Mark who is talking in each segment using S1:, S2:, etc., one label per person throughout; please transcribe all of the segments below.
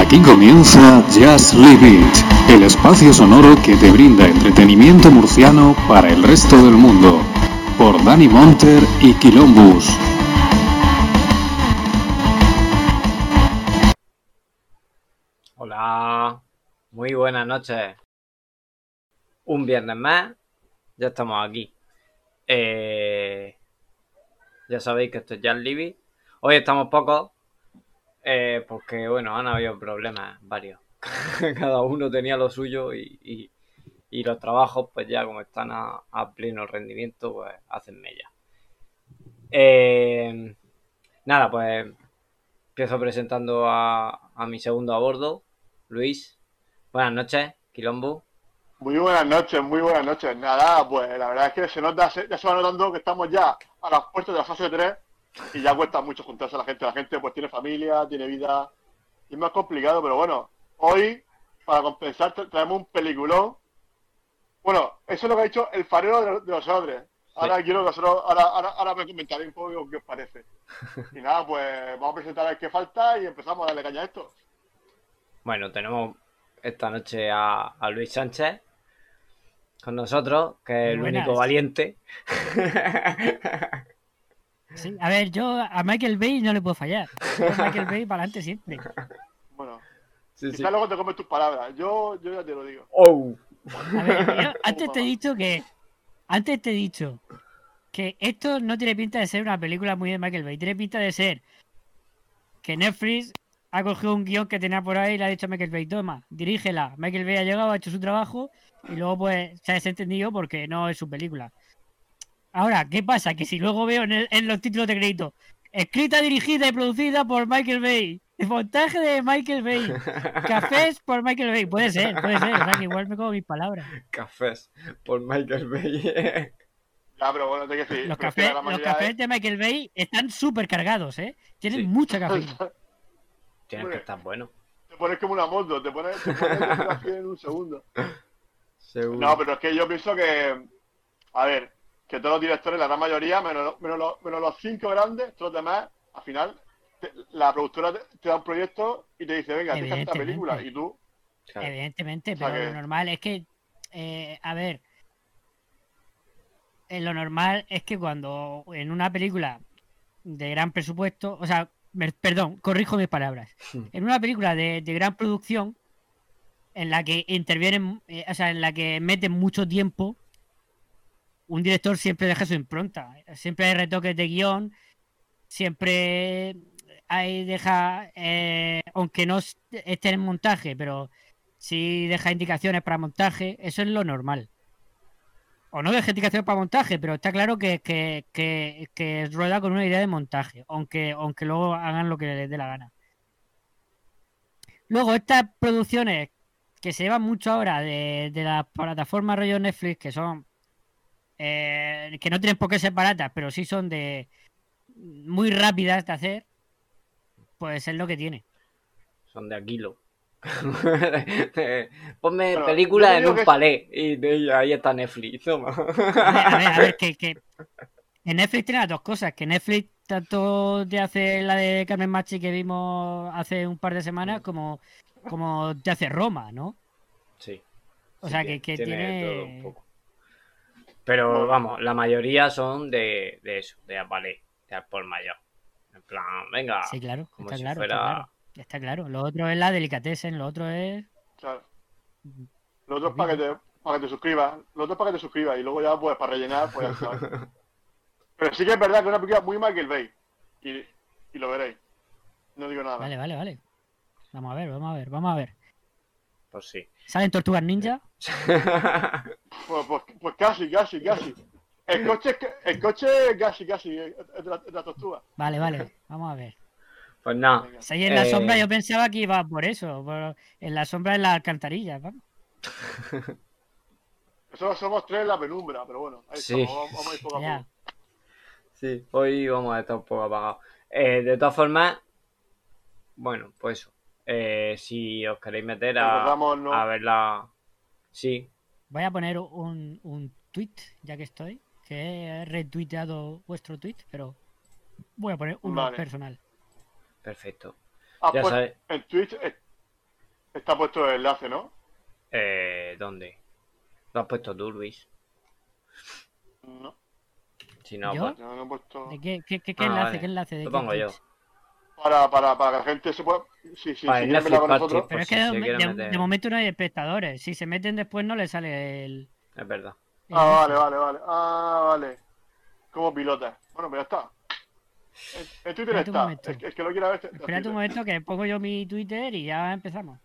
S1: Aquí comienza Jazz Beats, el espacio sonoro que te brinda entretenimiento murciano para el resto del mundo. Por Dani Monter y Quilombus.
S2: Hola, muy buenas noches. Un viernes más, ya estamos aquí. Eh, ya sabéis que esto es Jazz Libby. Hoy estamos pocos, eh, porque bueno, han habido problemas varios. Cada uno tenía lo suyo y, y- y los trabajos, pues ya como están a, a pleno rendimiento, pues hacen mella. Eh, nada, pues empiezo presentando a, a mi segundo a bordo, Luis. Buenas noches, Quilombo.
S3: Muy buenas noches, muy buenas noches. Nada, pues la verdad es que se nota, se- ya se va notando que estamos ya a las puertas de la fase 3 y ya cuesta mucho juntarse a la gente. La gente pues tiene familia, tiene vida y es más complicado, pero bueno, hoy para compensar tra- traemos un peliculón. Bueno, eso es lo que ha dicho el farero de, de los hombres. Ahora quiero que vosotros, ahora, ahora, ahora me comentaréis un poco qué os parece. Y nada, pues vamos a presentar el que falta y empezamos a darle caña a esto.
S2: Bueno, tenemos esta noche a, a Luis Sánchez con nosotros, que es el
S4: Buenas.
S2: único valiente.
S4: Sí, a ver, yo a Michael Bay no le puedo fallar. Yo a Michael Bay para adelante siempre.
S3: Bueno,
S2: Sí, sí.
S3: quizás luego te comes tus palabras. Yo, yo ya te lo digo.
S2: Oh,
S4: A ver, yo antes te he dicho que. Antes te he dicho que esto no tiene pinta de ser una película muy de Michael Bay. Tiene pinta de ser que Netflix ha cogido un guión que tenía por ahí y le ha dicho a Michael Bay, toma, dirígela. Michael Bay ha llegado, ha hecho su trabajo y luego pues se ha desentendido porque no es su película. Ahora, ¿qué pasa? Que si luego veo en, el- en los títulos de crédito, escrita, dirigida y producida por Michael Bay, montaje de Michael Bay, cafés por Michael Bay, puede ser, puede ser, o sea que igual me como mis palabras.
S2: cafés por Michael Bay.
S3: Ya, pero bueno, te quiero decir,
S4: Los
S3: pero es que
S4: cafés,
S3: la ¿eh?
S4: los
S3: mayoría de-
S4: cafés de Michael Bay están súper cargados, ¿eh? Tienen
S2: Sí.
S4: mucha cafeína.
S2: Tienes que estar bueno.
S3: Te pones como una moto, te pones, te pones de café en un segundo.
S2: Seguro.
S3: No, pero es que yo pienso que, a ver, que todos los directores, la gran mayoría, menos, los- menos, los, menos los cinco grandes, todos los demás, al final, te- la productora te, te da un proyecto y te dice, venga, deja esta
S4: Evidentemente.
S3: película. Y tú,
S2: Claro.
S4: Evidentemente,
S3: O sea
S4: pero lo
S3: que-
S4: normal es que, eh, a ver, eh, lo normal es que cuando en una película de gran presupuesto, o sea, me- perdón, corrijo mis palabras, en una película de, de gran producción en la que intervienen, eh, o sea, en la que meten mucho tiempo, un director siempre deja su impronta, siempre hay retoques de guión, siempre ahí deja, eh, aunque no est- esté en montaje, pero si deja indicaciones para montaje, eso es lo normal. O no deja indicaciones para montaje, pero está claro que, que, que- que rueda con una idea de montaje, aunque, aunque luego hagan lo que les dé la gana. Luego, estas producciones que se llevan mucho ahora de, de las plataformas rollo Netflix, que son. eh, que no tienen por qué ser baratas, pero sí son de. muy rápidas de hacer, pues es lo que tiene.
S2: Son de Aquilo. Ponme
S3: Bueno, yo
S2: película en
S3: digo
S2: un
S3: que-
S2: palé. Y, y ahí está Netflix. toma.
S4: A ver, a ver, a ver, que, que- que Netflix tiene las dos cosas, que Netflix tanto te hace la de Carmen Machi que vimos hace un par de
S2: Mm.
S4: semanas como, como te hace Roma, ¿no?
S2: Sí.
S4: O
S2: Sí,
S4: sea,
S2: tie-
S4: que, que tiene...
S2: todo un poco. Pero
S3: Bueno.
S2: vamos, la mayoría son de, de eso, de ballet, de al por mayor. En plan, venga,
S4: Sí, claro,
S2: Ah, como
S4: está
S2: si
S4: claro,
S2: fuera.
S4: está claro. Está claro. Lo otro es la delicatessen, lo otro es...
S3: claro. Lo otro es para que te, para que te suscribas, lo otro es para que te suscribas y luego ya, pues, para rellenar, pues ya está. Pero sí que es verdad que es una película muy Michael Bay y, y lo veréis. No digo
S2: Ah.
S3: nada más.
S4: Vale, vale, vale. Vamos a ver, vamos a ver, vamos a ver.
S2: Pues sí.
S4: ¿Salen tortugas ninja?
S3: Pues, pues, pues casi, casi, casi. El coche, es ca- el coche casi, casi, es es de la, es de la tortuga.
S4: Vale, vale, vamos a ver.
S2: pues
S4: Ah,
S2: nada.
S3: Venga.
S4: Si en la
S2: Eh.
S4: sombra yo pensaba que iba por eso, por- en la sombra de la alcantarilla, vamos.
S3: Nosotros somos tres en la penumbra, pero bueno, ahí
S2: Sí.
S3: estamos, vamos, vamos a ir poco a
S4: Ya.
S3: poco.
S2: Sí, hoy vamos a estar un poco apagados. Eh, de todas formas, bueno, pues eso. Eh, si os queréis meter a,
S3: Recordamos, no-
S2: a verla. Sí,
S4: Voy a poner un, un tweet, ya que estoy, que he retuiteado vuestro tweet, pero voy a poner uno
S3: Vale.
S4: personal.
S2: perfecto.
S3: Ah,
S2: Ya
S3: pues,
S2: sabéis.
S3: en Twitch, eh, Está puesto el enlace, ¿no?
S2: Eh, ¿Dónde? Lo has puesto tú, Luis.
S3: No,
S2: Si no,
S4: ¿Yo?
S2: pues,
S3: yo no lo he puesto.
S4: ¿De qué, qué- qué- qué
S2: Ah,
S4: enlace?
S2: vale.
S4: ¿Qué enlace? ¿De
S2: lo
S4: qué
S2: pongo yo.
S4: Twitch?
S3: Para, para, para que la gente se pueda. Sí, sí,
S2: Para
S3: sí,
S2: el
S3: ya me la
S2: Netflix
S3: con nosotros.
S2: Party.
S4: Pero
S2: Pues
S4: es que
S2: si
S4: de,
S2: se quieren
S4: de-
S2: meter.
S4: de momento no hay espectadores. Si se meten después no les sale el...
S2: Es verdad.
S4: el
S3: Ah,
S4: enlace.
S3: vale, vale, vale. Ah, vale. Como pilota. Bueno, pero ya está. En, en Twitter
S4: Espérate un
S3: está.
S4: momento.
S3: Es que, es que lo quiero ver. este, está en
S4: Esperad
S3: Twitter.
S4: un momento que pongo yo mi Twitter y ya empezamos.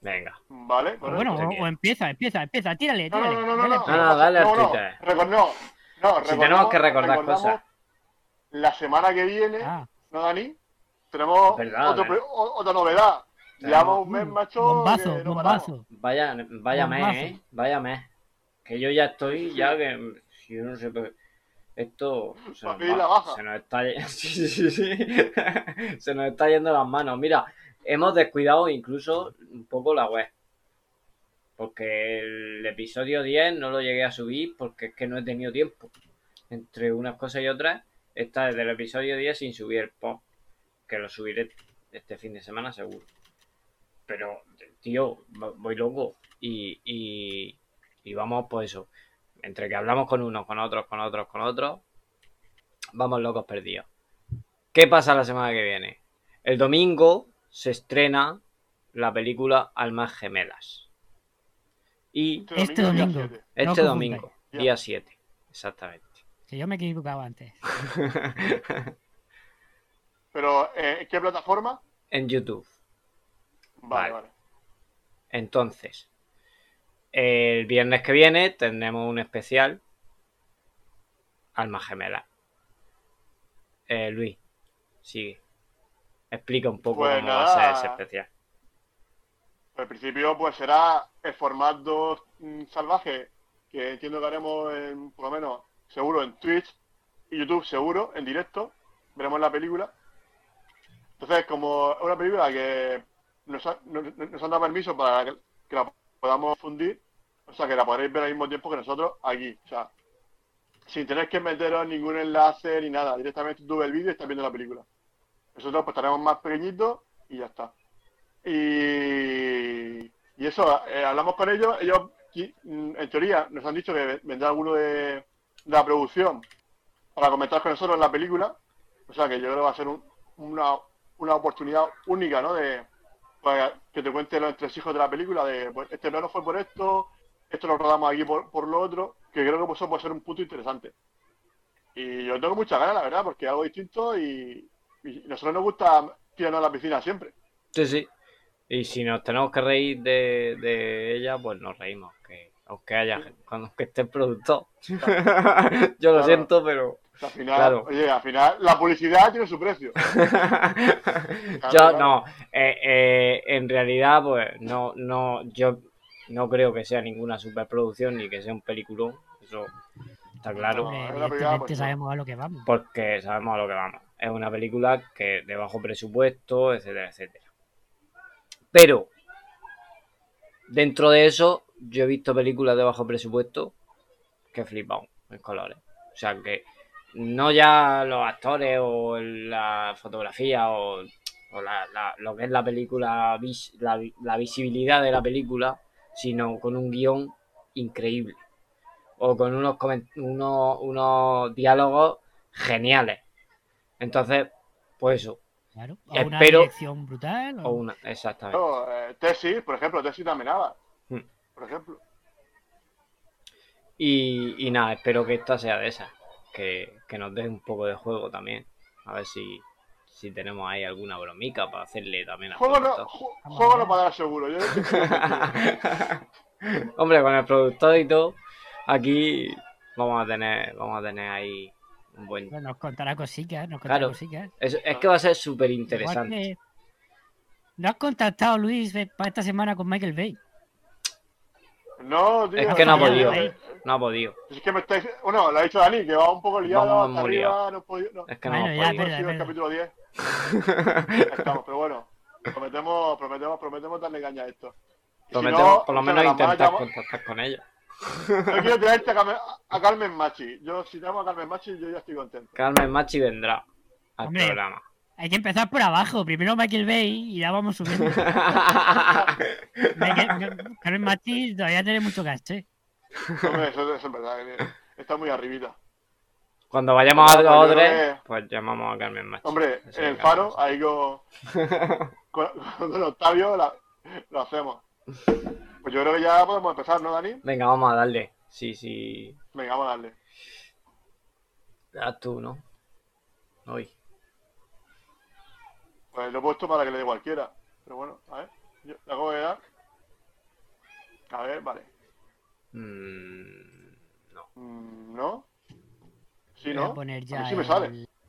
S2: Venga.
S3: Vale,
S4: O
S3: correcto.
S4: bueno,
S2: Bueno,
S4: o, o empieza, empieza, empieza. Tírale,
S3: No,
S4: tírale. Ah,
S3: no, no, no, no. No,
S4: dale.
S2: Ah, No, no, dale al
S3: no, no.
S2: Twitter.
S3: Recor- no, no,
S2: Si
S3: recordamos-
S2: tenemos que recordar
S3: recordamos
S2: cosas.
S3: La semana que viene,
S4: Ah,
S3: ¿no, Dani? Tenemos
S2: Verdad,
S3: otro
S2: Dani.
S3: pre- o- otra novedad.
S2: Tenemos-
S3: Llevamos un mes, macho.
S4: Mm, bombazo,
S3: que no paramos.
S4: bombazo.
S2: Vaya, vaya
S4: Bombazo.
S2: mes, ¿eh? Vaya mes. Que yo ya estoy, ya que. si Yo no sé. pero Esto. Se
S3: Va a
S2: nos,
S3: pedir
S2: va-
S3: la baja.
S2: se nos está ye- sí, sí, sí, sí. Se nos está yendo las manos. Mira, hemos descuidado incluso un poco la web. Porque el episodio 10 no lo llegué a subir porque es que no he tenido tiempo. Entre unas cosas y otras, está desde el episodio 10 sin subir el post. Que lo subiré este fin de semana seguro. Pero, tío, vo- voy loco. Y, y, y vamos por eso. Entre que hablamos con unos, con otros, con otros, con otros, vamos locos perdidos. ¿Qué pasa la semana que viene? El domingo se estrena la película Almas Gemelas. Y
S4: Este domingo.
S3: día siete.
S4: No
S2: este
S4: confundáis.
S2: domingo,
S3: Ya.
S2: día 7, exactamente.
S4: Que yo me he equivocado antes.
S3: Pero, eh, ¿en qué plataforma?
S2: en YouTube. Vale.
S3: Vale, vale.
S2: Entonces, el viernes que viene tendremos un especial Alma Gemela. Eh, Luis, sigue. Explica un poco
S3: Pues
S2: cómo va a ser
S3: nada.
S2: ese especial.
S3: Al principio, pues será el formato mm, salvaje que entiendo que haremos, en, por lo menos, seguro en Twitch y YouTube, seguro, en directo. Veremos la película. Entonces, como es una película que nos, ha- no- no- nos han dado permiso para que, que la podamos fundir, o sea, que la podréis ver al mismo tiempo que nosotros aquí, o sea, sin tener que meteros ningún enlace ni nada, directamente tú ves el vídeo y estás viendo la película. Nosotros pues estaremos más pequeñitos y ya está. Y, y eso, eh, hablamos con ellos. Ellos, qui- mm, en teoría, nos han dicho que vendrá alguno de, de la producción para comentar con nosotros la película. O sea que yo creo que va a ser un- una, una oportunidad única, ¿no? De para que te cuente los entresijos de la película, de pues, este plano fue por esto, esto lo rodamos aquí por, por lo otro, que creo que eso puede ser un punto interesante. Y yo tengo muchas ganas, la verdad, porque es algo distinto y, y a nosotros nos gusta tirarnos a la piscina siempre.
S2: Sí, sí. Y si nos tenemos que reír de, de ella, pues nos reímos. Que, aunque haya gente- cuando que esté el productor. Yo lo
S3: Claro.
S2: siento, pero.
S3: Al final,
S2: Claro.
S3: oye, al final la publicidad tiene su precio.
S2: yo
S3: claro.
S2: no, eh, eh, en realidad pues no, no, yo no creo que sea ninguna superproducción ni que sea un peliculón, eso está claro,
S3: es
S4: Hombre,
S3: la primera,
S4: Eh, evidentemente
S3: pues, no.
S4: sabemos a lo que vamos.
S2: porque sabemos a lo que vamos. Es una película que de bajo presupuesto, etcétera, etcétera. Pero dentro de eso yo he visto películas de bajo presupuesto que flipan en colores. O sea que no ya los actores o la fotografía o, o la- la- lo que es la película, vis- la, vi- la visibilidad de la película, sino con un guión increíble. O con unos, comen- unos, unos diálogos geniales. Entonces, pues eso.
S4: Claro. O una
S2: Espero-
S4: dirección brutal. o-
S2: O una, exactamente.
S3: No, eh, tesis, por ejemplo, tesis también nada.
S2: Hmm.
S3: Por ejemplo.
S2: Y, y nada, espero que esta sea de esas. Que, que nos dé un poco de juego también. A ver si, si tenemos ahí alguna bromica para hacerle también a
S3: Juego no, ju- juego no para dar seguro. Yo,
S2: Hombre, con el productor y todo, aquí vamos a tener, vamos a tener ahí un buen.
S4: Bueno, nos contará cositas, nos contará
S2: Claro.
S4: cositas.
S2: Es, es que va a ser súper
S4: Igual
S2: interesante.
S4: que- ¿No has contactado, Luis, eh, para esta semana con Michael Bay?
S3: no, tío,
S2: Es que no ha
S3: tío,
S2: podido.
S3: eh,
S2: No ha podido.
S3: Es que me estáis. Bueno, lo ha dicho Dani, que va un poco liado.
S2: Vamos,
S3: hasta
S2: hemos liado.
S3: arriba, no he podido. No,
S2: Es que no
S4: Bueno,
S2: hemos
S4: ya,
S2: podido.
S4: pero-
S3: no he sido el capítulo 10.
S4: verdad.
S3: Ya Estamos, pero bueno. Prometemos, prometemos, prometemos darle caña a esto. Y si
S2: Prometemos
S3: no,
S2: por lo
S3: o sea,
S2: menos
S3: las malas
S2: intentar
S3: llama-
S2: contactar con ella.
S3: No quiero traerte a, Carmen- a Carmen Machi. Yo, si tenemos a Carmen Machi, yo ya estoy contento.
S2: Carmen Machi vendrá al
S4: Hombre.
S2: programa.
S4: Hay que empezar por abajo. Primero Michael Bay y ya vamos subiendo. Michael- Carmen Matis todavía tiene mucho caché.
S3: Hombre, eso, eso es verdad. que Está muy arribita.
S2: Cuando vayamos a
S3: Yo
S2: los
S3: creo
S2: odres,
S3: que-
S2: pues llamamos a Carmen Machi.
S3: Hombre,
S2: Eso
S3: en el
S2: es
S3: faro, ahí con, con, con Don Octavio la- lo hacemos. Pues yo creo que ya podemos empezar, ¿no, Dani?
S2: Venga, vamos a darle. Sí, sí.
S3: Venga, vamos a darle.
S2: Haz tú, ¿no? Hoy.
S3: Pues lo he puesto para que le dé cualquiera. Pero bueno, a ver. Yo le acabo de dar. A ver, vale.
S2: Mm, no.
S3: Mm, ¿No? Sí,
S4: Voy a
S3: ¿no?
S4: poner
S3: A
S4: ya.
S3: mí sí me
S4: el-
S3: sale.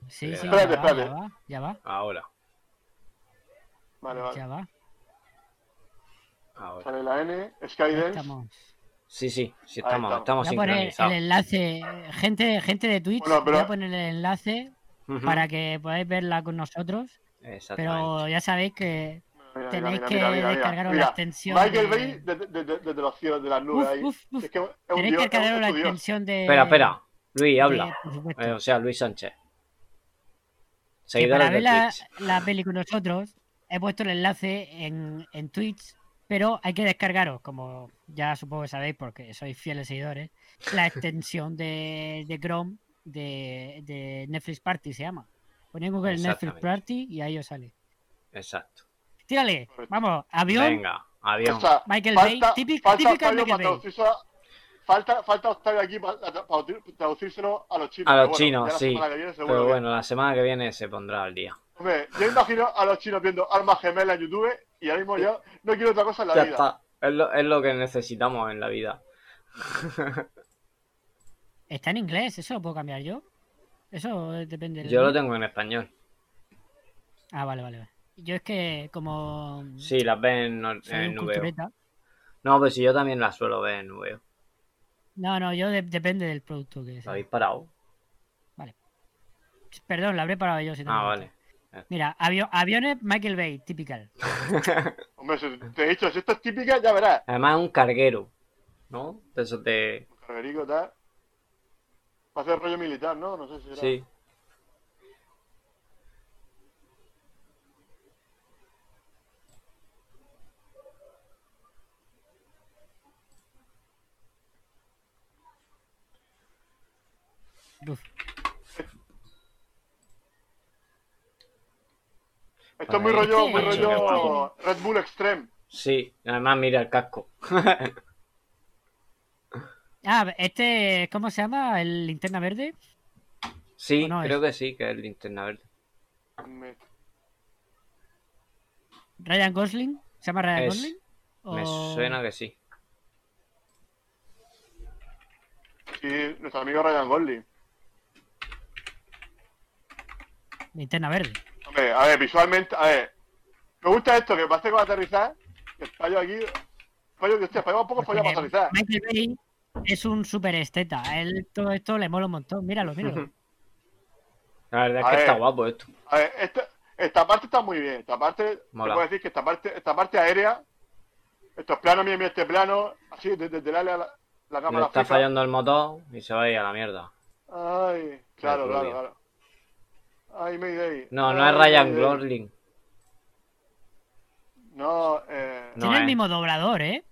S4: Sí, sí,
S3: Espérate,
S4: ya, va,
S3: espérate.
S4: ya va, ya va,
S2: Ahora.
S3: Vale,
S4: ya
S3: vale.
S4: va.
S2: Ahora.
S3: Sale la N,
S4: Ya
S3: Skydance.
S4: Estamos.
S2: Sí, sí, sí,
S3: Ahí
S2: estamos,
S3: estamos.
S2: estamos
S4: Voy a poner el
S2: sincronizados.
S4: enlace, gente, gente de Twitch,
S3: Bueno, pero-
S4: voy a poner el enlace
S2: Ujú.
S4: para que podáis verla con nosotros,
S2: Exactamente.
S4: pero eh, ya sabéis que
S3: Mira,
S4: Tenéis
S3: mira,
S4: que
S3: mira, mira, mira.
S4: descargaros
S3: Mira,
S4: la extensión
S3: Michael
S4: de-
S3: Bay desde de, de- desde los cielos, de las nubes
S4: Uf,
S3: ahí.
S4: uf, uf.
S3: Es que es un
S4: tenéis que
S3: dios, es
S4: descargaros
S3: un
S4: la
S3: dios.
S4: extensión de...
S2: Espera, espera. Luis,
S4: de-
S2: habla.
S4: por supuesto.
S2: Eh, o sea, Luis Sánchez.
S4: Que para
S2: Seguidores de
S4: ver la,
S2: Twitch.
S4: la peli con nosotros, he puesto el enlace en, en Twitch, pero hay que descargaros, como ya supongo que sabéis porque sois fieles seguidores, la extensión de, de Chrome de, de Netflix Party se llama. Ponéis en Google Netflix
S2: Exactamente.
S4: Party y ahí os sale.
S2: Exacto.
S4: Tírale,
S3: Correcto.
S4: vamos, avión.
S2: Venga, avión.
S3: O sea,
S4: Michael
S3: falta-
S4: Bay, típic-
S3: falta
S4: típica
S3: Octavio
S4: Michael
S3: para
S4: Bay.
S3: traducirse a- Falta, falta Octavio aquí para, traducir- traducírselo a los chinos.
S2: A los
S3: pero bueno,
S2: chinos,
S3: ya la
S2: sí.
S3: semana que viene seguro
S2: Pero
S3: que-
S2: bueno, la semana que viene se pondrá al día.
S3: Hombre, yo imagino a los chinos viendo Almas Gemelas en YouTube y ahora mismo yo no quiero otra cosa en la
S2: Ya
S3: vida.
S2: está. Es lo, es lo que necesitamos en la vida.
S4: Está en inglés, eso lo puedo cambiar yo. Eso depende. de
S2: Yo lo tengo en español.
S4: Ah, vale, vale. vale. Yo es que como
S2: Sí, eh, las ves en, nor-
S4: soy
S2: en
S4: un
S2: VO.
S4: cultureta-
S2: No, pero si yo también las suelo ver en VO.
S4: No, no, yo de- depende del producto que
S2: ¿Lo
S4: sea.
S2: habéis parado?
S4: Perdón, la habré parado yo. Si no
S2: Ah,
S4: me
S2: vale.
S4: Mira, avio- aviones Michael Bay, típical.
S3: Hombre, si te he dicho, si esto es típica, ya verás.
S2: Además es un carguero. ¿No? De esos de...
S3: Cargerico, tal. Va a ser rollo militar, ¿no? No sé si era.
S2: Sí.
S4: Uf,
S3: Esto es muy
S2: Vale.
S3: rollo, muy
S4: Sí.
S3: rollo Red Bull Extreme.
S2: Sí. Además mira el casco.
S4: Ah, este, ¿cómo se llama? ¿El linterna verde?
S2: Sí,
S4: ¿O no
S2: creo que sí, que es linterna verde.
S3: Me-
S4: Ryan Gosling. ¿Se llama Ryan
S2: Es-
S4: Gosling?
S2: Me
S4: O-
S2: suena que sí.
S3: Sí, nuestro amigo Ryan Gosling.
S4: Linterna verde.
S3: Hombre, a ver, visualmente, a ver. Me gusta esto, que parece que va a aterrizar. Que el fallo aquí. Fallo que hostia, fallo un poco fallo para
S4: Porque
S3: aterrizar.
S4: Michael Bay es un super esteta. A él todo esto le mola un montón. Míralo, míralo.
S2: La verdad
S3: A
S2: es que está
S3: ver.
S2: guapo esto.
S3: A ver, esta, esta parte está muy bien. Esta parte,
S2: Mola.
S3: te puedo decir que esta parte, esta parte aérea, estos planos, mira, mira este plano, así, desde el área a la, la
S2: Le
S3: cámara
S2: está
S3: fija.
S2: fallando el motor y se va a ir a la mierda.
S3: Ay, claro,
S2: Ay,
S3: claro,
S2: Gloria.
S3: claro. Ay, Mayday.
S2: No, no
S3: Ay,
S2: es Ryan
S3: Mayday.
S2: Gosling.
S3: No, eh.
S2: No
S4: Tiene el
S2: es.
S4: mismo doblador, ¿eh?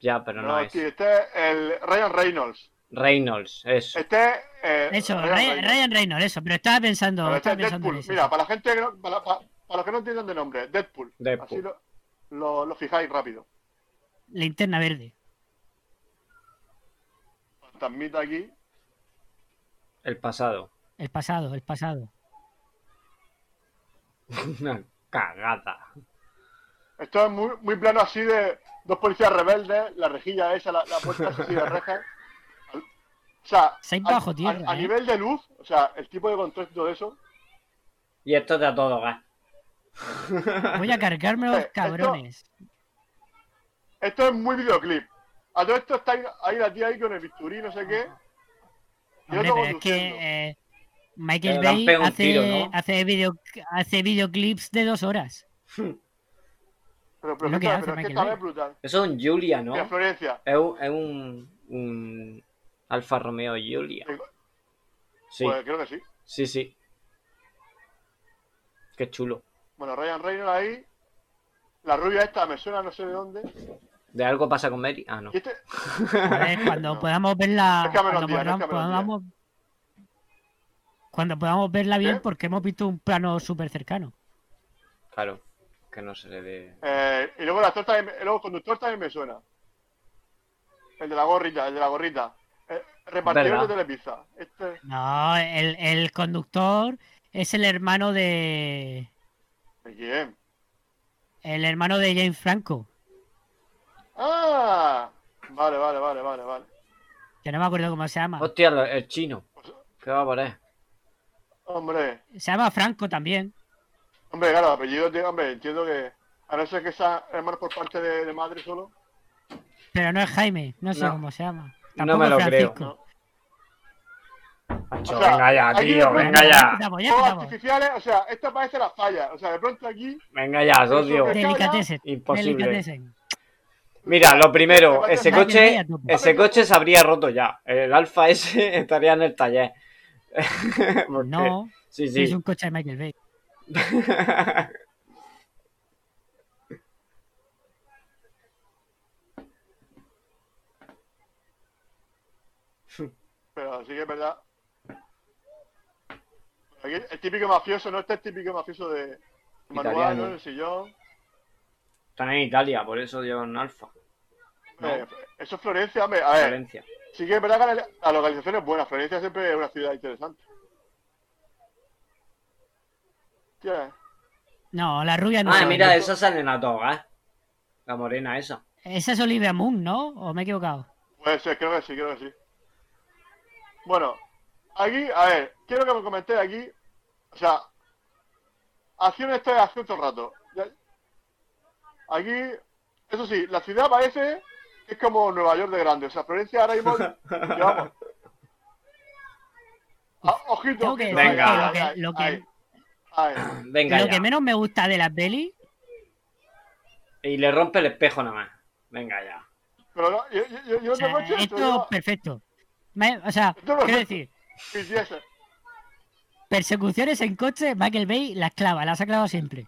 S2: Ya, pero no,
S3: no,
S2: es.
S3: tío, este es el Ryan Reynolds.
S2: Reynolds, eso.
S3: Este es. eh,
S4: Eso, Ray-
S3: Ryan
S4: Ryan,
S3: Reynolds.
S4: Reynolds, eso. Pero estaba pensando,
S3: Pero este
S4: estaba
S3: es
S4: pensando en
S3: Deadpool.
S4: eso.
S3: Mira, para la gente que no, para, para- para los que no entienden de nombre, Deadpool.
S2: Deadpool.
S3: Así lo, lo, lo fijáis rápido.
S4: Linterna verde.
S3: Fantasmita aquí.
S2: El pasado.
S4: El pasado, el pasado.
S2: Una cagada.
S3: Esto es muy, muy plano así de dos policías rebeldes, la rejilla esa, la, la puerta así de reja. Al- O sea,
S4: Seis
S3: a-
S4: bajo
S3: a-
S4: tierra,
S3: a,
S4: ¿eh?
S3: nivel de luz, o sea, el tipo de contraste y todo eso,
S2: Y esto está todo gas.
S4: Voy a cargarme los
S3: Esto-
S4: cabrones.
S3: esto es muy videoclip. A todo esto está ahí, ahí la tía ahí con el bisturí, no sé qué. Yo
S4: Hombre,
S3: lo
S4: pero es
S3: conduciendo.
S4: que eh, Michael
S2: Pero le han
S4: Bay
S2: pegado un
S4: hace,
S2: tiro, ¿no?
S4: hace, video, hace videoclips de dos horas.
S3: Pero, pero,
S4: lo que
S3: escucha, pero
S4: hace
S3: es que
S4: Michael
S3: esta
S4: Bay.
S3: vez es brutal.
S2: Eso es un Julia, ¿no?
S3: Mira, Florencia,
S2: Es un, es un, un Alfa Romeo Julia. Sí,
S3: pues creo que sí.
S2: sí, sí. Qué chulo.
S3: Bueno, Ryan Reynolds ahí. La rubia esta me suena no sé de dónde.
S2: ¿De algo pasa con Mary? Ah, no.
S3: Y este-
S4: Joder, cuando
S3: No.
S4: podamos verla.
S3: Es Cameron
S4: cuando,
S3: Díaz, es
S4: podamos,
S3: Cameron
S4: podamos- cuando podamos verla bien,
S3: ¿Eh?
S4: porque hemos visto un plano súper cercano.
S2: Claro. Que no se le dé.
S3: eh, y luego el, actor también, y luego el conductor también me suena. El de la gorrita, el de la gorrita. Eh, repartidor de
S2: ¿Verdad?
S3: Telepizza. Este,
S4: No, el, el conductor es el hermano de.
S3: ¿de quién?
S4: El hermano de James Franco.
S3: ¡Ah! Vale, vale, vale, vale, vale.
S4: Que no me acuerdo cómo se llama.
S2: Hostia, lo- el chino. ¿Qué va a poner?
S3: Hombre,
S4: Se llama Franco también.
S3: hombre, claro, apellido, tío, hombre, entiendo que. A no ser que sea hermano por parte de, de madre solo.
S4: Pero no es Jaime, no sé
S2: No.
S4: cómo se llama.
S2: No
S4: Tampoco
S2: me
S4: es
S2: lo
S4: Francisco.
S2: creo.
S3: No.
S2: Macho,
S3: O sea,
S2: venga ya,
S3: aquí
S2: tío,
S3: de
S2: venga
S3: pronto-
S2: ya.
S4: Empezamos, ya
S3: Todos
S2: Oh,
S4: empezamos.
S3: artificiales, o sea, esta parece la falla. O sea, de pronto aquí.
S2: Venga ya, socio.
S3: Delicatessen.
S4: Delicatessen.
S2: Imposible.
S4: Delicatessen.
S2: Mira, lo primero, ese
S4: Vaya,
S2: coche,
S4: vaya, topo.
S2: ese coche se habría roto ya. El Alfa ese estaría en el taller. Porque-
S4: No,
S2: Sí,
S4: es
S2: sí.
S4: un coche de Michael Bay.
S3: Pero sí que es verdad. Aquí el típico mafioso, no este es el típico mafioso de manual,
S2: Italiano.
S3: ¿no? En el sillón.
S2: Están en Italia, por eso llevan un Alfa. No.
S3: Eh, eso es Florencia, hombre. A ver,
S2: Valencia.
S3: sí que es verdad que la, la localización es buena. Florencia siempre es una ciudad interesante. Hostia, eh.
S4: No, la rubia no.
S2: Ah,
S4: es.
S2: mira, esa sale en la toga, ¿eh? La morena esa.
S4: Esa es Olivia Moon, ¿no? ¿O me he equivocado?
S3: Puede ser, creo que sí, creo que sí. Bueno, aquí, a ver, quiero que me comentéis aquí. O sea, acción esta de acción todo el rato. Ya- Aquí, eso sí, la ciudad parece que es como Nueva York de grande. O sea, Florencia ahora mismo, digamos. Ah, ojito,
S4: Tengo que
S3: ojito,
S2: decir
S3: ahí,
S4: que
S3: ahí,
S4: lo que-
S3: ahí, ahí.
S2: Venga
S4: Lo
S2: ya.
S4: que menos me gusta de la peli,
S2: Y le rompe el espejo nada más. Venga ya.
S3: Pero no, yo, yo, yo, yo
S4: o sea,
S3: otro coche,
S4: esto
S3: yo-
S4: perfecto. Me- o sea,
S3: Esto no-
S4: quiero decir,
S3: y diésel.
S4: persecuciones en coche, Michael Bay las clava, las ha clavado siempre.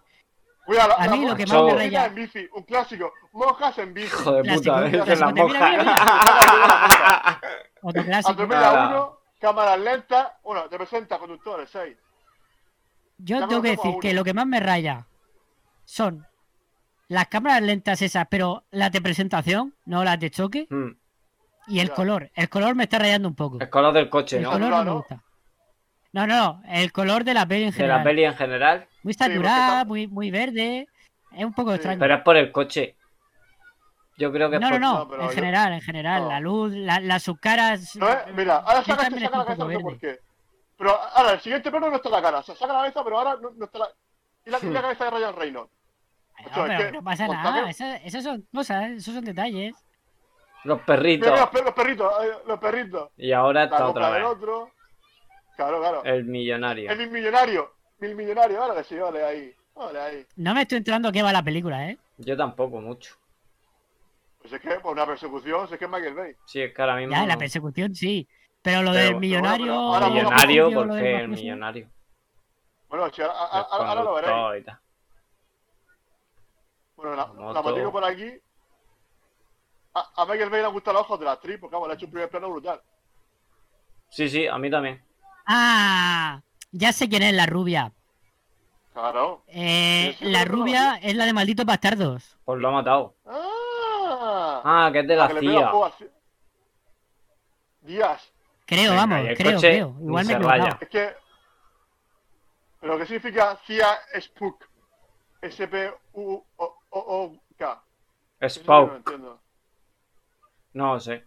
S3: Cuidado, la-
S4: A
S3: la
S4: mí lo que
S3: monja
S4: más
S2: Chao.
S4: me
S3: en
S4: raya,
S3: bici, un clásico, monjas en bici.
S2: Hijo de
S4: Plástico,
S2: puta,
S4: plástico.
S2: es la
S4: Mira, mira,
S2: moja.
S4: otro clásico.
S3: Atropella
S2: Nada.
S3: a uno, cámaras lentas, bueno, te presenta conductores, seis.
S4: Yo
S3: Ya
S4: tengo que
S3: conocemos a
S4: decir que
S3: uno.
S4: lo que más me raya son las cámaras lentas esas, pero las de presentación, no las de choque,
S2: Mm,
S4: y el
S3: Ya.
S4: color. El color me está rayando un poco.
S2: El color del coche,
S4: El
S2: ¿no?
S4: color no me
S3: Claro.
S4: gusta. No, no, no, el color de la peli en
S2: De la
S4: general.
S2: peli en general.
S4: Muy
S3: porque
S4: saturada,
S3: está-
S4: muy, muy verde, es un poco
S3: Sí.
S4: extraño.
S2: Pero es por el coche. Yo creo que es
S4: No, no,
S2: por...
S4: no,
S3: No, pero
S4: en
S3: yo-
S4: general, en general,
S3: no.
S4: la luz, la- las subcaras...
S3: No es- Mira, ahora
S4: Yo
S3: saca, este, saca la
S4: también estoy un poco
S3: cabeza, no sé por
S4: verde.
S3: qué. Pero ahora, el siguiente plano no está la cara, o sea, saca la cabeza, pero ahora no, no está la... Y la, y
S2: Hmm.
S3: la cabeza de Ryan Reynolds.
S4: No,
S3: Ocho, es
S4: pero
S3: que- pues
S4: no pasa
S3: Montaje-
S4: nada, esas esas son cosas, esos son detalles.
S2: Los
S3: Mira,
S2: perritos.
S3: mira, los per- los perritos, eh, los perritos.
S2: Y ahora
S3: La
S2: está otra
S3: compra
S2: vez.
S3: del
S2: Eh,
S3: otro. Claro, claro.
S2: El millonario.
S3: El mil millonario, mil millonario, ahora que sí, vale ahí, vale ahí.
S4: No me estoy entrando qué va la película, ¿eh?
S2: Yo tampoco mucho.
S3: Pues es que por una persecución, si es que es Michael Bay.
S2: Sí, es que ahora mismo.
S4: Ya, la
S2: no.
S4: persecución sí, pero lo
S3: Pero-
S4: del millonario...
S3: pero ahora
S4: lo del
S2: millonario,
S4: mafioso, lo del
S2: porque el
S4: mafioso,
S2: millonario.
S3: Bueno, sí, ahora,
S2: El
S3: ahora- ahora lo veréis.
S2: conductor y tal.
S3: Bueno, la,
S2: Moto.
S3: la motico por aquí. A, a Michael Bay le han gustado los ojos de la actriz, porque vamos, le ha hecho un primer plano brutal.
S2: Sí, sí, a mí también.
S4: Ah, ya sé quién es la rubia.
S3: Claro.
S4: Eh,
S3: Pero sí,
S4: la
S3: pero no,
S4: rubia es la de Malditos Bastardos.
S2: Pues lo ha matado.
S3: ¡Ah!
S2: Ah, que es de la
S3: que le pega
S2: CIA.
S3: fuego al ci- Díaz,
S4: Creo,
S2: Venga,
S4: vamos,
S2: y el
S4: creo,
S2: coche
S4: creo.
S2: ni
S4: Igual me
S2: se
S4: he equivocado.
S2: raya.
S3: es que. ¿Pero qué significa CIA Spook? S-P-U-O-O-K. Eso yo No lo
S2: Spock.
S3: entiendo.
S2: No lo sé.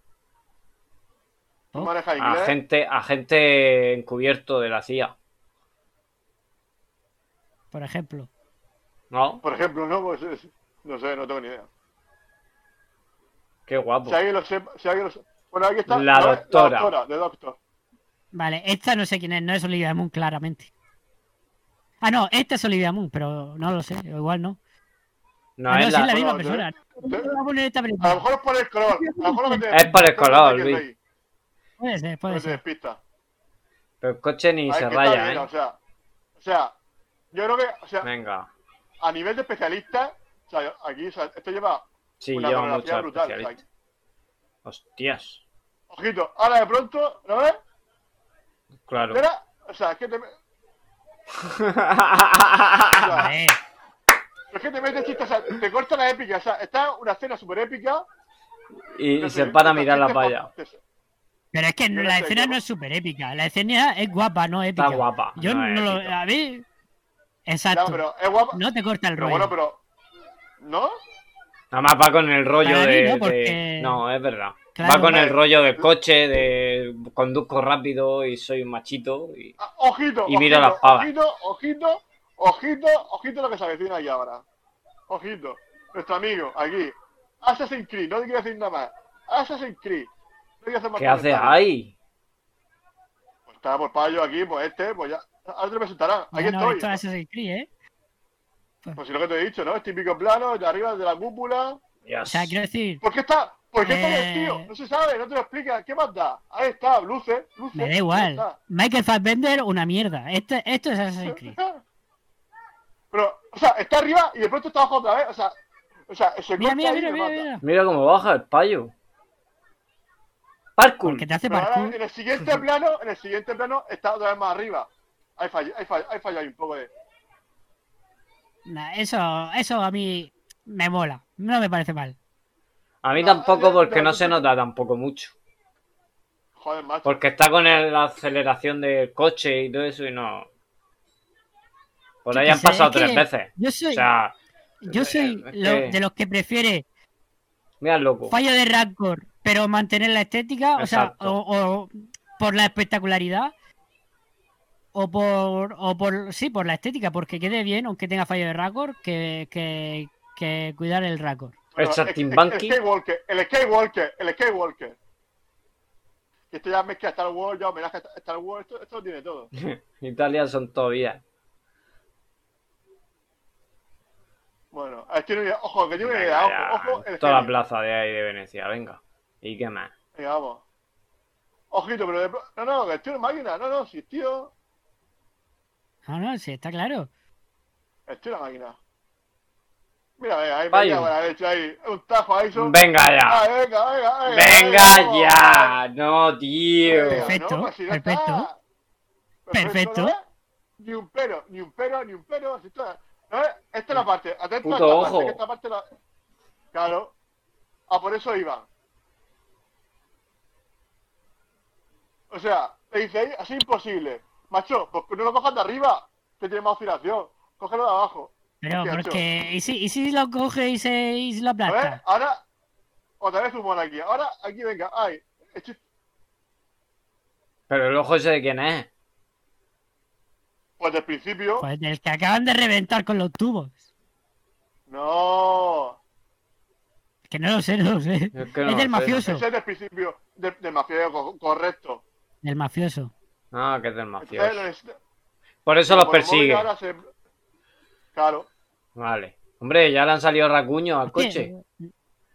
S3: ¿Tú
S4: Oh.
S3: manejas inglés?
S2: Agente, agente encubierto de la CIA.
S4: Por ejemplo.
S2: ¿No?
S3: Por ejemplo, no, pues es- no sé, no tengo ni idea.
S2: Qué guapo.
S3: Si alguien lo sepa, si alguien lo sepa. Bueno, aquí está.
S2: La
S3: a ver,
S2: doctora.
S3: La doctora, de Doctor.
S4: Vale, esta no sé quién es, no es Olivia Moon, claramente. Ah, no, esta es Olivia Moon, pero no lo sé, o igual no.
S2: No
S4: Ah, no,
S2: es
S4: sí, es la
S2: la. ¿eh?
S4: misma
S3: Bueno,
S4: persona.
S3: yo- yo-
S4: Vamos a poner esta
S3: A lo
S4: película.
S3: mejor es por el color. A lo mejor lo que te-
S2: Es por el color,
S3: Michael
S2: Luis.
S3: Bay.
S4: Puede ser,
S3: No
S4: puede
S3: te
S4: ser.
S3: despistas.
S2: Pero el coche ni
S3: Ay,
S2: se ¿eh?
S3: que está
S2: raya,
S3: bien,
S2: ¿eh?
S3: O sea, o sea, Yo creo que, o sea,
S2: Venga.
S3: a nivel de especialista, o sea, aquí, o sea, esto lleva
S2: Sí,
S3: una
S2: lleva
S3: coreografía
S2: mucho
S3: brutal. o sea,
S2: especialista. Hostias.
S3: ojito, ahora de pronto, ¿no ves?
S2: Claro.
S3: Era- o sea, es que te, o sea,
S2: Ah, eh.
S4: Joder,
S3: es que te metes chistes, o sea, te corta la épica, o sea, está una escena súper épica.
S2: y, y se para a mirar la valla.
S4: Pero es que
S3: Yo no
S4: la
S3: sé,
S4: escena
S3: yo-
S4: no es súper épica. La escena es guapa, no épica.
S2: Está guapa.
S4: Yo no,
S2: es
S4: lo.
S2: épica.
S4: A ver.
S3: No,
S4: Exacto.
S3: pero es guapa.
S4: No te corta el
S3: pero
S4: rollo.
S3: bueno, pero. ¿No?
S2: Nada más va con el rollo
S4: Para mí
S2: de,
S4: no,
S2: de-
S4: porque-
S2: No, es verdad.
S4: Claro. eh,
S2: va con el
S3: Vale.
S2: rollo del coche, de conduzco rápido y soy un machito. Y...
S3: Ah, Ojito,
S2: Y mira
S3: ojito,
S2: las pavas.
S3: Ojito, ojito, ojito, ojito lo que se avecina aquí ahora. Ojito. Nuestro amigo, aquí. Assassin's Creed, no te quiero decir nada más. Assassin's Creed. No quiero hacer más
S2: ¿Qué haces
S3: comentarios.
S2: ahí?
S3: Pues está por payo aquí, pues este, pues ya. Ahora te lo presentarán. Aquí
S4: Bueno,
S3: estoy.
S4: esto es Assassin's Creed, ¿eh?
S3: Pues si lo que te he dicho, ¿no? Es típico plano, de arriba de la cúpula.
S4: O sea, quiero decir,
S3: ¿Por qué está? ¿Por qué está
S4: Eh.
S3: vestido? No se sabe, no te lo explica. ¿Qué más da? Ahí está, luces, luces.
S4: me da
S3: ahí
S4: igual.
S3: está.
S4: Michael Fassbender, una mierda. Esto, esto es Assassin's Creed.
S3: Pero, o sea, está arriba y de pronto está abajo otra vez. O sea, o sea, se
S4: Mira,
S3: corta
S4: mira,
S3: ahí y
S4: mira,
S3: me
S4: mira,
S3: mata.
S4: mira.
S2: Mira cómo baja el payo. Parkour.
S4: Porque te hace
S3: Pero ahora,
S4: parkour.
S3: en el siguiente plano, en el siguiente plano está otra vez más arriba. Ahí falla, ahí falla, ahí falla ahí un poco de.
S4: Nah, eso, eso a mí me mola. No me parece mal.
S2: A mí
S3: No,
S2: tampoco
S3: no,
S2: porque
S3: no,
S2: no
S3: no
S2: se
S3: sé.
S2: nota tampoco mucho.
S3: Joder, macho.
S2: Porque está con el- la aceleración del coche y todo eso y no... Por
S4: Yo
S2: ahí
S4: qué
S2: han
S4: sé,
S2: pasado
S4: es que-
S2: tres veces.
S4: Yo soy,
S2: O sea,
S4: yo soy
S2: es
S4: lo-
S2: que-
S4: de los que prefiere
S2: mira el loco.
S4: fallo de rancor, pero mantener la estética, o sea,
S2: Exacto.
S4: o, o por la espectacularidad, o por, o por, sí, por la estética, porque quede bien, aunque tenga fallo de rancor, que, que, que cuidar el rancor.
S3: Bueno,
S2: el
S3: es- es-
S2: saltimbanqui.
S3: El Skywalker, el Skywalker, el Skywalker. Y Esto ya mezcla Star Wars, ya homenaje a Star Wars, esto, esto lo tiene todo.
S2: Italia son todavía.
S3: Bueno, ahí tiene una idea, ojo, que tiene una idea, ojo, ojo, el
S2: toda la
S3: Skyrim.
S2: plaza de ahí de Venecia, venga. ¿Y qué más?
S3: Venga, vamos. Ojito, pero de pro- No, no, que el tío es máquina, no, no, si el tío.
S4: No, Ah, no, sí, está claro.
S3: El tío es una máquina. Mira, venga, ahí,
S2: Vaya.
S3: venga, buena leche, ahí. Un tajo ahí, son.
S2: Venga ya.
S3: Ah, venga, venga, venga.
S2: Venga
S3: vamos.
S2: ya. No, tío.
S3: Venga,
S4: Perfecto,
S3: ¿no? Pues si no está.
S4: perfecto. Perfecto.
S3: ¿no ves? Ni un pero, ni un pero, ni un pero. si esto- ¿no ves? Esta es la parte. Atento
S2: Puto
S3: a esta
S2: ojo.
S3: parte, que esta parte la- Claro. Ah, por eso iba. O sea, te dice ahí, así imposible. Macho, pues no lo cojas de arriba, que tiene más oscilación. Cógelo de abajo.
S4: Pero
S3: Hostia,
S4: porque, ¿y si, y si lo coge y se, y se lo
S3: A ver,
S4: aplasta?
S3: ahora, otra vez humor aquí. Ahora, aquí venga, ay. esto-
S2: Pero el ojo ese de quién es.
S3: Pues del principio.
S4: Pues del que acaban de reventar con los tubos.
S3: No.
S4: Que no lo sé, no lo sé.
S2: Es, que no
S4: es del
S2: lo sé.
S4: mafioso.
S3: Ese es del principio del, del mafioso, co- correcto.
S4: Del mafioso.
S2: Ah, que es del
S3: Entonces, lo
S2: mafioso.
S3: necesita-
S2: Por eso
S3: Pero
S2: los
S3: por el móvil
S2: persigue.
S3: ahora se- Claro.
S2: Vale. Hombre, ya le han salido racuños al coche.
S4: Hostia,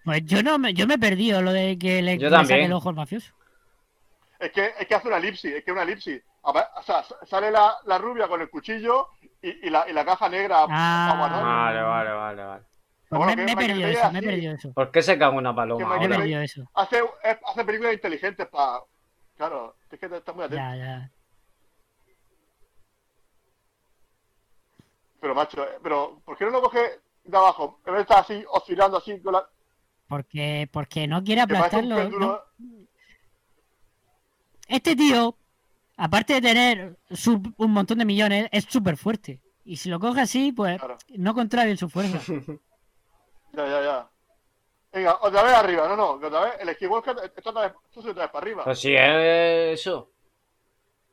S4: Pues yo no me, yo me he perdido lo de que le,
S2: Yo
S4: le saque
S2: también.
S4: el ojo al mafioso.
S3: Es que, es que hace una elipsis, es que una elipsis. Apa- O sea, sa- sale la, la rubia con el cuchillo y, y la, y la caja negra.
S4: Ah.
S3: aguardando.
S2: Vale, vale, vale, vale.
S4: Pues
S3: Bueno,
S4: me,
S3: que
S4: me he
S3: Michael
S4: perdido
S3: Bay
S4: eso, me he
S3: así.
S4: perdido eso.
S2: ¿Por qué se caga una
S3: Que
S2: paloma
S4: Me he
S3: Michael
S2: ahora?
S3: Bay-
S4: perdido eso.
S3: Hace, es- hace películas inteligentes para. Claro, es que está muy atento.
S4: Ya, ya.
S3: Pero macho, eh, pero ¿por qué no lo coge de abajo? En vez de estar así, oscilando así con la.
S4: Porque, porque no quiere
S3: Que parece un
S4: aplastarlo.
S3: péndulo.
S4: ¿no? Este tío, aparte de tener su- un montón de millones, es súper fuerte. Y si lo coge así, pues
S3: Claro.
S4: no contrae bien su fuerza.
S3: Ya, ya, ya. Venga, otra vez arriba, no, no, que otra vez. El Skywalker, esto otra vez, esto se otra vez para arriba.
S2: Pues sí, es eso.
S3: Ah,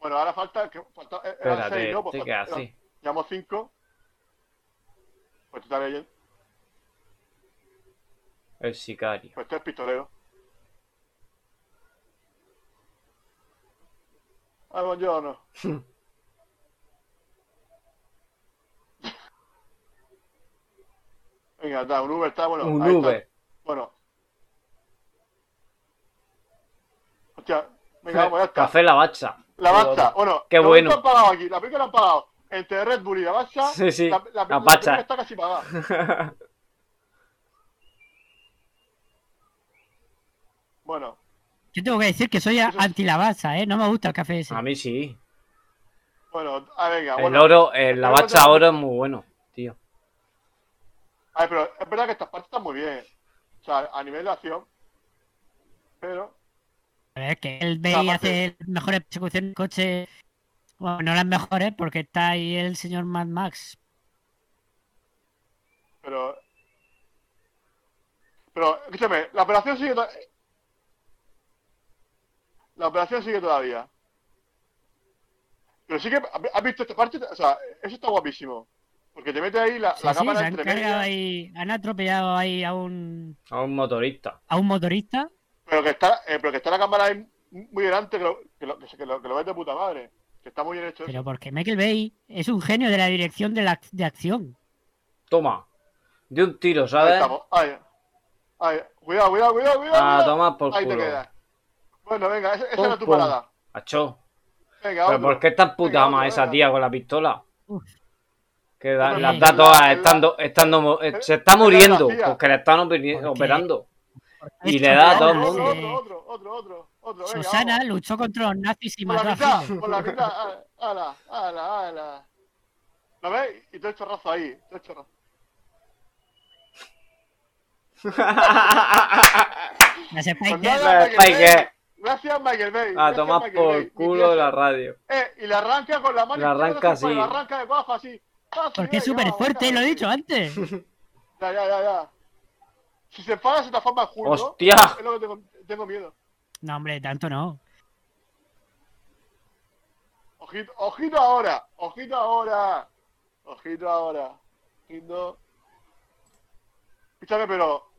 S3: Bueno, ahora falta. Que, falta eran
S2: Espérate,
S3: seis, ¿no? Pues
S2: este que
S3: falta- eran-
S2: hace.
S3: Llamo 5. Pues tú estás leyendo.
S2: El sicario.
S3: Pues tú eres pistolero. Ah, buongiorno. Venga, está, un Uber está, bueno.
S2: Un
S3: ahí está.
S2: Uber.
S3: Bueno. Hostia, venga, vamos, ya está.
S2: Café la bacha.
S3: La basta, bueno.
S2: Qué
S3: lo
S2: bueno.
S3: único que han pagado aquí, la película la han pagado. entre Red Bull y la Bacha,
S2: Sí, sí,
S3: la, la-
S2: la
S3: la
S2: Bacha.
S3: película está casi pagada. Bueno,
S4: Yo tengo que decir que soy a-
S3: Eso-
S4: anti lavaza, ¿eh? No me gusta el café ese.
S2: A mí sí.
S3: bueno, ah, venga,
S2: El
S3: bueno.
S2: oro, el la
S3: Pero
S2: bacha
S3: no-
S2: oro es muy bueno, tío.
S3: Ay, pero es verdad que estas partes están muy bien. O sea, a nivel de acción. Pero,
S4: A ver, que él ve y
S3: Aparte-
S4: hace las mejores persecuciones de coche. Bueno, no las mejores, porque está ahí el señor Mad Max.
S3: pero. Pero, escúchame, la operación sigue. to- La operación sigue todavía. Pero sí que. ¿Has visto esta parte? O sea, eso está guapísimo. Porque te mete ahí la,
S4: Sí,
S3: la
S4: sí,
S3: cámara
S4: se han
S3: entre
S4: cargado
S3: medias,
S4: ahí, han atropellado ahí a un,
S2: A un motorista.
S4: a un motorista.
S3: Pero que está, eh, pero que está la cámara ahí muy delante, que lo, que lo, que se- que lo- que lo ves de puta madre. Que está muy bien hecho.
S4: Pero porque Michael Bay es un genio de la dirección de, la, de acción.
S2: Toma. De un tiro,
S3: Ahí
S2: ¿sabes?
S3: estamos. Ahí. Ahí. Cuidado, cuidado, cuidado, cuidado.
S2: Ah,
S3: cuidado.
S2: toma por
S3: Ahí te
S2: culo.
S3: quedas. Bueno, venga, esa, esa
S2: Pum,
S3: era tu
S2: pum.
S3: parada.
S2: Achó.
S3: Venga,
S2: ¿Pero
S3: otro.
S2: por qué tan puta
S3: Venga,
S2: ama
S3: otro,
S2: esa
S3: venga.
S2: tía con la pistola?
S4: Uf.
S2: Que da-
S3: Hombre,
S2: las
S4: es
S2: da
S3: la-
S2: todas
S3: es la-
S2: estando, estando, mu- eh,
S3: es-
S2: se está
S3: es la
S2: muriendo
S3: tía.
S2: porque le están operi-
S4: Porque-
S2: operando.
S4: Porque
S2: Y
S4: es
S2: le da a
S4: Susana,
S2: Ah, todo el
S3: Otro,
S2: mundo.
S3: otro,
S4: eh,
S3: otro, otro, otro, otro, otro, venga,
S4: Susana
S3: vamos.
S4: luchó contra los nazis y
S3: Por la
S4: mató a
S3: mitad,
S4: Hitler.
S3: por la mitad. ah, Ala, ala, ala. ¿Lo veis? Y todo el chorrazo ahí. Todo el chorrazo.
S4: La sepáis
S3: Pues
S4: que-
S3: nada,
S2: La
S3: Michael
S2: Spike,
S3: Bay.
S2: eh.
S3: Gracias, Michael Bay.
S2: A
S3: Gracias,
S2: tomar
S3: Michael Bay.
S2: Ah, por
S3: Mi
S2: culo
S3: tía
S2: la
S3: se-
S2: radio.
S3: Eh, y la arranca con la mano.
S2: La
S3: izquierda
S2: arranca
S3: hacia afuera,
S2: así.
S3: La arranca de bajo así. Así,
S4: Porque es
S3: venga,
S4: súper fuerte,
S3: venga,
S4: lo he
S3: sí.
S4: dicho ¿eh? antes.
S3: Ya, ya, ya, ya. Si se para, se transforma en Hulk. ¿no?
S2: ¡Hostia!
S3: Es lo que tengo, tengo miedo.
S4: No, hombre, tanto no.
S3: Ojito, ojito ahora. Ojito ahora. Ojito ahora. Ojito. Escúchame, pero.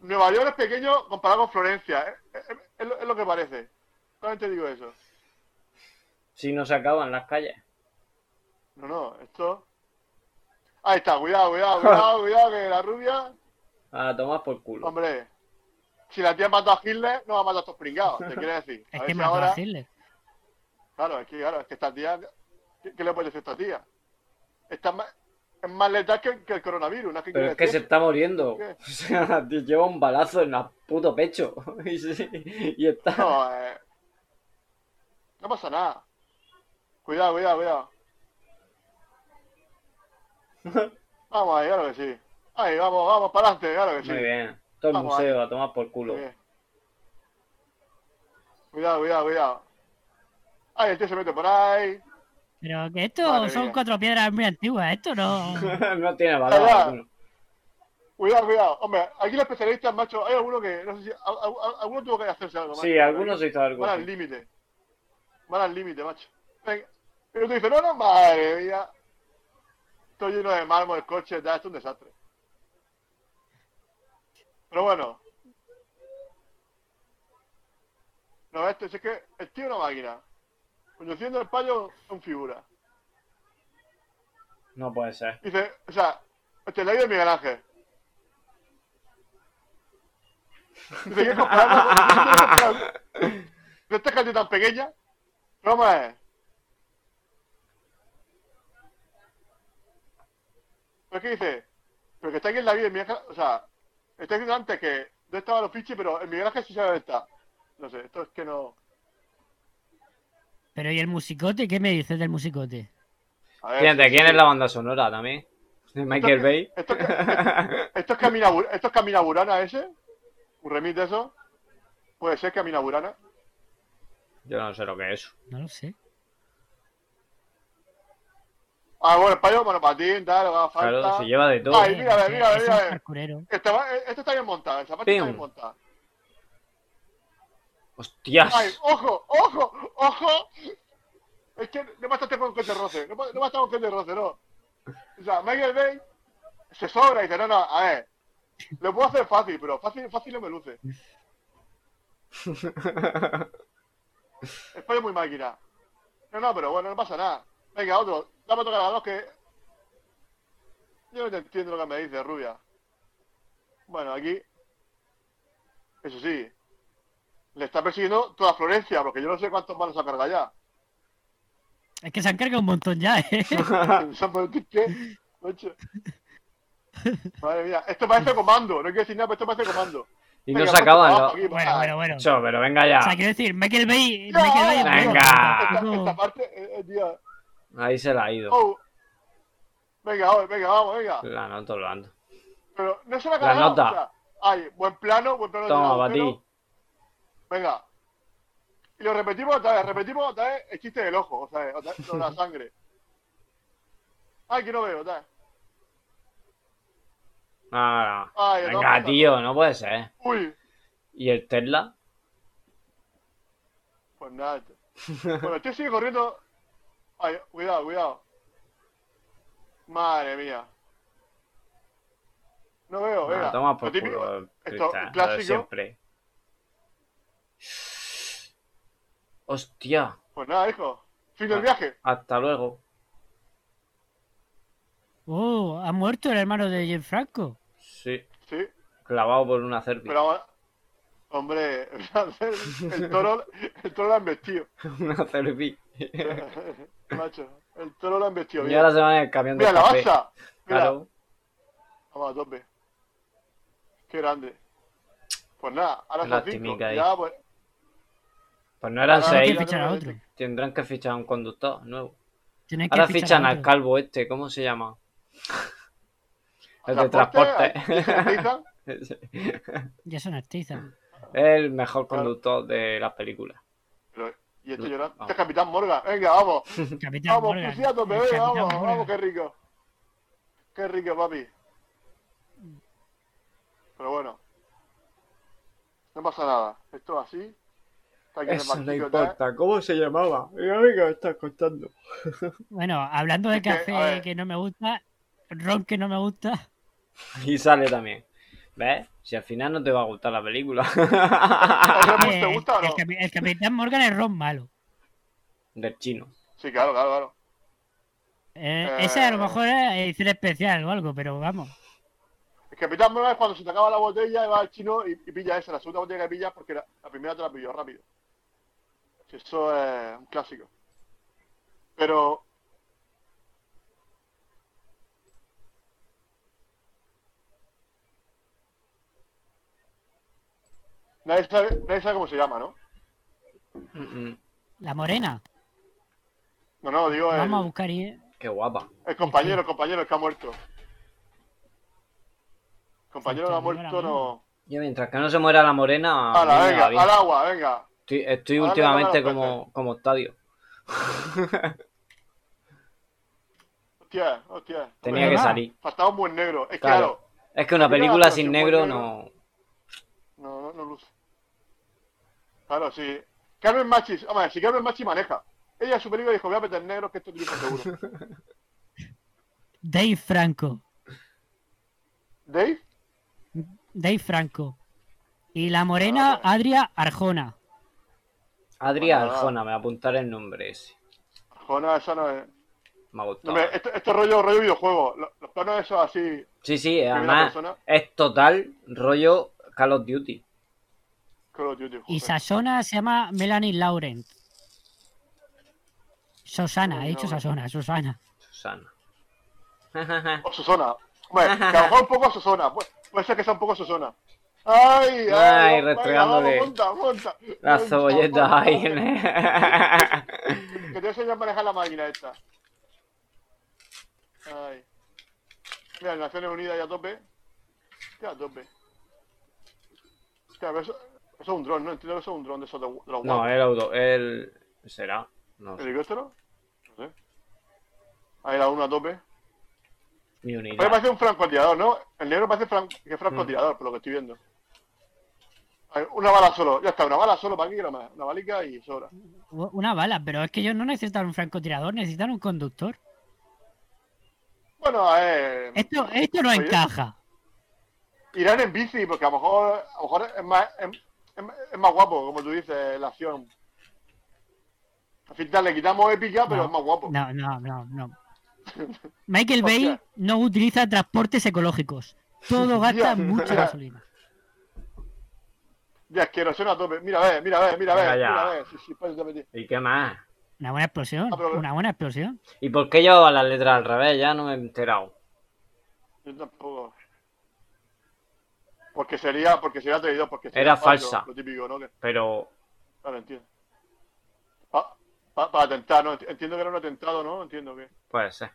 S3: Nueva York es pequeño comparado con Florencia. ¿eh? Es, es- es lo, es lo que parece. Solamente digo eso.
S2: Si no se acaban las calles.
S3: No, no, esto. Ahí está, cuidado, cuidado, cuidado, cuidado, que la rubia.
S2: A tomar por culo.
S3: Hombre, si la tía mató a Hitler, no va a matar a estos pringados, te quiere decir.
S4: Es
S3: ver
S4: que
S3: si
S4: mató
S3: ahora-
S4: a Hitler.
S3: Claro, es que, claro, es que esta tía, ¿qué, qué le puede decir esta tía? Está más, es más letal que, que el coronavirus, ¿no? ¿Qué
S2: Pero
S3: quiere
S2: es que se
S3: decir?
S2: está muriendo.
S3: ¿Qué?
S2: O sea, te lleva un balazo en el puto pecho. Y, sí, y está.
S3: No, eh, no pasa nada. Cuidado, cuidado, cuidado. Vamos ahí, claro que sí. Ahí, vamos, vamos, para adelante, claro que sí.
S2: Muy bien. Todo el
S3: Vamos,
S2: museo a tomar por culo.
S3: Muy bien. Cuidado, cuidado, cuidado. Ahí el tío se mete por ahí.
S4: Pero que esto
S3: Madre
S4: son
S3: mía.
S4: cuatro piedras muy antiguas, esto no.
S2: no tiene valor
S3: Allá.
S2: alguno.
S3: Cuidado, cuidado. Hombre, aquí los especialistas, macho, hay alguno que, no sé si, a- a- a- alguno tuvo que hacerse algo, macho.
S2: Sí, algunos se hizo algo.
S3: Van
S2: así.
S3: al límite. Van al límite, macho. Venga. Pero tú dices, no, no, madre mía. Estoy lleno de mármol, el coche, da, esto es un desastre. Pero bueno. No, este, si es que el tío es una máquina. Conduciendo el payo son figuras.
S2: No puede ser.
S3: Dice, o sea, este ley de Miguel Ángel. Dice, ¿qué comparamos con- de esta calle tan pequeña? ¿Cómo es? Pero es que dice, pero que está aquí en la vida de Miguel Ángel, o sea, está diciendo antes que no estaba los fichis, pero el Miguel Ángel sí sabe dónde está. No sé, esto es que no.
S4: Pero ¿y el musicote? ¿Qué me dices del musicote?
S3: A ver,
S2: Fíjate,
S3: sí, sí.
S2: ¿quién es la banda sonora también? ¿De Michael Bay?
S3: Esto, esto es Camina, Bu- esto es Camina Burana ese, un remix de eso. Puede ser Camina Burana.
S2: Yo no sé lo que es.
S4: No lo sé.
S3: Ah, bueno, el payo, bueno, patín, tal, lo que haga falta.
S2: Claro, se lleva de todo.
S3: Ay, mira, mira, mira,
S4: Eh, es
S3: mira.
S4: un parkurero.
S3: Este va- este está bien montado, el zapato
S2: Pim.
S3: está bien montado.
S2: ¡Hostias!
S3: Ay, ojo, ojo, ojo. Es que no bastaste con que te roce, no, ba- no basta con que te roce, no. O sea, Michael Bay se sobra y dice, no, no, a ver. Lo puedo hacer fácil, pero fácil, fácil no me luce. El payo es muy máquina. No, no, pero bueno, no pasa nada. Venga, otro, dame otro cargador que... Yo no te entiendo lo que me dice, rubia. Bueno, aquí... Eso sí, le está persiguiendo toda Florencia, porque yo no sé cuántos malos ha cargado ya.
S4: Es que se han cargado un montón ya, ¿eh?
S3: ¿Qué? Macho. Madre mía, esto parece comando, no quiero decir nada, pero esto parece comando.
S2: Y
S3: Venga,
S2: no se
S3: vamos,
S2: acaban
S3: vamos,
S2: los.
S3: aquí,
S4: Bueno,
S3: vamos.
S4: bueno, bueno.
S2: Cho, pero venga
S4: O sea,
S2: ya.
S4: quiero decir, Michael Bay.
S3: No,
S4: Michael Bay
S3: venga.
S4: amigo,
S3: Esta,
S4: tampoco-
S3: esta parte, eh, tío.
S2: Ahí se la ha ido.
S3: Oh. Venga, joder, venga, vamos, venga.
S2: La nota hablando.
S3: Pero no se la ha
S2: La
S3: cargado,
S2: nota.
S3: o sea, ay, buen plano, buen plano.
S2: Toma,
S3: tirado,
S2: para
S3: pelo.
S2: ti.
S3: Venga. Y lo repetimos otra vez, repetimos otra vez el chiste del ojo, o sea, otra vez, lo de la sangre. Ay, que no veo, otra vez.
S2: No, no.
S3: Ay, otra
S2: Venga,
S3: vez.
S2: tío, no puede ser.
S3: Uy,
S2: ¿Y el Tesla?
S3: pues nada. Bueno, este sigue corriendo. Ay, cuidado, cuidado. Madre mía. No veo, venga.
S2: Ah, toma por
S3: Lo típico,
S2: culo,
S3: esto,
S2: Cristian, lo de
S3: clásico.
S2: siempre. Hostia,
S3: Pues nada, hijo. Fin
S2: Ah.
S3: del viaje.
S2: hasta luego.
S4: Oh, ha muerto el hermano de Jim Franco.
S2: Sí,
S3: Sí.
S2: clavado por una cerviz.
S3: Pero ahora- hombre, el toro, el toro lo han vestido.
S2: una cerviz.
S3: Macho, el toro lo han vestido
S2: Y
S3: bien.
S2: ahora se va en el camión de
S3: Mira la
S2: café.
S3: balsa. Mira,
S2: Claro.
S3: vamos a tope. Qué grande. Pues nada, ahora son cinco.
S2: Lastimica ahí.
S3: Ya, pues,
S2: Pues no eran
S3: Ahora
S4: Hay
S2: seis.
S4: que fichar a otro.
S2: Tendrán que fichar a un conductor nuevo.
S4: Tienen que
S2: Ahora
S4: fichar a
S2: fichan al
S4: otro.
S2: calvo este, ¿cómo se llama? El de
S3: ahí se atizan.
S2: transporte.
S4: Ya son artistas.
S2: el mejor conductor de las películas.
S3: Pero- Y este
S2: Lo-
S3: llorando. Este
S2: vamos.
S3: es Capitán Morgan. Venga, vamos.
S4: Capitán
S3: Vamos,
S4: Morgan.
S3: Cristiano, me
S4: Capitán
S3: veo, vamos,
S4: Morgan.
S3: vamos, qué rico. Qué rico, papi. Pero bueno. No pasa nada. Esto es así. Está aquí en el
S2: Eso no
S3: banquillo, tal.
S2: importa. ¿Cómo se llamaba? Mira, mira, me estás contando.
S4: Bueno, hablando de
S3: Es que, a
S4: café
S3: ver.
S4: que no me gusta, ron que no me gusta.
S2: Y sale también. ¿Ves? Si al final no te va a gustar la película.
S3: ¿El Red Bull
S4: eh,
S3: te gusta o
S4: el
S3: no?
S4: capi- el Capitán Morgan es ron malo.
S2: Del chino.
S3: Sí, claro, claro, claro.
S4: Eh,
S3: Eh.
S4: Ese a lo mejor es edición especial o algo, pero vamos.
S3: El Capitán Morgan es cuando se te acaba la botella y va al chino y, y pilla esa, la segunda botella que pillas porque la, la primera te la pilló rápido. Si Eso es un clásico. Pero... Nadie sabe, nadie sabe cómo se llama, ¿no?
S2: Mm, mm.
S4: La morena.
S3: No, no, digo
S4: Vamos a
S3: el,
S4: buscar eh. y
S2: Qué guapa.
S3: el compañero, el compañero, el que ha muerto. El compañero que ha
S4: Santiago,
S3: muerto, no...
S2: Yo mientras que no se muera la morena. a
S3: Ala,
S2: mí me va
S3: venga,
S2: bien.
S3: al agua, venga.
S2: Estoy, estoy
S3: Ahora
S2: últimamente
S3: le toca a los
S2: como, como estadio.
S3: Hostia, hostia.
S2: Tenía que
S4: verdad.
S2: salir.
S3: Faltaba un buen negro. Es
S2: Claro.
S3: claro.
S2: Es que una
S3: Mira,
S2: película
S3: pero
S2: sin
S3: si
S2: negro
S3: pone-
S2: no.
S3: No, no, no luce. Claro, sí. Carmen Machis, hombre, si Carmen Machis maneja. Ella en su película dijo, voy a meter negro que esto tiene que ser seguro.
S4: Dave Franco.
S3: ¿Dave?
S4: Dave Franco. Y la morena,
S3: Ah, vale.
S4: Adria Arjona.
S2: Adrián
S3: Bueno,
S2: Arjona, me apuntaré el nombre ese.
S3: Jona, esa no es.
S2: Me ha
S3: No,
S2: gustado.
S3: hombre, esto, esto es rollo, rollo videojuego. Lo- Los, planos esos así.
S2: Sí, sí,
S3: Primera
S2: además
S3: persona.
S2: es total rollo Call of Duty.
S3: Call of Duty, joder.
S4: Y Sasona se llama Melanie Laurent. Sosana, he dicho
S3: Laurent.
S4: Sasona, Susana.
S2: Susana.
S3: O Susona. Hombre, que a lo mejor un poco Susona. Pu- Puede ser que sea un poco Susona. ¡Ay! ¡Ay!
S2: Ay,
S3: venga,
S2: restregándole.
S3: vamos, monta, monta.
S2: La
S3: Monta, monta,
S2: cebolleta ahí en
S3: monta.
S2: el-
S3: Que te enseñan a manejar la máquina esta. Ay. Mira, Naciones Unidas ya a tope. Ya a tope. Hostia, pero eso, eso es un dron, ¿no? Entiendo que eso es un dron de esos de, de los
S2: No, eh.
S3: guapos.
S2: el auto, el. ¿Será? No sé.
S3: ¿Helicóptero? No sé. Ahí la uno a tope.
S2: Mi
S3: Pero
S2: unidad.
S3: parece un francotirador, ¿no? El negro parece fran- que es francotirador, por lo que estoy viendo. Ay, una bala solo, ya está, una bala solo para aquí, una, ma- una balica y sobra.
S4: U- Una bala, pero es que ellos no necesitan un francotirador, necesitan un conductor.
S3: Bueno, eh.
S4: Esto, esto no
S3: Oye.
S4: encaja.
S3: Irán en bici, porque a lo mejor, a lo mejor es, más, es, es- es más guapo, como tú dices, la acción. Al final le quitamos épica, pero
S4: No,
S3: es más guapo.
S4: No, no, no, no. Michael
S3: Hostia.
S4: Bay no utiliza transportes ecológicos. Todo gasta
S3: Ya.
S4: mucha gasolina.
S3: Ya es que erosiona a tope. Mira, a ver, mira, a ver, mira, a ver.
S2: Venga, ya.
S3: Mira, a ver. Sí, sí, parece que metí.
S2: ¿Y qué más?
S4: Una buena explosión.
S3: Ah, pero-
S4: Una buena explosión.
S2: ¿Y por qué llevaba la letra al revés? Ya no me he enterado.
S3: Yo tampoco. Porque sería, porque sería traidor, porque sería
S2: Era
S3: fallo,
S2: falsa.
S3: Lo típico, ¿no? Que-
S2: Pero
S3: claro, entiendo. Pa- pa- para atentar, ¿no? Enti- Entiendo que era un atentado, ¿no? Entiendo que.
S2: puede ser.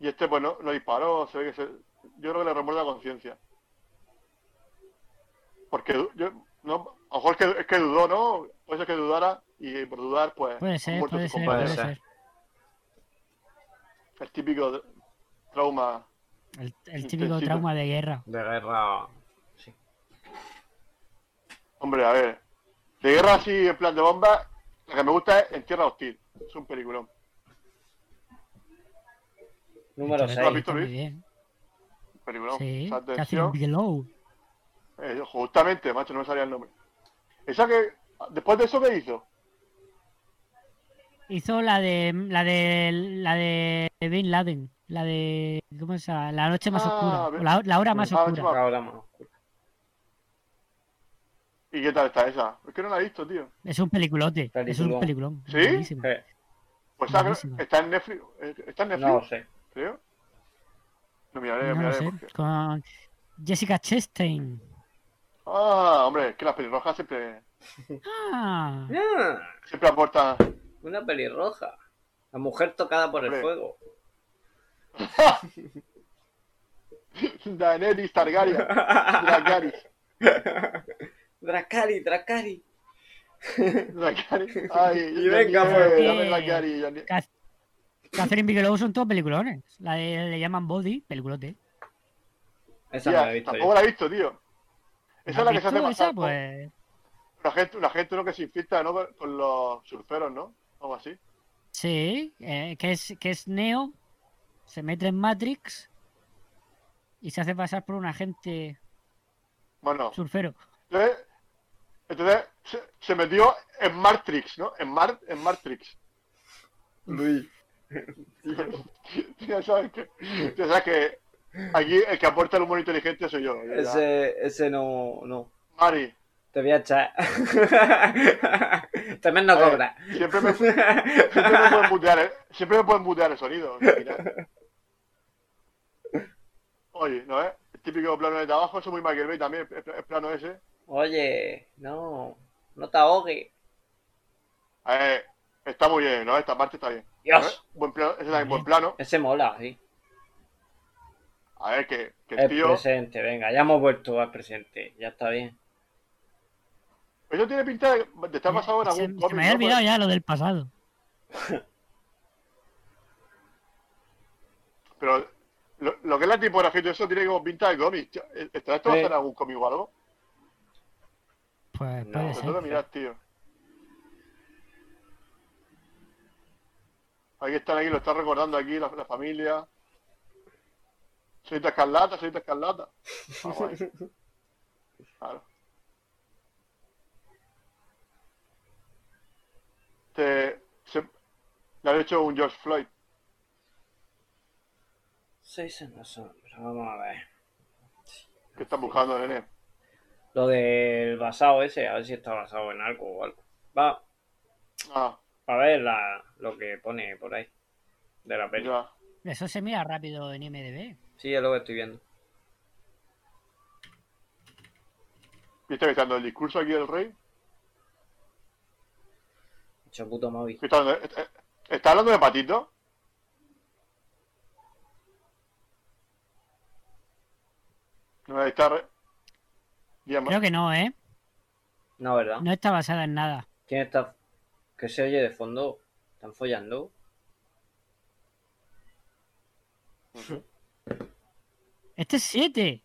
S3: Y este, pues, no, no disparó, se ve que se... Yo creo que le remuerde la conciencia. Porque du- yo, no, a lo mejor que, es que dudó, ¿no? Puede ser que dudara y por dudar, pues,
S4: Puede
S3: han
S4: ser,
S3: muerto
S4: puede
S3: sus
S4: ser, puede
S3: compañeros.
S2: compañero.
S4: ser.
S3: El típico de- trauma.
S4: El, el típico
S3: Intensito.
S4: trauma de guerra.
S2: De guerra.
S3: Hombre, a ver. De guerra así, en plan de bomba, la que me gusta es En Tierra Hostil. Es un peliculón.
S2: Número
S3: ¿Lo
S4: Está
S3: has
S2: 6.
S3: visto,
S4: muy
S3: Luis?
S4: bien.
S3: Un peliculón.
S4: Sí,
S3: Esa
S4: Catherine
S3: tensión.
S4: Bigelow.
S3: Eh, justamente, macho, no me salía el nombre. Esa que. Después de eso, ¿qué hizo?
S4: Hizo la de la de la de Bin Laden, la de ¿cómo se llama? La noche más
S3: Ah,
S4: oscura,
S3: ve-
S4: o la, la hora más
S3: Ah,
S4: oscura.
S3: chaval.
S2: Ahora más oscuro.
S3: ¿Y qué tal está esa? Es que no la he visto, tío.
S4: Es un peliculote, es un
S2: Peliculón.
S4: peliculón.
S3: ¿Sí?
S4: buenísimo.
S2: Eh,
S3: Pues esa-
S4: Buenísima.
S3: está en Netflix. eh, Está en Netflix,
S2: No sé.
S3: creo. Lo miraré, lo
S4: No lo
S3: miraré.
S4: sé,
S3: porque-
S4: con Jessica Chastain.
S3: Ah, hombre, es que las pelirrojas siempre,
S4: Ah,
S2: Ah,
S3: siempre aportan.
S2: una pelirroja. La mujer tocada por el
S3: Hombre.
S2: fuego.
S3: Daenerys Targaryen. Dracarys.
S2: Dracari, Dracari.
S3: Dracarys. Ay,
S2: Y venga,
S3: Daniel,
S2: pues.
S4: Eh,
S3: dame Dracarys, Daniel.
S4: Ca- Catherine Bigelow son todos peliculones. La de le llaman Body, peliculote.
S2: Esa no la he visto
S3: Tía,
S2: yo.
S3: Tampoco la he visto, tío. Esa es
S4: ¿No
S3: la
S4: has
S3: que se hace
S4: visto
S3: pasar
S4: esa?
S3: por
S4: Pues
S3: una gente, una gente ¿no? que se infiltra ¿no? con- con los surferos, ¿no? Algo así.
S4: sí, eh, que es que es Neo, se mete en Matrix y se hace pasar por un agente
S3: Bueno,
S4: surfero.
S3: entonces, entonces se, se metió en Matrix, ¿no? En, Mar, en Matrix.
S2: Luis.
S3: ya, sabes que, ya sabes que aquí el que aporta el humor inteligente soy yo. ya- ya.
S2: Ese, ese no, no.
S3: Mari,
S2: Te voy a echar. También no
S3: A ver,
S2: cobra.
S3: siempre me- siempre me pueden mutear el, siempre me pueden mutear el sonido. al final. Oye, ¿no es? El típico plano de trabajo, eso es muy Michael Bay también, el, el plano ese.
S2: Oye, no. No te ahogues.
S3: Eh, está muy bien, ¿no? Esta parte está bien. A ver,
S2: Dios.
S3: Buen plano, ese también, buen plano.
S2: Ese mola, sí.
S3: A ver, que, que el
S2: El
S3: tío...
S2: presente, venga, ya hemos vuelto al presente. Ya está bien.
S3: Eso tiene pinta de, de estar basado en
S4: Se-
S3: algún
S4: se,
S3: cómic,
S4: me había
S3: ¿no?
S4: olvidado ya lo del pasado.
S3: Pero lo, lo que es la tipografía y todo eso tiene como pinta de cómic. tío. ¿Estará esto
S2: Sí.
S3: basado en algún cómic o algo?
S4: Pues
S2: No,
S4: puede
S2: Sí.
S3: Pero tú lo
S4: ser.
S3: miras, tío. Aquí están, aquí lo está recordando aquí la, la familia. Señorita Escarlata, señorita Escarlata. Ah, guay. Claro. Este, se- le han hecho un George Floyd.
S2: Seis en la sombra, vamos a ver.
S3: que están buscando, nene?
S2: Lo del basado ese, a ver si está basado en algo o algo. Va,
S3: Ah,
S2: a ver la, lo que pone por ahí. De la peli.
S3: ya.
S4: Eso se mira rápido en IMDB.
S2: Sí, es lo que estoy viendo.
S3: ¿Viste que está dando el discurso aquí del rey?
S2: Mucho puto móvil.
S3: ¿Qué está, dando? ¿Está- está hablando de patito? No, ahí está. re- Bien,
S4: Creo que no, ¿eh?
S2: No, ¿verdad?
S4: No está basada en nada.
S2: ¿Quién está? que se oye de fondo? ¿Están follando?
S4: Este es 7.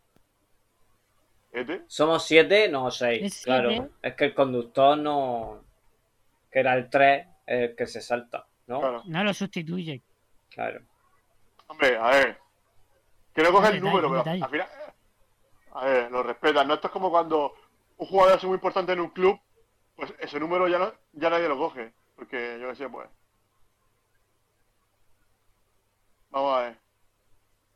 S3: este.
S2: ¿Somos siete? No, seis.
S4: Es siete.
S2: claro. Es que el conductor no. Que era el tres, el que se salta, ¿no? Claro.
S3: Claro.
S4: No lo sustituye.
S3: Hombre, a ver. Que no coge el
S4: Detalle,
S3: número,
S4: detalle.
S3: pero al final. A ver, lo respetan, ¿no? Esto es como cuando un jugador es muy importante en un club, pues ese número ya, no- ya nadie lo coge. Porque yo qué sé, pues. Vamos a ver.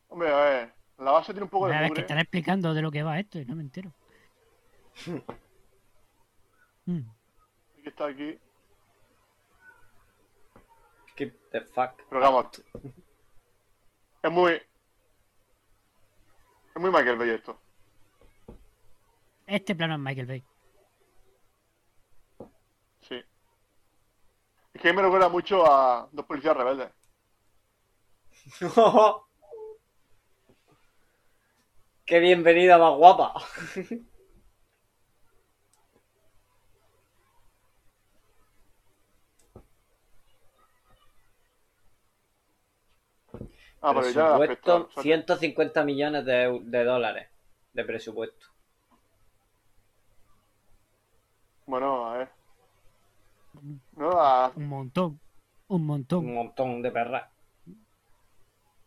S3: Hombre, a ver. La base tiene un poco de
S4: Una vez que
S3: mugre.
S4: están explicando de lo que va esto y no me entero. Mm.
S3: que está aquí.
S2: Keep the fuck.
S3: Pero vamos. Es muy. Es muy Michael Bay esto.
S4: Este plano es Michael Bay.
S3: Sí. Es que me recuerda mucho a dos policías rebeldes.
S2: ¡Qué bienvenida más guapa!
S3: Ah, pero ya la
S2: presupuesto
S3: afectó.
S2: 150 millones de, eu- de dólares de presupuesto.
S3: Bueno, a ver. No, a-
S4: Un montón. Un
S2: Un
S3: Mm.
S4: montón.
S2: montón de perras.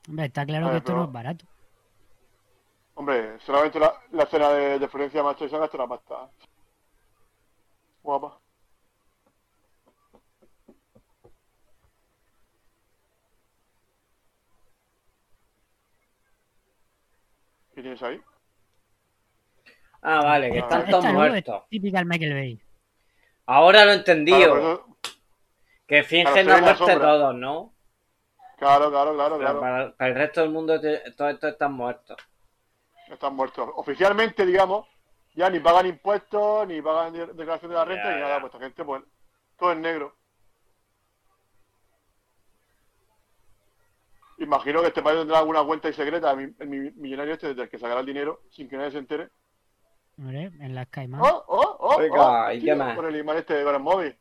S4: Hombre, está claro
S3: Vale,
S4: que esto
S3: pero-
S4: no es barato.
S3: hombre, solamente la, la escena de, de Florencia Macho y Sana es una pasta. Guapa. ¿Qué tienes ahí?
S2: Ah, vale, que
S3: Ah,
S2: están
S3: vale.
S2: todos
S4: Esta no es
S2: muertos.
S4: típica del Michael Bay.
S2: Ahora lo he entendido.
S3: Claro, por eso-
S2: Que fingen
S3: claro,
S2: la
S3: estoy en la
S2: muerte
S3: sombra.
S2: todos, ¿no?
S3: claro, claro, claro.
S2: Pero
S3: claro.
S2: Para, para el resto del mundo te- todos estos están muertos.
S3: Están muertos. Oficialmente, digamos, ya ni pagan impuestos, ni pagan de- declaración de la renta,
S2: Ya,
S3: ni
S2: ya.
S3: nada. Pues esta gente, pues, todo en negro. Imagino que este país tendrá alguna cuenta y secreta, el, mi- el mi- millonario este, desde el que sacará el dinero sin que nadie se entere.
S4: Hombre, en las Caimán.
S3: ¡Oh, oh, oh!
S2: Venga,
S3: oh,
S2: ¿y
S3: tío,
S2: qué más?
S3: Con el imán este, con el móvil.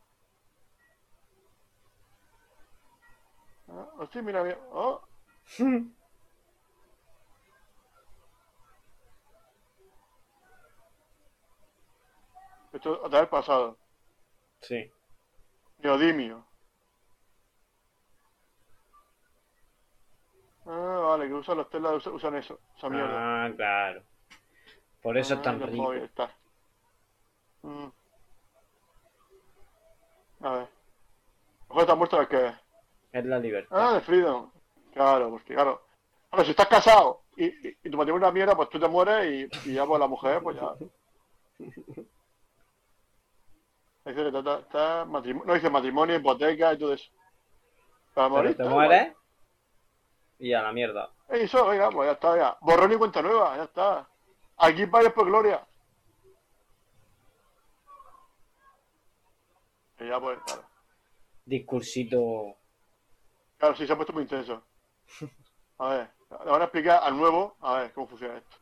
S3: Ah, hostia, mira, mira. Oh, esto otra vez pasado.
S2: sí.
S3: Neodimio. Ah, vale, que usan los telas, usan, usan eso, esa mierda.
S2: Ah, claro. Por eso
S3: Ah,
S2: es tan
S3: los
S2: rico.
S3: móviles, está. Mm. A ver. Ojo, está muerto el que.
S2: Es la libertad.
S3: Ah, de Freedom. Claro, porque claro. Claro, si estás casado y, y, y tu matrimonio es una mierda, pues tú te mueres y, y ya pues la mujer, pues ya. Dice que está, está matrimonio, no dice matrimonio, hipoteca y todo eso. Para
S2: Pero
S3: morir.
S2: te
S3: tal,
S2: mueres y a la mierda.
S3: guay. Eso, venga, pues ya está, ya. Borrón y cuenta nueva, ya está. Aquí pares por gloria. Y ya pues, claro.
S2: Discursito.
S3: Claro, sí, se ha puesto muy intenso. A ver, le van a explicar al nuevo, a ver cómo funciona esto.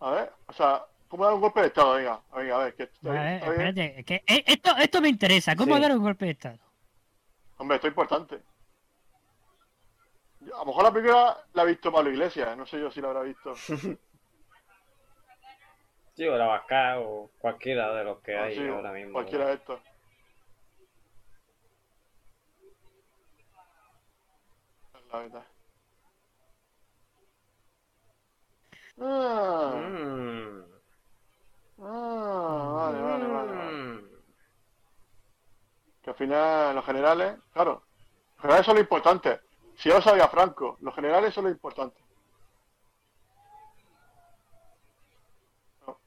S3: A ver, o sea, ¿cómo dar un golpe de estado? Venga, venga, a ver, que
S4: A
S3: estoy,
S4: ver,
S3: estoy-
S4: espérate, es que eh, esto, esto me interesa. ¿Cómo
S2: Sí.
S4: dar un golpe de estado?
S3: hombre, esto es importante. A lo mejor la película la ha visto Pablo Iglesias, no sé yo si la habrá visto.
S2: Sí, o la vaca o cualquiera de los que hay
S3: Así,
S2: ahora mismo.
S3: Ah, Cualquiera de estos. La verdad. Ah.
S2: Mm.
S3: Ah, vale, vale, vale, vale.
S2: Mm.
S3: Que al final los generales, claro, los generales son lo importante. Si ya lo sabía Franco, los generales son lo importante. No.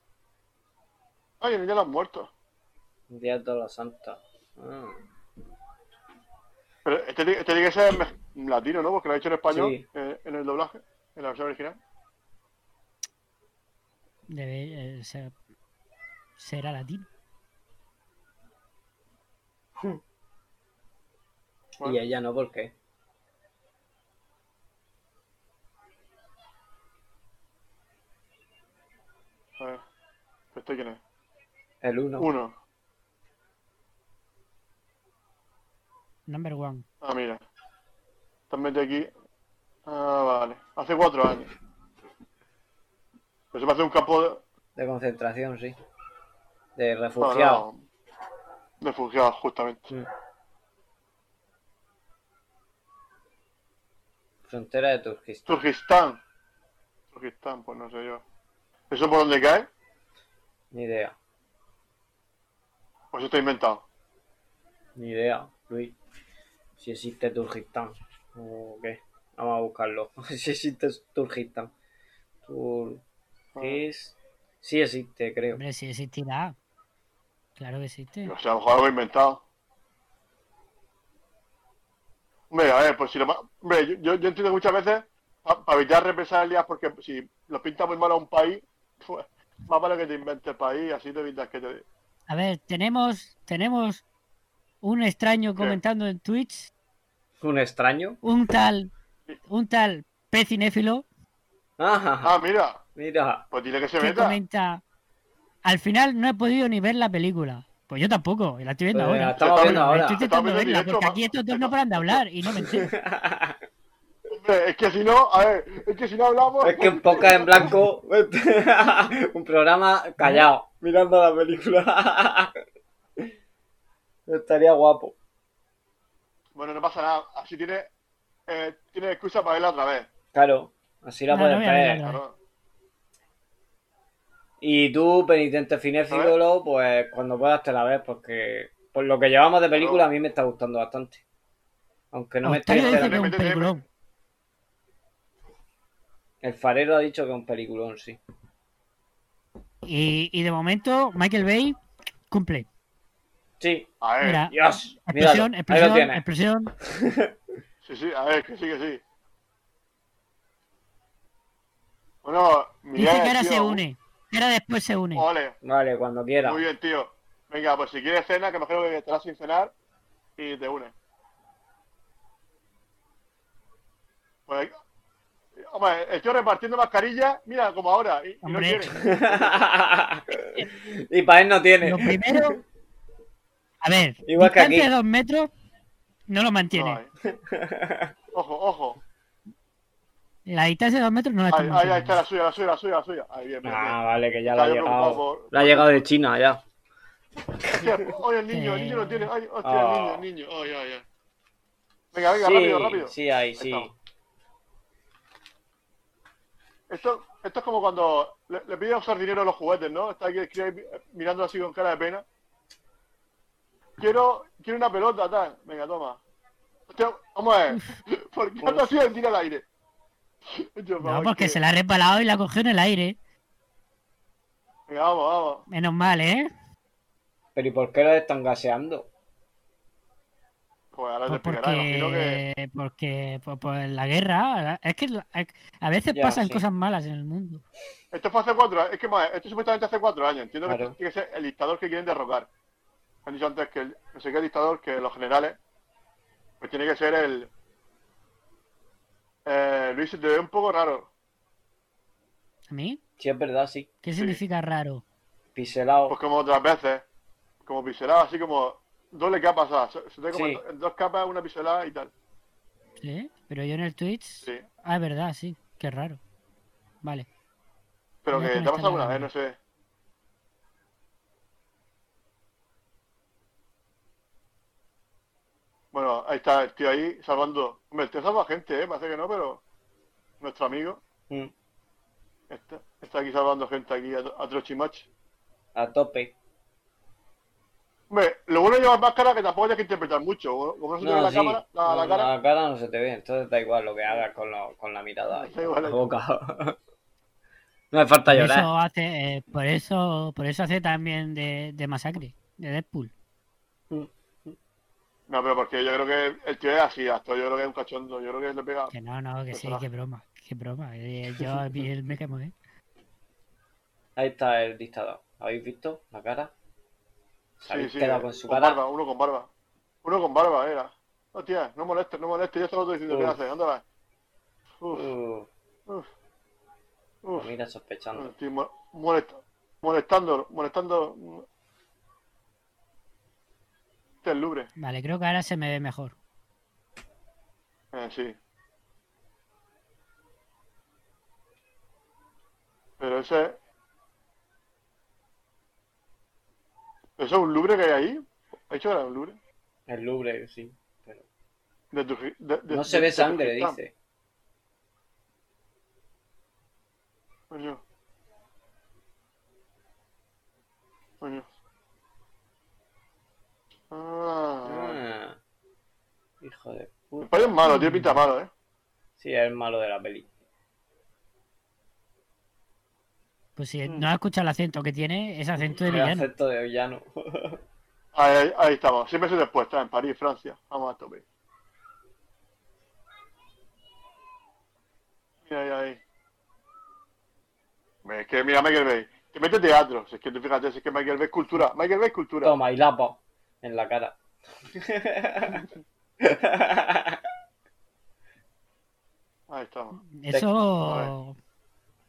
S3: Ay, ya lo han muerto.
S2: Día de todos los santos. Mm.
S3: Pero este, tiene- este tiene que ser mex- latino, ¿no? Porque lo ha hecho en español,
S2: Sí.
S3: eh, en el doblaje, en la versión original.
S4: Debe eh, ser, será latino.
S2: Y
S3: Bueno,
S2: ella no, ¿por qué?
S3: a ver. ¿Este quién es?
S2: El uno.
S3: Uno.
S4: Number one.
S3: Ah, mira. También de aquí. Ah, vale. Hace cuatro años. Pero se me hace un campo de.
S2: De concentración, sí. De
S3: No,
S2: refugiados.
S3: no. Refugiados, justamente.
S2: Mm. Frontera de Turquistán.
S3: Turkistán. Turkistán, pues no sé yo. ¿Eso por dónde cae?
S2: Ni idea.
S3: Pues eso está inventado.
S2: Ni idea, Luis. Si existe Turkistán. ¿O qué? Vamos a buscarlo. si existe Turkistán. Tur...
S3: Ah,
S2: es? Sí existe, creo.
S4: Hombre, si existirá. Claro que existe.
S3: O sea, a lo mejor algo inventado. Hombre, a ver, pues si lo ma- hombre, yo, yo- yo entiendo que muchas veces, para evitar represalias, porque si lo pinta muy mal a un país, pues, más vale que te inventes el país, así te evitas que te...
S4: A ver, tenemos, tenemos un extraño comentando en Twitch,
S2: Un extraño.
S4: un tal, un tal pecinéfilo
S2: Ajá,
S3: Ah, mira,
S2: mira.
S3: pues dile que se
S4: que
S3: meta.
S4: comenta, al final no he podido ni ver la película. Pues yo tampoco, y Pues la estoy viendo
S2: Eh,
S4: ahora.
S2: estamos viendo
S4: Pero
S2: ahora.
S4: Estoy intentando
S3: Estamos viendo
S4: verla,
S3: directo,
S4: porque
S3: ma-
S4: aquí estos dos no paran de hablar y no me entero.
S3: Hombre, es que si no, a ver, es que si no hablamos...
S2: Es que un podcast en blanco, un programa callado, mirando la película. Estaría guapo.
S3: Bueno, no pasa nada, así tiene, eh, tiene excusa para verla otra vez.
S2: Claro, así la
S4: No,
S2: puedes
S4: no voy a
S2: ver.
S4: verla.
S3: Claro.
S2: Y tú, penitente
S3: A
S2: cinéfilo, pues cuando puedas te la ves, porque por lo que llevamos de película a mí me está gustando bastante. Aunque no me estoy
S4: Octavio dice que es
S2: enterando.
S4: un peliculón.
S2: El farero ha dicho que es un peliculón, sí.
S4: Y, y de momento, Michael Bay cumple.
S2: Sí,
S3: A ver,
S4: Mira,
S2: Dios.
S4: explosión,
S2: míralo, ahí lo
S4: explosión,
S2: tienes.
S4: explosión.
S3: sí, sí, a ver, que sí, que sí. Bueno, Miguel,
S4: Dice que ahora
S3: tío,
S4: se une. Que ahora después se une.
S3: Ole.
S2: Vale, cuando quiera.
S3: Muy bien, tío. Venga, pues si quieres cena, que imagino que estarás sin cenar y te unes. Pues, hombre, estoy repartiendo mascarillas, mira, como ahora, y, y no
S4: Hombre.
S3: quiere.
S2: y para él no tiene.
S4: Lo primero. A ver,
S2: Igual que
S4: distancia
S2: aquí.
S4: de dos metros no lo mantiene.
S3: No hay. Ojo, ojo.
S4: La distancia de dos metros no la está
S3: Ahí, ahí,
S4: manteniendo.
S3: ahí está la suya, la suya, la suya, la suya. Ahí, bien, bien.
S2: Ah,
S3: bien.
S2: vale, que ya la
S3: Está
S2: ha
S3: yo preocupado
S2: llegado.
S3: por-
S2: La ha llegado de China ya.
S3: Hostia, oye, el niño, el niño lo tiene. Ay, hostia, el niño,
S2: Ah.
S3: el niño. Ay, ay, ay. Venga, venga,
S2: sí,
S3: rápido, rápido.
S2: sí, ahí, sí.
S3: estamos. Esto, esto es como cuando le, le piden usar dinero a los juguetes, ¿no? Está aquí el crío ahí mirando así con cara de pena. Quiero, quiero una pelota, tal. Venga, toma. Hostia, vamos a ver. ¿Por qué no así el tiro al aire? Yo,
S4: No,
S3: vamos,
S4: porque
S3: que-
S4: se la ha resbalado y la cogió en el aire.
S3: Venga, vamos, vamos.
S4: Menos mal, ¿eh?
S2: Pero ¿y por qué lo están gaseando?
S3: Pues ahora te
S4: Pues
S3: explicará, imagino que...
S4: porque, porque pues, pues la guerra. Es que la- a veces
S2: Ya,
S4: pasan
S2: sí.
S4: cosas malas en el mundo.
S3: Esto fue hace cuatro años. Es que, más, esto supuestamente hace cuatro años. Entiendo que
S2: Claro.
S3: tiene que ser el dictador que quieren derrocar. Han dicho antes que el, no sé qué dictador, que los generales, pues tiene que ser el... Eh, Luis, te veo un poco raro.
S4: ¿A mí?
S2: Sí, es verdad, sí.
S4: ¿Qué
S3: Sí.
S4: significa raro?
S2: Piselado.
S3: Pues como otras veces, como piselado, así como doble capa, o sea, se, se te como
S2: Sí.
S3: en do- en dos capas, una piselada y tal.
S4: ¿Sí? Pero yo en el Twitch.
S3: Sí.
S4: Ah, es verdad, sí. Qué raro. Vale.
S3: Pero
S4: Voy a
S3: que te ha
S4: conectar
S3: pasado alguna
S4: la
S3: vez, no sé. Bueno, ahí está el tío ahí salvando. Hombre, el tío salva gente, ¿eh? Parece que no, pero nuestro amigo
S2: Mm,
S3: está, está aquí salvando gente aquí a, a trochimach.
S2: A tope.
S3: Hombre, lo bueno de llevar máscara es que tampoco hay que interpretar mucho. Como no se te ve la
S2: sí.
S3: cámara, la,
S2: No,
S3: la cara,
S2: la cara no se te ve, entonces da igual lo que hagas con, lo- con la mirada.
S3: Da igual.
S2: La boca. no me falta
S4: Por
S2: llorar.
S4: eso hace, eh, por eso, por eso hace también de, de masacre, de Deadpool.
S3: No, pero porque yo creo que el tío es así, hasta yo creo que es un cachondo, yo creo que le pega.
S4: Que no, no, que sí,
S3: Personaje.
S4: qué broma, qué broma. Eh, Yo a mí él me quemo, ¿eh?
S2: Ahí está el dictador. ¿Habéis visto la cara? Se
S3: Sí,
S2: habéis
S3: sí,
S2: quedado
S3: eh,
S2: con su
S3: con
S2: cara.
S3: barba, uno con barba. Uno con barba era. Hostia, no molestes, no molestes, yo solo estoy diciendo qué
S2: Uf.
S3: haces, ándala. Uf,
S2: Uh,
S3: uf,
S2: lo
S3: uf.
S2: mira sospechando.
S3: Estoy mo- molest- molestando, molestando. Este es Louvre,
S4: Vale, creo que ahora se me ve mejor.
S3: eh, sí. Pero ese. ¿Eso es un Louvre que hay ahí? ¿Ha dicho que era un Louvre?
S2: El Louvre, sí. pero-
S3: De Turgi- de- de-
S2: No se
S3: de-
S2: ve
S3: de
S2: sangre,
S3: Turquistán.
S2: dice.
S3: Coño. Coño. Ah.
S2: Ah. Hijo de
S3: El
S2: puta.
S3: payo es malo, tiene pinta de malo, ¿eh?
S2: Sí, es el malo de la peli.
S4: Pues si
S3: Hmm.
S4: no has escuchado el acento que tiene, es acento de
S2: El
S4: villano.
S2: acento de villano.
S3: Ahí, ahí estamos, seis meses después, está en París, Francia. Vamos a tope. Mira ahí, ahí. Hombre, Es que mira Michael Bay. Te mete teatro. Si es que tú fíjate, si es que Michael Bay es cultura. Michael Bay es cultura.
S2: Toma, y lapa en la cara.
S3: Ahí estamos.
S4: Eso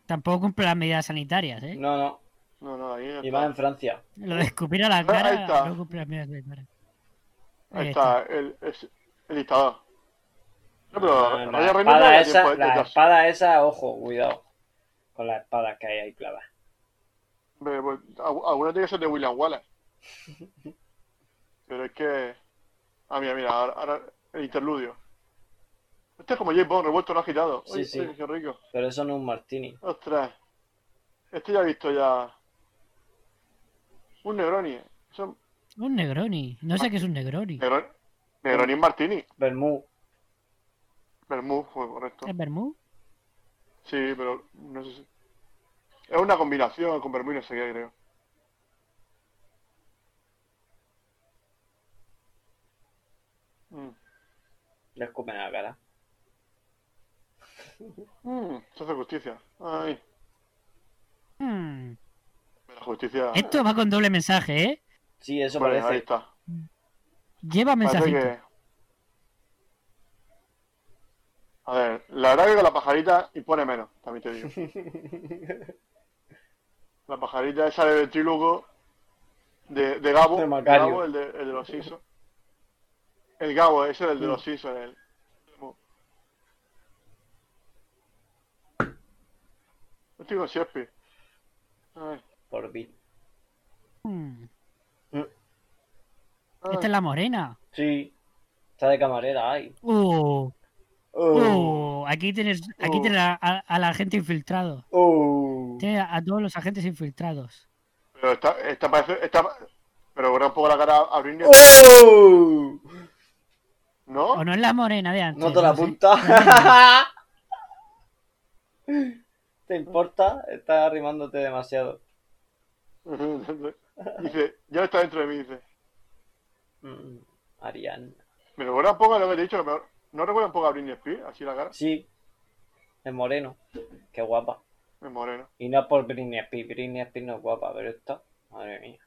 S4: tampoco cumple las medidas sanitarias, ¿eh?
S2: no, no.
S3: No, no, ahí
S2: Y más
S3: está.
S2: en Francia.
S4: Lo de escupir a la
S3: Ahí está.
S4: cara no cumple las medidas sanitarias.
S3: Ahí está el, es- el dictador. No, pero
S2: Ah,
S3: Raya
S2: la,
S3: Reynolds no
S2: espada
S3: da
S2: esa,
S3: tiempo de- de-
S2: la
S3: de-
S2: espada esa, ojo, cuidado. Con las espadas que hay ahí clavadas.
S3: Hombre, pues, algu- algunas de ellas son de William Wallace. Pero es que. Ah, mira, mira, ahora, ahora el interludio. Este es como James Bond, revuelto no agitado.
S2: Sí,
S3: Uy,
S2: sí.
S3: uy, qué rico.
S2: Pero eso no es un martini.
S3: Ostras. Este ya he visto ya. Un Negroni. Eso-
S4: Un Negroni. No sé qué es un Negroni.
S3: Negro- Negroni es Martini.
S2: Bermú.
S3: Bermú, fue correcto.
S4: ¿Es vermú?
S3: Sí, pero no sé si. Es una combinación con Bermú y no sé qué, creo. Mm.
S2: Le escupen en la cara.
S3: Mm, se hace justicia. Ay,
S4: Hmm.
S3: la justicia.
S4: Esto va con doble mensaje, ¿eh?
S2: Sí, eso
S3: Vale, ahí
S2: parece.
S3: está.
S4: Lleva
S3: Parece
S4: mensajito.
S3: que. A ver, la verdad que con la pajarita impone menos, también te digo. La pajarita esa de ventrílogo de, de Gabo,
S2: De Macario.
S3: Gabo, el, de, el de los Simpsons. El Gabo, ese es el de los Simpsons. el- No estoy con Shakespeare. Ay,
S2: Por bit.
S4: Hmm.
S3: ay.
S4: Esta es la morena.
S2: Sí. Está de camarera ahí.
S4: Uh,
S2: Oh.
S4: uh, aquí tienes, aquí
S2: Uh.
S4: tienes a, a- al agente infiltrado.
S2: Oh.
S4: Tienes a, a todos los agentes infiltrados.
S3: Pero esta, esta parece. Esta, pero borra un poco la cara a Britney.
S2: Oh.
S3: ¿No?
S4: O no es la morena de antes.
S2: No te la
S4: sé.
S2: apunta. ¿Te importa? Estás arrimándote demasiado.
S3: dice, ya está dentro de mí, dice.
S2: Mm, Arián.
S3: Me recuerda un poco a lo que te he dicho, a lo mejor- ¿No recuerda un poco a Britney Spears? Así la cara.
S2: Sí. Es moreno. Qué guapa.
S3: Es moreno.
S2: Y no por Britney Spears. Britney Spears no es guapa, pero esta. Madre mía.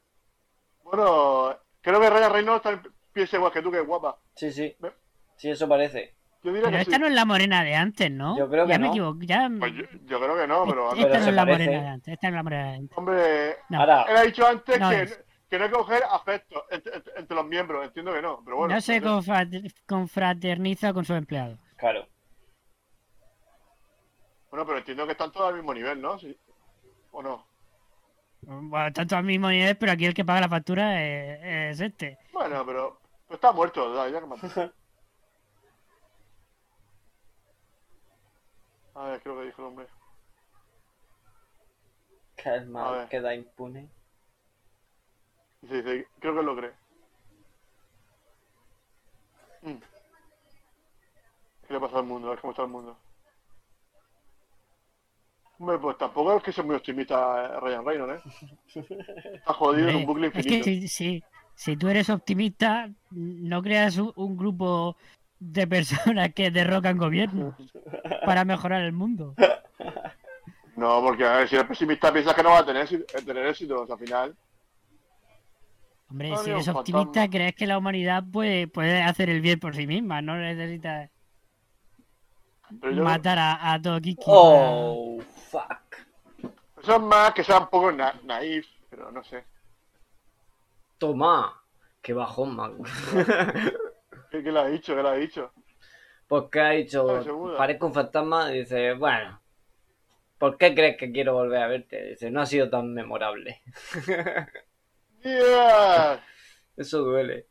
S3: Bueno, creo que Raya Reynolds también piensa igual que tú, que es guapa.
S2: Sí, sí.
S3: Ve-
S2: Sí, eso parece.
S3: Yo diría
S4: Pero
S3: que
S4: esta
S3: sí.
S4: no es la morena de antes, ¿no?
S2: Yo creo que
S4: ya me
S2: no.
S4: equivoqué. Ya...
S3: Pues yo, yo creo que no, pero.
S4: esta
S2: Pero
S4: no
S2: se
S4: es la
S2: parece. ¿eh?
S4: morena de antes. Esta no es la morena de antes.
S3: Hombre,
S4: No.
S2: Ahora,
S3: él ha dicho antes
S4: No
S3: que,
S4: es.
S3: que no hay que coger afecto entre, entre- entre los miembros, entiendo que no, pero bueno.
S4: no se
S3: sé.
S4: confrat- confraterniza con sus empleados.
S2: claro.
S3: Bueno, pero entiendo que están todos al mismo nivel, ¿no? Sí. ¿O no?
S4: Bueno, tanto al mismo nivel, pero aquí el que paga la factura es, es este.
S3: Bueno, pero, pero está muerto, da, ya que me- A ver, creo Ah, que dijo el hombre.
S2: Que el mal
S3: A ver.
S2: queda impune.
S3: Dice, dice, creo que lo cree. Mm. ¿Qué le pasa al mundo? A ver cómo está el mundo. Hombre, pues tampoco es que sea muy optimista eh, Ryan Reynolds, ¿eh? Está jodido en un bucle
S4: Hombre, es que
S3: infinito.
S4: si, si- si tú eres optimista, no creas un, un grupo de personas que derrocan gobiernos para mejorar el mundo.
S3: No, porque a ver, si eres pesimista piensas que no vas a tener, éxito- eh, tener éxito, o sea, al final.
S4: Hombre,
S3: No,
S4: si
S3: ni
S4: eres
S3: un
S4: optimista,
S3: fantasma.
S4: crees que la humanidad puede, puede hacer el bien por sí misma, no necesitas
S3: Pero yo,
S4: matar a, a todo Kiki.
S2: Oh, fuck.
S3: Eso es más que sea un poco na naif, pero no sé.
S2: Toma. Qué bajón, man.
S3: ¿Qué, qué le ha dicho? ¿Qué le ha dicho?
S2: Porque ha dicho,
S3: Claro, Ah, seguro.
S2: parezco un fantasma, y dice, bueno, ¿por qué crees que quiero volver a verte? Dice, no ha sido tan memorable.
S3: ¡Yeah!
S2: Eso duele.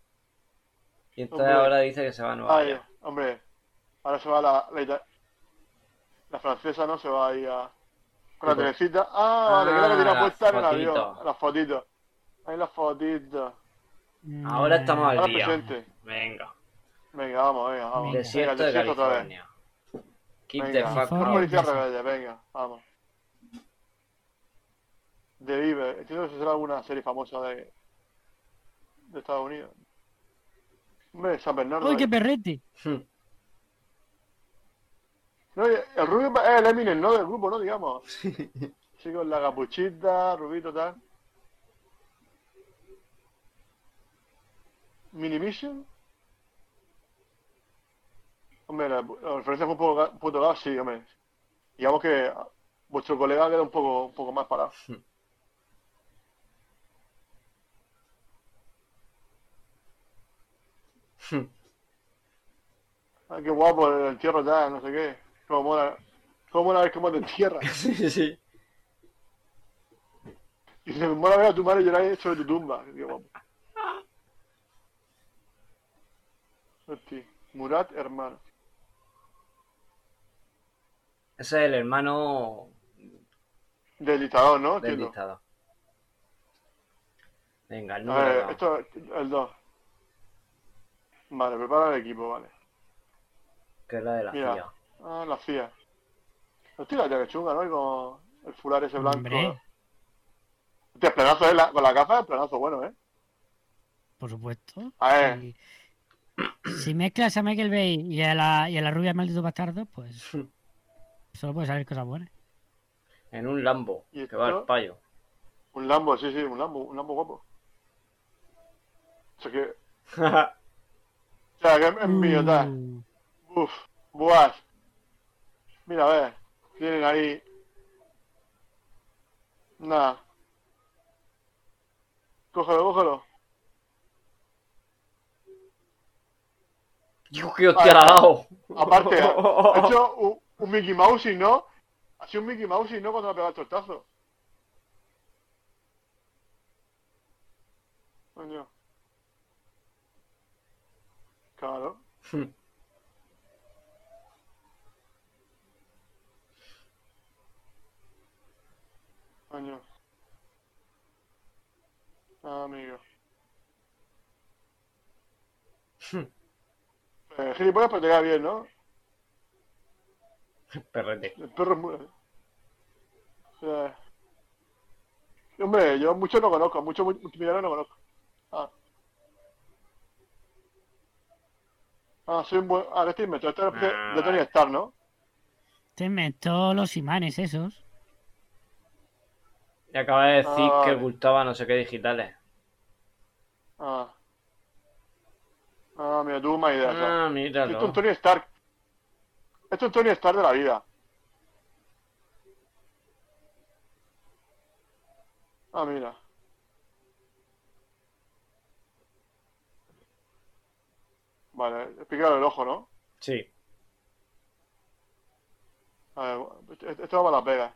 S2: Y entonces
S3: Hombre.
S2: ahora dice que se va a Nueva
S3: Ay,
S2: York.
S3: Ah, hombre, ahora se va la, la, ita- la francesa, ¿no? Se va ahí a... con la
S2: Tipo.
S3: telecita. Ah, vale, que
S2: pues. Ah,
S3: es la que tiene
S2: las
S3: puesta en el
S2: fotitos.
S3: avión. Las fotitos. Ahí las fotitos.
S2: Ahora estamos al
S3: Ahora
S2: día.
S3: Ah, presente.
S2: Venga.
S3: Venga, vamos, venga, vamos.
S4: Venga.
S2: Desierto
S3: Venga,
S2: de
S3: desierto otra vez.
S2: California. Keep the
S3: Venga,
S2: fuck
S3: un
S4: California.
S2: out.
S3: policía rebelde, venga, vamos. de Bieber. Entiendo que será alguna serie famosa de, de Estados Unidos. Hombre, San Bernardo. ¿eh?
S4: ¡Uy, qué
S3: ahí.
S4: perrete!
S3: No, y el Rubio es el Eminem, ¿no? Del grupo, ¿no? Digamos. Sí, con la capuchita, Rubito, tal. ¿Minimission? Hombre, la, la referencia fue un poco ga- puto gas, sí, hombre. Digamos que vuestro colega queda un poco, un poco más parado. Ah, qué guapo el entierro ya, no sé qué. Cómo mola, cómo mola ver cómo te entierra.
S2: sí, sí.
S3: Y se me mola ver a tu madre llorar sobre tu tumba. Qué guapo. Hostia. Murat, hermano.
S2: Ese es el hermano
S3: Del dictador, ¿no?
S2: del
S3: Entiendo.
S2: dictador. Venga, el
S3: A
S2: número
S3: ver,
S2: dos.
S3: Eh, esto es el 2. Vale, prepara el equipo, vale.
S2: que es la de la
S3: Mira.
S2: CIA.
S3: Ah, la CIA. Hostia, la tía que chunga, ¿no? Y con el fular ese blanco.
S4: Hombre.
S3: Hostia, el planazo es la, con la gafa, el planazo bueno, ¿eh?
S4: Por supuesto.
S3: A ver.
S4: Si, si mezclas a Michael Bay y a la, y a la rubia maldito bastardo, pues solo puede salir cosas buenas.
S2: En un Lambo,
S3: ¿Y
S2: que va
S3: esto?
S2: al payo.
S3: Un Lambo, sí, sí, un Lambo, un Lambo guapo. O sea que, o sea, que es- es
S2: Mm.
S3: mío, tal.
S4: Uh,
S3: Uf, buas. Mira, a ver. Tienen ahí. Nada. Cógelo, cógelo.
S2: Dios, qué hostia la ha
S3: Ah,
S2: dado.
S3: Aparte, ha ha hecho un, un Mickey Mouse y no. Ha sido un Mickey Mouse y no cuando le ha pegado el tortazo. Coño. Claro. Coño. Ah, amigo. Eh, gilipollas, pero te queda bien, ¿no?
S2: Perrete.
S3: El perro es muy... Eh. Hombre, yo mucho no conozco, mucho mu- multimillonario no conozco. Ah. Ah, soy un buen... Ah, este invento, este es de,
S2: Ah,
S3: de Tony
S2: vale.
S3: Stark, ¿no?
S4: te inventó los imanes esos.
S2: Y acaba de decir
S3: Ah,
S2: que
S3: vale.
S2: ocultaba no sé qué digitales.
S3: Ah. Ah, mira, tuve una idea. claro.
S2: Ah, míralo.
S3: Esto es un Tony Stark. Esto es un Tony Stark de la vida. Ah, mira. Vale, pícalo el ojo, ¿no?
S2: Sí.
S3: A ver, este- esto va a Las Vegas.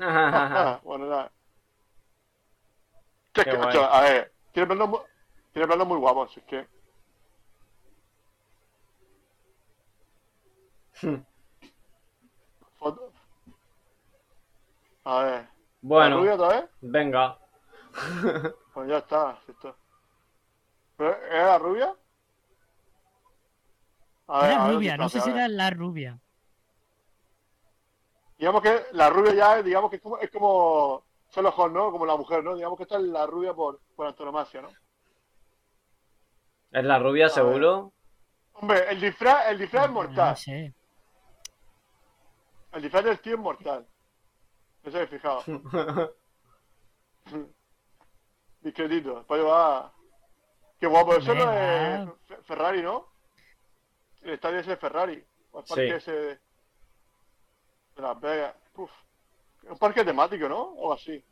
S3: Ah, bueno, nada. Es
S2: Qué
S3: que,
S2: guay.
S3: macho, a ver, tiene planos muy, tiene planos muy guapos, es que.
S2: Hmm.
S3: Foto- A ver. ¿La rubia
S2: bueno,
S3: otra vez?
S2: venga.
S3: Pues ya está, sí está. ¿Pero era la rubia? A ver, a
S4: Era
S3: ver,
S4: rubia, no sé
S3: disfrace,
S4: si
S3: a ver.
S4: era la rubia.
S3: Digamos que la rubia ya, es- digamos que es como, es como Sherlock Holmes, ¿no? Como la mujer, ¿no? Digamos que esta es la rubia por, por antonomasia, ¿no?
S2: ¿Es la rubia, seguro?
S3: Hombre, el disfraz, el disfraz es mortal.
S4: No sé.
S3: El disfraz del tío es mortal. No se habéis fijado. Discretito. Después pues va. Qué guapo. Eso no
S4: Venga.
S3: es Fe- Ferrari, ¿no? El estadio ese de Ferrari. O el
S2: Sí.
S3: parque ese de de Las Vegas. Uf. Un parque temático, ¿no? O así.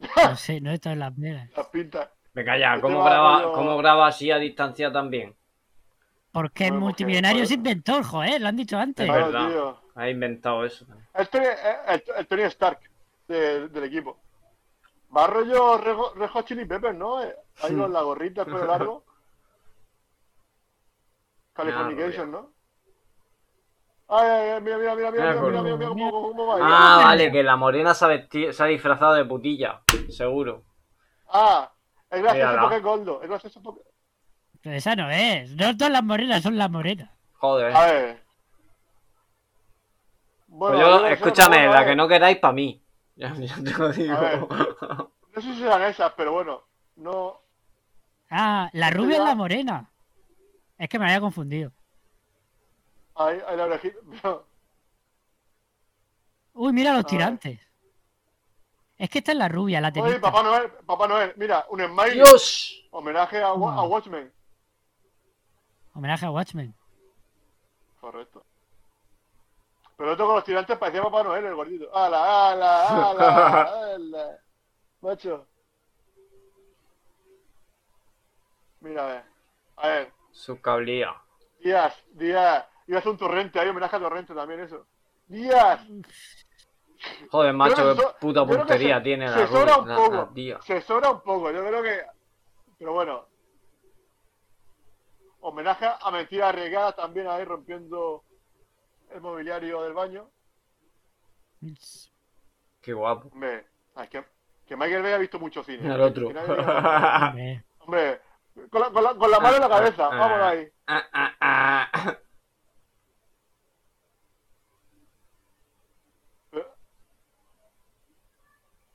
S4: No sé, no está en las velas.
S3: Las pintas.
S2: Venga ya,
S3: Este
S2: ¿cómo
S3: va
S2: graba,
S3: rollo-
S2: cómo graba así a distancia también?
S4: Porque el
S3: Bueno, pues, eh, porque-
S4: multimillonario
S3: porque-
S4: se inventó, joder, lo han dicho antes.
S2: Pero-
S3: Claro,
S2: verdad.
S3: tío.
S2: Ha inventado eso.
S3: El Tony, eh, el, el Tony Stark de- del equipo. Va rollo rejo, rejo chili peppers, ¿no? Eh, Ahí con la gorrita, el pelo largo. Californication, ¿no? Ay, ay, ay, mira, mira, mira,
S2: Mira,
S3: mira, mira, mira, mira, mira, cómo, cómo, cómo va.
S2: Ah,
S3: ahí.
S2: vale, que la morena se ha, vesti- se ha disfrazado de putilla, seguro.
S3: Ah, es gracioso
S2: Mírala.
S3: porque es gordo. Es gracioso porque...
S2: Eh.
S4: Pues Pero esa no es. No son las morenas, son las morenas.
S2: Joder.
S3: A ver.
S2: Pues Escúchame,
S3: no,
S2: la
S3: no,
S2: que no queráis para mí. Ya, ya te lo digo.
S3: ver. No sé si serán esas, pero bueno, no.
S4: Ah, la
S3: Esto
S4: rubia es
S3: ya-
S4: la morena. Es que me había confundido.
S3: Ahí, ahí la orejita. pero-
S4: Uy, mira los
S3: ver.
S4: tirantes. Es que esta es la rubia, la
S3: Oye,
S4: tenista.
S3: Papá Noel, Papá Noel, mira, un smile.
S2: ¡Dios!
S3: Homenaje a, Wa-
S4: Toma.
S3: a Watchmen.
S4: Homenaje a Watchmen.
S3: Correcto. Pero otro con los tirantes parecía Papá Noel, el gordito. ¡Ala, ala, ala! ala. Macho. Mira, a ver. A ver.
S2: Su cablía.
S3: Díaz, Díaz. Iba a hacer un torrente, hay homenaje a torrente también, eso. Díaz.
S2: Joder, macho,
S3: Yo creo que
S2: qué
S3: so-
S2: puta
S3: yo creo que
S2: puntería
S3: se-
S2: tiene
S3: se
S2: la
S3: sobra
S2: rubia.
S3: un
S2: la-
S3: poco.
S2: la tía.
S3: Se sobra un poco, yo creo que. Pero bueno. Homenaje a Mentiras Arriesgadas también ahí rompiendo el mobiliario del baño.
S2: Qué guapo.
S3: Hombre, ay, que, que Michael Bay ha visto mucho cine.
S2: El otro.
S3: Que nadie diga-
S4: Hombre,
S3: Hombre, con la, con la- con la mano en la cabeza,
S2: Ah,
S3: vámonos ahí.
S2: Ah, ah, ah.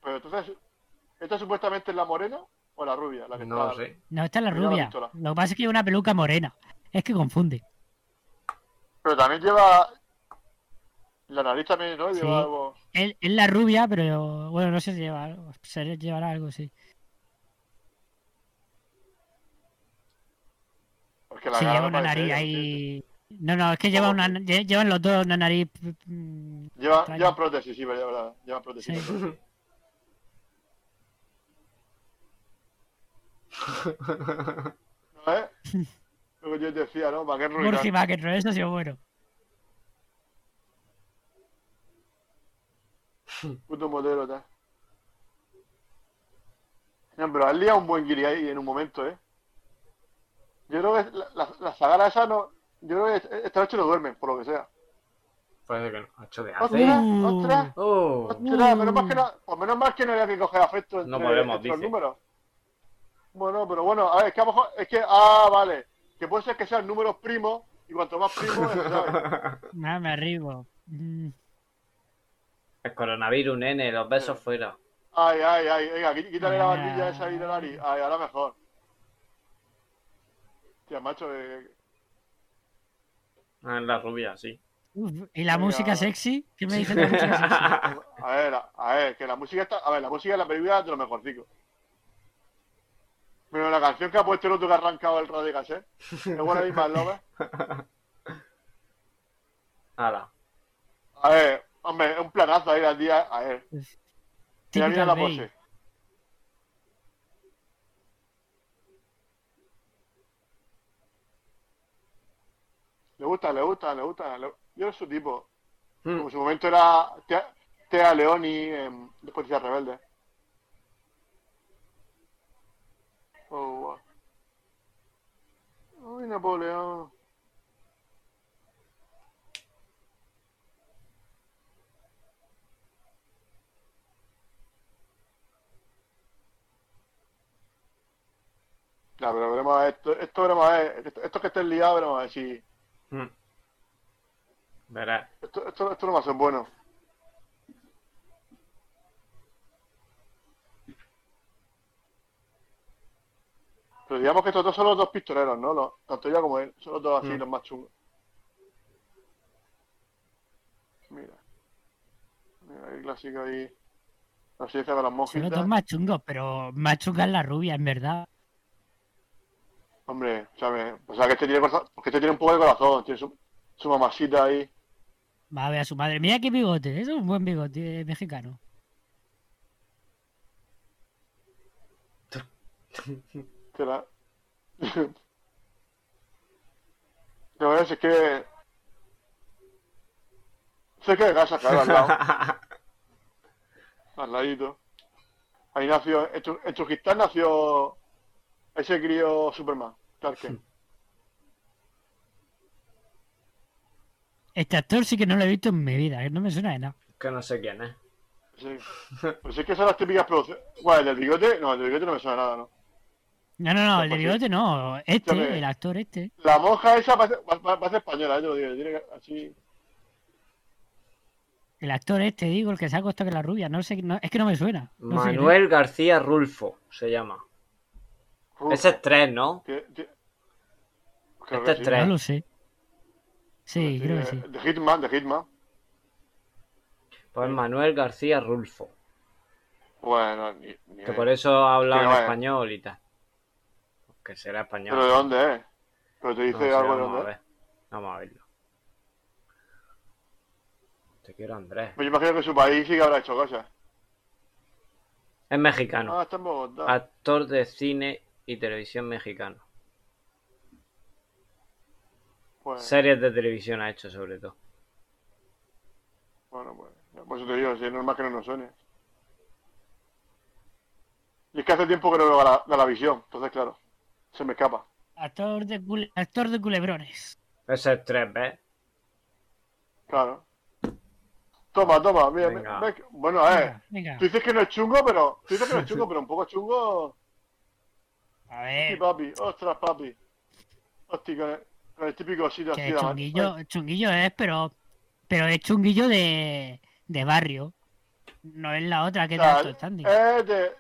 S3: Pero entonces, ¿esta supuestamente es la morena o la rubia? La que
S2: No lo
S3: está-
S2: sé.
S4: No, esta es la
S3: Mira la
S4: rubia.
S3: pistola.
S4: Lo que pasa es que lleva una peluca morena. Es que confunde.
S3: Pero también lleva. La nariz también, ¿no? Lleva
S4: Sí.
S3: algo.
S4: Él, es la rubia, pero bueno, no sé si lleva algo. Se llevará algo, sí.
S3: Porque la
S4: sí,
S3: cara
S4: lleva
S3: no
S4: una
S3: parece
S4: nariz
S3: ella, ¿entiendes?
S4: ahí. No, no, es que
S3: Oh,
S4: lleva una, lle- llevan los dos una nariz. mm,
S3: Lleva,
S4: Extraño.
S3: lleva prótesis, sí, verdad, verdad. Lleva prótesis.
S4: Sí.
S3: ¿No eh? Lo que yo te decía, ¿no? ¿Para qué ruinar?
S4: Murphy McEnroe, eso ha sido bueno.
S3: Puto modelo, tal. No, pero has liado un buen guiri ahí en un momento, ¿eh? Yo creo que la, la, la sagara esa no... Yo creo que esta noche no duermen, por lo que sea.
S2: Parece que no. Ha hecho de
S3: ¡Ostras!
S2: hace.
S4: Uh.
S3: ¡Ostras!
S2: Oh.
S3: ¡Ostras! Menos mal que no... Pues menos mal que no había que coger afecto entre,
S2: No podemos,
S3: entre los
S2: dice.
S3: números. Bueno, pero bueno, a ver, es que a lo mejor... Es que... Ah, vale. Que puede ser que sean números primos y cuanto más primos, ¿sabes?
S4: Nada, me arribo. Mm,
S2: El coronavirus, nene, los besos fuera.
S3: Ay, ay, ay, venga, quí- quítale la
S4: Ah.
S3: barbilla esa ahí de Lari. Ay, ahora mejor. Tía, macho, eh,
S2: Ah, es la rubia, sí.
S4: uf, ¿Y la
S3: Venga.
S4: música sexy? ¿Qué me dicen de la música sexy?
S3: a ver, a, a ver, que la música está. A ver, la música de la película es de lo mejorcico. Pero la canción que ha puesto el otro que ha arrancado el Radicas, ¿eh? Es buena misma, Love.
S2: Hala.
S3: A ver, hombre, es un planazo ahí las días. A ver, mira, mira
S4: Typical
S3: la
S4: Bey.
S3: pose. Le gusta, le gusta, le gusta. le- Yo era su tipo.
S2: Mm.
S3: En su momento era Tea, Tea Leoni, em, después decía Rebelde. Oh, wow. Uy, Napoleón. Claro, pero veremos a ver, esto, esto veremos a ver, esto, esto que estén liados, veremos a ver si...
S2: Mm. Verás.
S3: Esto, esto, esto no va a ser bueno. Pero digamos que estos dos son los dos pistoleros, ¿no? Los- tanto ella como él. Son los dos así,
S2: Mm.
S3: los más chungos. Mira. Mira, el clásico ahí. La ciencia de las
S4: Son los dos
S3: monjitas.
S4: más chungos, pero más chunga es la rubia, en verdad.
S3: Hombre, ¿sabes? O sea, que este tiene, corazón- porque este tiene un poco de corazón. Tiene su, su mamacita ahí.
S4: Va a ver a su madre. Mira qué bigote, eso es un buen bigote eh, mexicano.
S3: Que la... La verdad es que... Sé que gas claro, al lado, al ladito. Ahí nació, en Tru- en Trujistán nació ese crío Superman, Clark Kent.
S4: Este actor sí que no lo he visto en mi vida, que no me suena de nada.
S2: que no sé quién es.
S3: Sí. Pues es que esas son las típicas producciones. Bueno, el del bigote, no, el del bigote no me suena nada, ¿no?
S4: No, no, no, el de
S3: Ojo, Pues sí.
S4: bigote no, este,
S3: Escúchame.
S4: el actor este.
S3: La ¿eh? monja esa parece, pa- pa- parece española, yo lo digo, tiene así...
S4: El El actor este, digo, el que se ha costado que la rubia. No sé, no- es que no me suena. No sé
S2: Manuel García Rulfo se llama.
S3: Ruf,
S2: Ese es 3, ¿no?
S3: que- que- creo
S2: Este
S3: que
S2: es
S4: quién es.
S2: tres.
S4: No lo sé. Sí, creo que sí.
S3: Eh, De Hitman, de Hitman.
S2: Pues Manuel García Rulfo.
S3: Bueno, ni, ni
S2: Que
S3: idea.
S2: por eso ha hablado
S3: Pero
S2: en
S3: vale.
S2: español y tal. Que será español.
S3: ¿Pero de dónde es? ¿Pero te
S2: No
S3: dice
S2: sé,
S3: algo de
S2: vamos a
S3: dónde es?
S2: ver. Vamos a verlo. Te quiero, Andrés.
S3: Pues yo imagino que en su país sí que habrá hecho cosas.
S2: Es mexicano.
S3: Ah, está en Bogotá.
S2: Actor de cine y televisión mexicano.
S3: Pues,
S2: Series de televisión ha hecho sobre todo.
S3: Bueno, pues, por eso te digo, si es normal que no nos suene. Y es que hace tiempo que no veo a la, a la visión, entonces claro, se me escapa.
S4: Actor de, cule- actor de culebrones.
S2: Ese es 3, ¿ves?
S3: Claro. Toma, toma, mira,
S2: Venga.
S3: ve- ve- bueno, a ver,
S4: Venga, venga.
S3: tú dices que no es chungo, pero, tú dices que no es chungo, pero un poco chungo,
S4: A
S2: Eh.
S3: sí,
S4: ver.
S3: papi, ostras, papi. Hostia, con el, con el típico sitio así
S4: Que
S3: de la-
S4: chunguillo, chunguillo es, pero, pero es chunguillo de, de barrio. No es la otra que es de
S3: Ah,
S4: alto standing.
S3: Es de,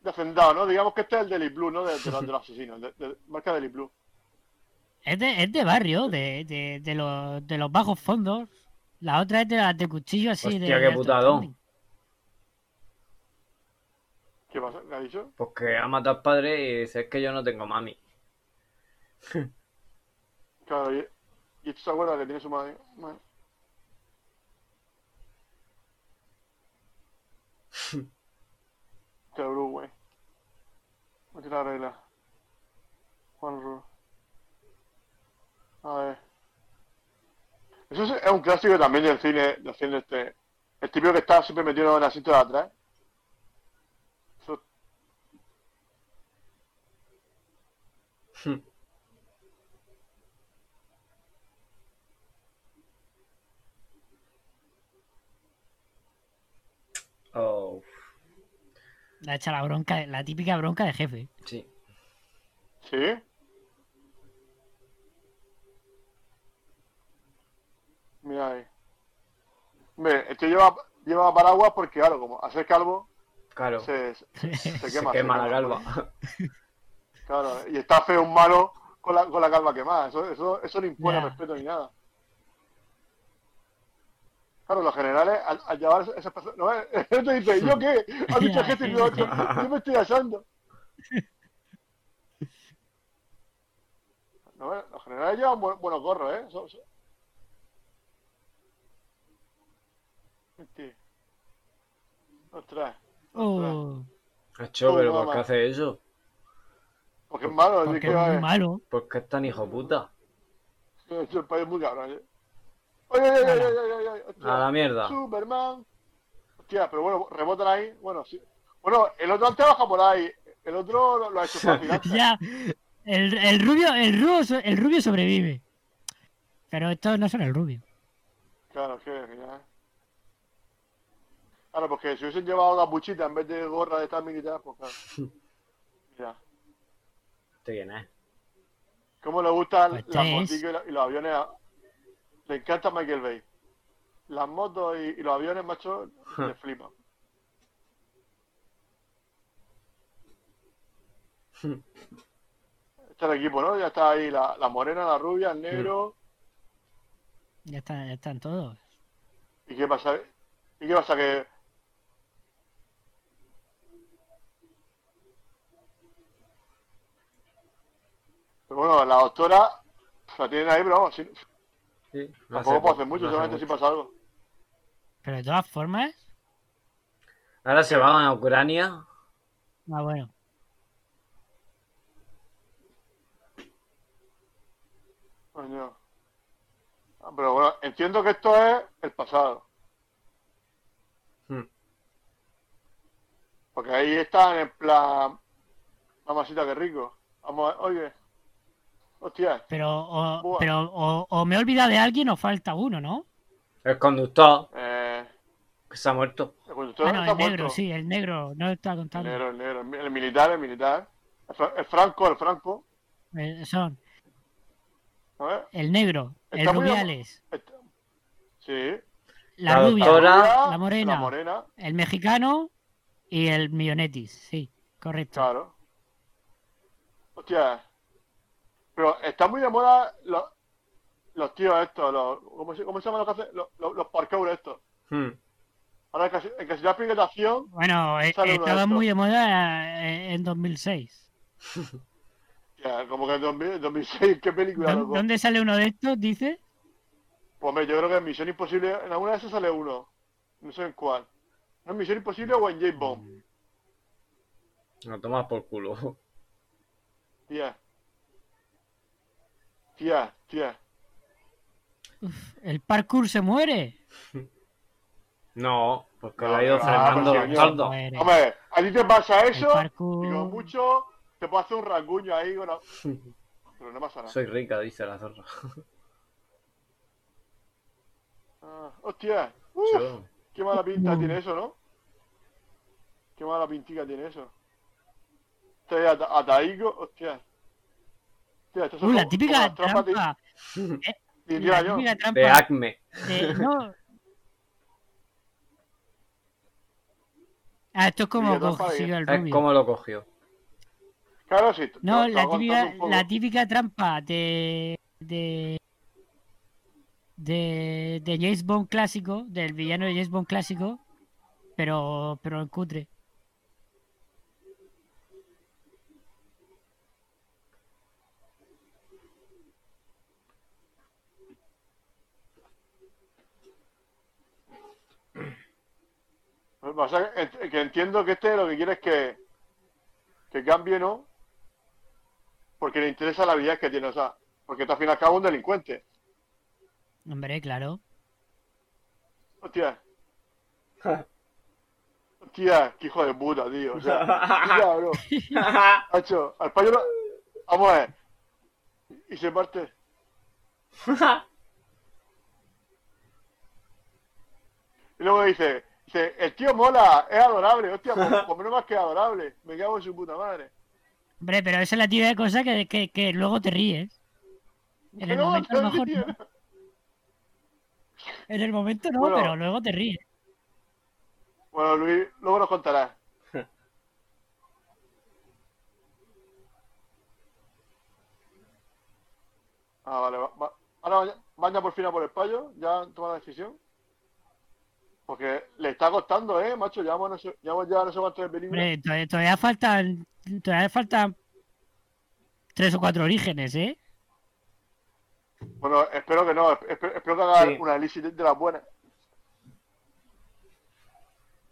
S3: de hacendado, ¿no? Digamos que este es el del Blue, ¿no? De, de, los- de los asesinos, de, de- marca del Blue.
S4: Es de, es de barrio, de, de, de, los, de los bajos fondos. La otra es de las de cuchillo así de.
S2: Hostia, qué
S4: de alto
S2: putadón.
S4: standing.
S3: ¿Qué pasa? ¿Qué ha dicho?
S2: Porque ha matado al padre y dice, es que yo no tengo mami.
S3: Claro, y, y esto se acuerda que tiene su madre. Bueno. Qué bruto, güey. No tiene la regla. Juan Ru. A ver. Eso es, es un clásico también del cine, del cine este. El típico que está siempre metido en el asiento de atrás. Eso-
S2: Oh,
S4: Le ha hecho la bronca, la típica bronca de jefe.
S2: sí.
S3: ¿Sí? Mira ahí. Hombre, el tío lleva, lleva paraguas porque, claro, como hacer calvo,
S2: Claro. Se
S3: se, se, se quema.
S2: quema, la calva.
S3: Claro, y está feo un malo con la, con la calva quemada. Eso, eso, eso no impone
S4: Ya.
S3: respeto ni nada. Claro, los generales, eh, al, al llevar esas- esas personas. No, eh, te dice, ¿yo qué? Ha dicho
S4: Ya,
S3: gente y
S4: sí,
S3: yo,
S4: sí.
S3: yo, yo me estoy asando. No, eh, los generales llevan buen- buenos gorros, ¿eh? Son- son- Hostia. Ostras. ostras.
S4: Oh,
S2: Hacho, pero ¿por
S3: Toma,
S2: qué
S3: mamá.
S2: hace eso?
S3: Porque es malo, así
S4: porque
S3: que
S4: es
S3: va,
S4: muy
S3: eh.
S4: malo.
S2: ¿Por qué Pues es tan hijo puta?
S3: Este país es muy cabrón, ¿eh? ¡Oye, oye, oye, oye, oye, oye, oye! Hostia,
S2: A la mierda.
S3: Superman. Hostia, pero bueno, rebotan ahí. Bueno, sí. Bueno, el otro antes baja por ahí. El otro lo, lo ha hecho fácil antes.
S4: Ya. El, el rubio, el rubio, so- el rubio sobrevive. Pero estos no son el rubio.
S3: Claro, que ya. Claro, porque si hubiesen llevado la buchita en vez de gorra de esta militar, pues claro. Mira,
S2: Este quién es.
S3: cómo le gustan
S4: Pues
S3: las
S4: tres.
S3: motos y, la- y los aviones. a- Le encanta Michael Bay. Las motos y, y los aviones, macho, le flipan. Está el equipo, ¿no? Ya está ahí la, la morena, la rubia, el negro.
S4: Ya están, ya están todos.
S3: ¿Y qué pasa? ¿Y qué pasa que...? Pero bueno, la doctora pf, la tienen ahí, pero vamos, si-
S2: Sí, no
S3: tampoco puedo
S2: po-
S3: hacer mucho,
S2: no hace
S3: solamente si
S2: mucho.
S3: pasa algo.
S4: Pero de todas formas.
S2: Ahora se van a Ucrania.
S4: Ah, bueno.
S3: Coño. Ah, Pero bueno, entiendo que esto es el pasado,
S2: Hmm.
S3: porque ahí están en plan... Mamacita, qué rico. Vamos a... Oye. Hostia.
S4: Pero, o,
S3: Buah.
S4: pero o, o me he olvidado de alguien o falta uno, ¿no?
S2: El conductor,
S3: Eh...
S2: que se ha muerto.
S3: El conductor
S4: Ah, no,
S3: está
S4: el negro,
S3: muerto.
S4: sí, el negro, no está
S3: El
S4: contando.
S3: negro, el negro, el mi- el militar, el militar. El, fra- el franco, el franco.
S4: Eh, son
S3: ¿no ves?
S4: el negro, el
S3: Está muy
S4: Rubiales,
S3: Este- Sí.
S4: La,
S2: La
S4: rubia,
S2: doctora-
S3: rubia,
S4: la morena.
S3: La morena,
S4: el mexicano y el millonetis, sí, correcto.
S3: claro. Hostia. Pero está muy de moda los, los tíos estos, los, ¿cómo, se, ¿cómo se llaman los que hacen? Los, los, los parkour estos.
S2: Hmm.
S3: Ahora, en casi, en casi la película de acción,
S4: Bueno, eh,
S3: Sale uno de
S4: estaba
S3: estos.
S4: muy de moda eh, en 2006.
S3: ya, como que en 2000, en 2006, ¿qué película?
S4: ¿Dó-
S3: loco?
S4: ¿Dónde sale uno de estos? Dice.
S3: Pues hombre, yo creo que en Misión Imposible, en alguna de esas sale uno. No sé en cuál. ¿No en Misión Imposible o en James Bond?
S2: No tomas por culo.
S3: Tía. Tía, tía.
S4: "Uf, el parkour se muere.
S2: No, porque lo
S3: No,
S2: ha ido
S3: no,
S2: frenando
S3: no,
S2: el
S3: no.
S2: tordo.
S4: Muere.
S3: Hombre, a ti te pasa
S4: El
S3: eso y
S4: parkour.
S3: como mucho te puedo hacer un rasguño ahí con la- Pero no pasa nada.
S2: Soy rica, dice la zorra.
S3: Ah, hostia. Uf,
S2: Yo-
S3: qué mala pinta
S4: Uh.
S3: tiene eso, ¿no? Qué mala pintica tiene eso. Estoy ata ataico, hostia. Hostia, esto
S4: Uh, la típica
S3: trampa de,
S4: trampa.
S3: de
S4: La
S3: Indiana Jones.
S4: típica
S2: De
S4: trampa.
S2: acme.
S4: de- no. Ah, esto es como
S3: Típica trampa de-
S4: consiguió el
S2: Es
S4: rubio.
S2: como lo cogió.
S3: Claro, sí. te-
S4: No,
S3: te
S4: la
S3: va contando
S4: típica,
S3: un poco.
S4: la típica trampa de, de de de James Bond clásico, del villano de James Bond clásico, pero pero en cutre.
S3: Lo que pasa es que- que entiendo que este lo que quiere es que, que cambie, ¿no? Porque le interesa la habilidad que tiene, o sea, porque está al fin y al cabo es un delincuente.
S4: Hombre, claro.
S3: Hostia. Hostia, qué hijo de puta, tío. O sea, hostia, bro. Hacho, al payo lo- Vamos a ver. Y se parte. Y luego dice, dice, el tío mola, es adorable, hostia, pues, pues menos más que adorable. Me cago en su puta madre.
S4: Hombre, pero esa es la típica cosa que, que, que luego te ríes. En el
S3: No,
S4: momento a lo
S3: no,
S4: mejor
S3: tío.
S4: no. En el momento no,
S3: Bueno.
S4: pero luego te ríes.
S3: Bueno, Luis, luego nos contarás. Ah, vale. va- va- Ahora vaya- vaya por fin a por el payo, ya toma la decisión. Porque le está costando, ¿eh, macho? Llevamos no sé, llevamos ya no sé cuántos de películas.
S4: Hombre, todavía, todavía faltan todavía faltan tres o cuatro orígenes, ¿eh?
S3: Bueno, espero que no, esp- esp- espero, que haga
S2: Sí.
S3: una análisis de, de las buenas.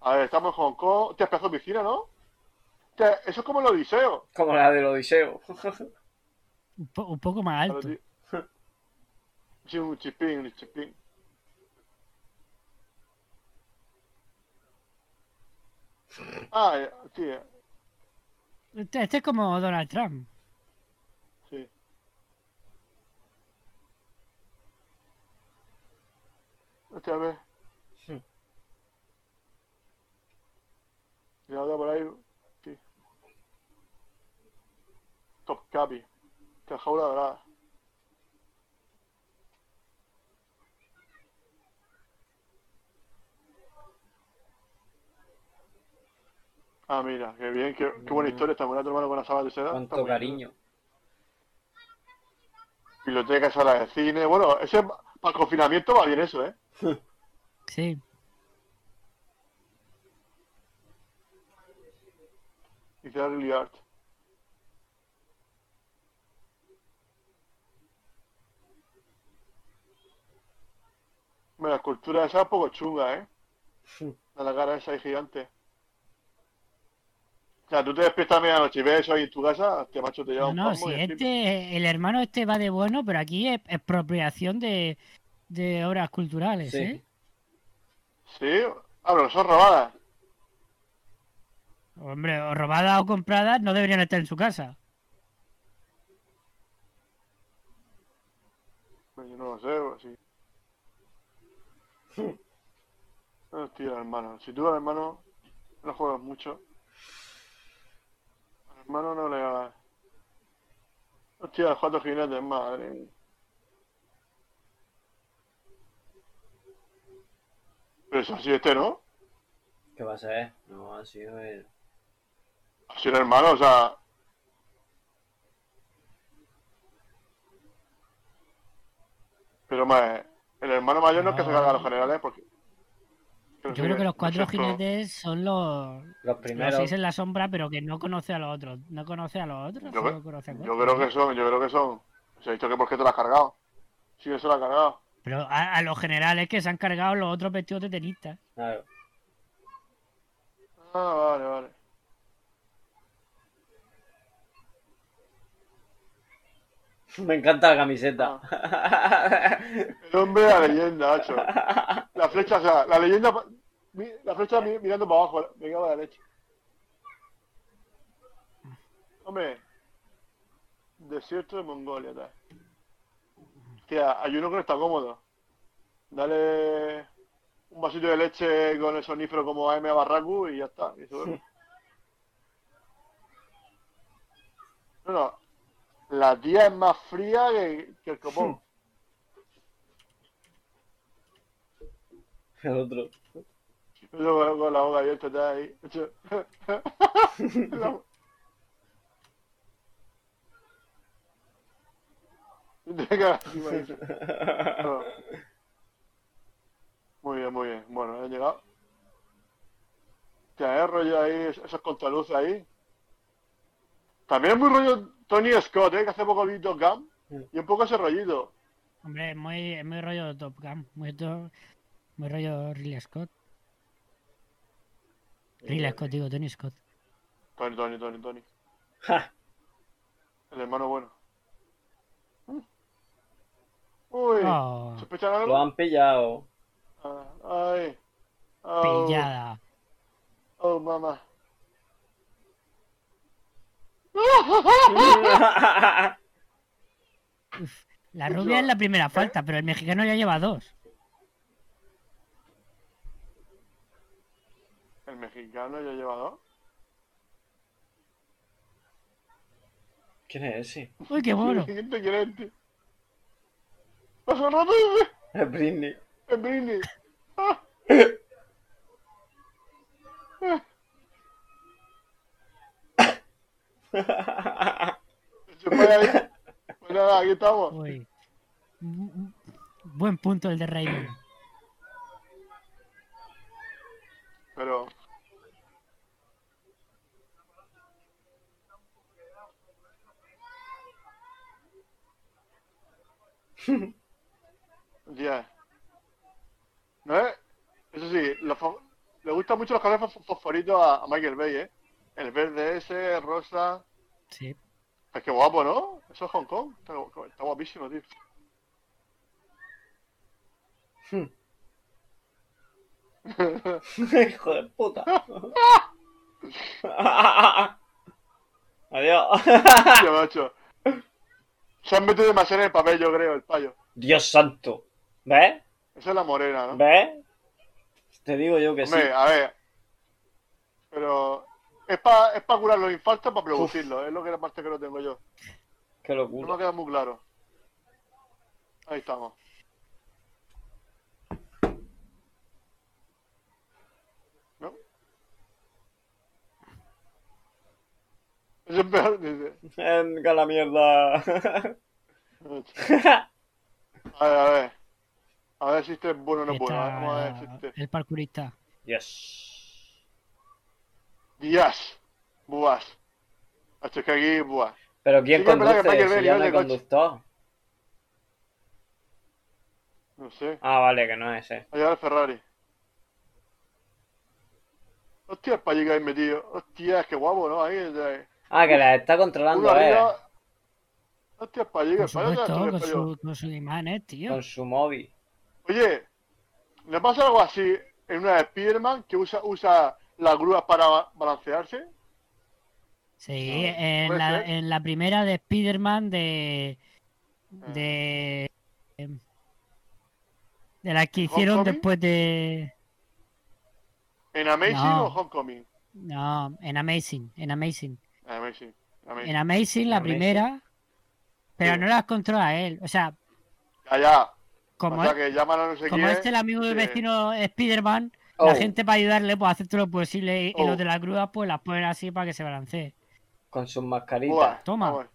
S3: A ver, estamos en Hong Kong. Te pedazo de piscina, ¿no? Hostia, eso es como el Odiseo.
S2: Como la del Odiseo.
S4: Un, po- un poco más
S3: Claro,
S4: alto.
S3: tío. Sí, un chispín, un chispín. Ah, eh, sí, eh,
S4: Este este es como Donald Trump.
S3: sí. Hostia, a ver.
S2: Sí.
S3: Ya ahora por ahí. Sí. Top Capi. Esta jaula dorada. Ah, mira, qué bien, qué, qué buena historia está buena tu hermano con las sábana de seda. Está
S2: Mm. Cuánto
S3: muy bien.
S2: cariño.
S3: Biblioteca, sala de cine. Bueno, ese para el confinamiento va bien eso, ¿eh?
S4: Sí.
S3: Dice Early Art. Bueno, la escultura esa es poco chunga, ¿eh? De la cara esa ahí gigante. O sea, tú te despiertas a medianoche y ves eso ahí en tu casa, te macho te lleva
S4: No,
S3: un
S4: no,
S3: palmo
S4: si
S3: y flipas.
S4: este, el hermano este va de bueno, pero aquí es expropiación de, de obras culturales,
S2: Sí.
S4: ¿eh?
S3: Sí, ah, pero son robadas.
S4: Hombre, o robadas o compradas no deberían estar en su casa.
S3: Pues Yo no lo sé, o así. Hostia, hermano. Si tú al hermano no juegas mucho, al hermano no le hagas. Hostia, cuatro jinetes, madre. mía. Pero eso ha sido este, ¿no?
S2: ¿Qué va a ser? No, ha sido el.
S3: Ha sido el hermano, o sea. Pero más, el hermano mayor no es que se carga a los generales, ¿eh? porque. Pues
S4: Yo creo que los cuatro jinetes son los,
S2: Los
S4: los
S2: primeros.
S4: seis en la sombra, pero que no conoce a los otros. No conoce a los otros.
S3: Yo
S4: solo
S3: creo-
S4: conoce a
S3: Yo
S4: cuatro.
S3: creo que son, yo creo que son. Se ha dicho que por qué te lo has cargado. Sí, que se lo ha cargado.
S4: Pero a, a los generales que se han cargado los otros vestidos de tenistas.
S2: Claro.
S3: Ah, vale, vale.
S2: Me encanta la camiseta. Ah.
S3: El hombre de la leyenda, hacho. La flecha, o sea, la leyenda. pa- mi- La flecha mi- mirando para abajo, me cago en la leche. Hombre, desierto de Mongolia, tal. Hostia, hay uno que no está cómodo. Dale un vasito de leche con el sonífero como AM a Barracu y ya está. y se duerme. No, no. La tía es más fría que, que el copón.
S2: El otro.
S3: Yo con, con la boca abierta está ahí. Yo- La- Te cagas encima de eso. No. Muy bien, muy bien. Bueno, he llegado. Te agarro rollo ahí, es- esos contraluces ahí. También es muy rollo Tony Scott, ¿eh? que hace poco vi Top Gun. Y un poco ese rollito.
S4: Hombre, es muy, es muy rollo Top Gun. Muy, to- muy rollo Ridley Scott. Ridley Scott, digo, Tony Scott.
S3: Tony, Tony, Tony, Tony.
S2: Ja.
S3: El hermano bueno. Uy.
S4: Oh,
S3: ¿Sospechan
S2: Lo
S3: algo?
S2: han pillado.
S3: Ah, Ay. Oh,
S4: pillada.
S3: oh mamá.
S4: La
S3: Pues
S4: rubia es la
S3: ¿Eh?
S4: primera falta, pero el mexicano ya lleva dos.
S3: El mexicano ya lleva dos.
S2: ¿Quién es ese?
S4: Uy, qué bueno.
S3: ¿Quién te quiere, tío? Pasó rato y
S2: Es Britney.
S3: el Britney. Ah. Se fue ahí. Pues nada, aquí estamos.
S4: Uy. Bu- bu- Buen punto el de Raymond.
S3: Pero. Ya. ¿No es? Eso sí, los fo- le gustan mucho los colores fos- fosforitos a, a Michael Bay, ¿eh? El verde ese, rosa.
S4: Sí.
S3: Es que guapo, ¿no? Eso es Hong Kong. Está, gu- está guapísimo, tío.
S2: Hijo de puta. Adiós.
S3: Tío, macho. Se han metido demasiado en el papel, yo creo, el payo.
S2: Dios santo. ¿Ves?
S3: Esa es la morena, ¿no?
S2: ¿Ves? Te digo yo que sí.
S3: Hombre, a ver. Pero es para es pa curar los infartos, para producirlos. Es lo que la parte que lo tengo yo.
S2: Qué
S3: No me ha
S2: locura.
S3: quedado muy claro. Ahí estamos. ¿No? Eso es peor, dice.
S2: Venga la mierda.
S3: A ver, a ver. A ver si este es bueno o no es bueno.
S4: Está
S3: Vamos a ver si este.
S4: el parkourista.
S2: Yes.
S3: Días. Buas. Hasta que aquí, buas.
S2: Pero ¿quién
S3: Sí que es verdad
S2: conduce?
S3: que Michael Bay
S2: Si yo no
S3: nivel
S2: he
S3: de coche.
S2: conductor.
S3: No sé.
S2: Ah, vale, que no es ese.
S3: A llegar el Ferrari. Hostia, para llegar ahí metido. Hostia, qué guapo, ¿no? Ahí, desde
S2: Ah, que la está
S3: uno
S2: controlando eh. él.
S3: arriba. Hostia, para llegar,
S4: Por
S3: para allá,
S4: supuesto,
S3: sobre
S4: con,
S3: el fallo.
S4: su, con sus imanes, tío.
S2: Con su móvil.
S3: Oye, ¿le pasa algo así en una de Spider-Man que usa, usa las grúas para ba- balancearse?
S4: Sí,
S3: Ah,
S4: en
S3: puede
S4: la,
S3: ser.
S4: en la primera de Spider-Man de.
S3: Ah.
S4: de. em, de la que hicieron
S3: Homecoming?
S4: después de.
S3: ¿En Amazing
S4: No.
S3: o Homecoming?
S4: No, en Amazing, en Amazing.
S3: Amazing. Amazing.
S4: En Amazing, la
S2: Amazing.
S4: primera. Pero
S3: Sí.
S4: no las controla él. O sea,
S3: Ya, ya.
S4: como,
S3: o sea, que llaman a no sé
S4: como
S3: quién.
S4: este el amigo del
S3: que-
S4: vecino Spider-Man,
S2: Oh,
S4: la gente para ayudarle, pues hace todo lo posible. Y
S3: Oh.
S4: los de la grúa, pues las ponen así para que se balancee.
S2: Con sus mascaritas.
S3: Buah,
S4: Toma.
S3: vamos.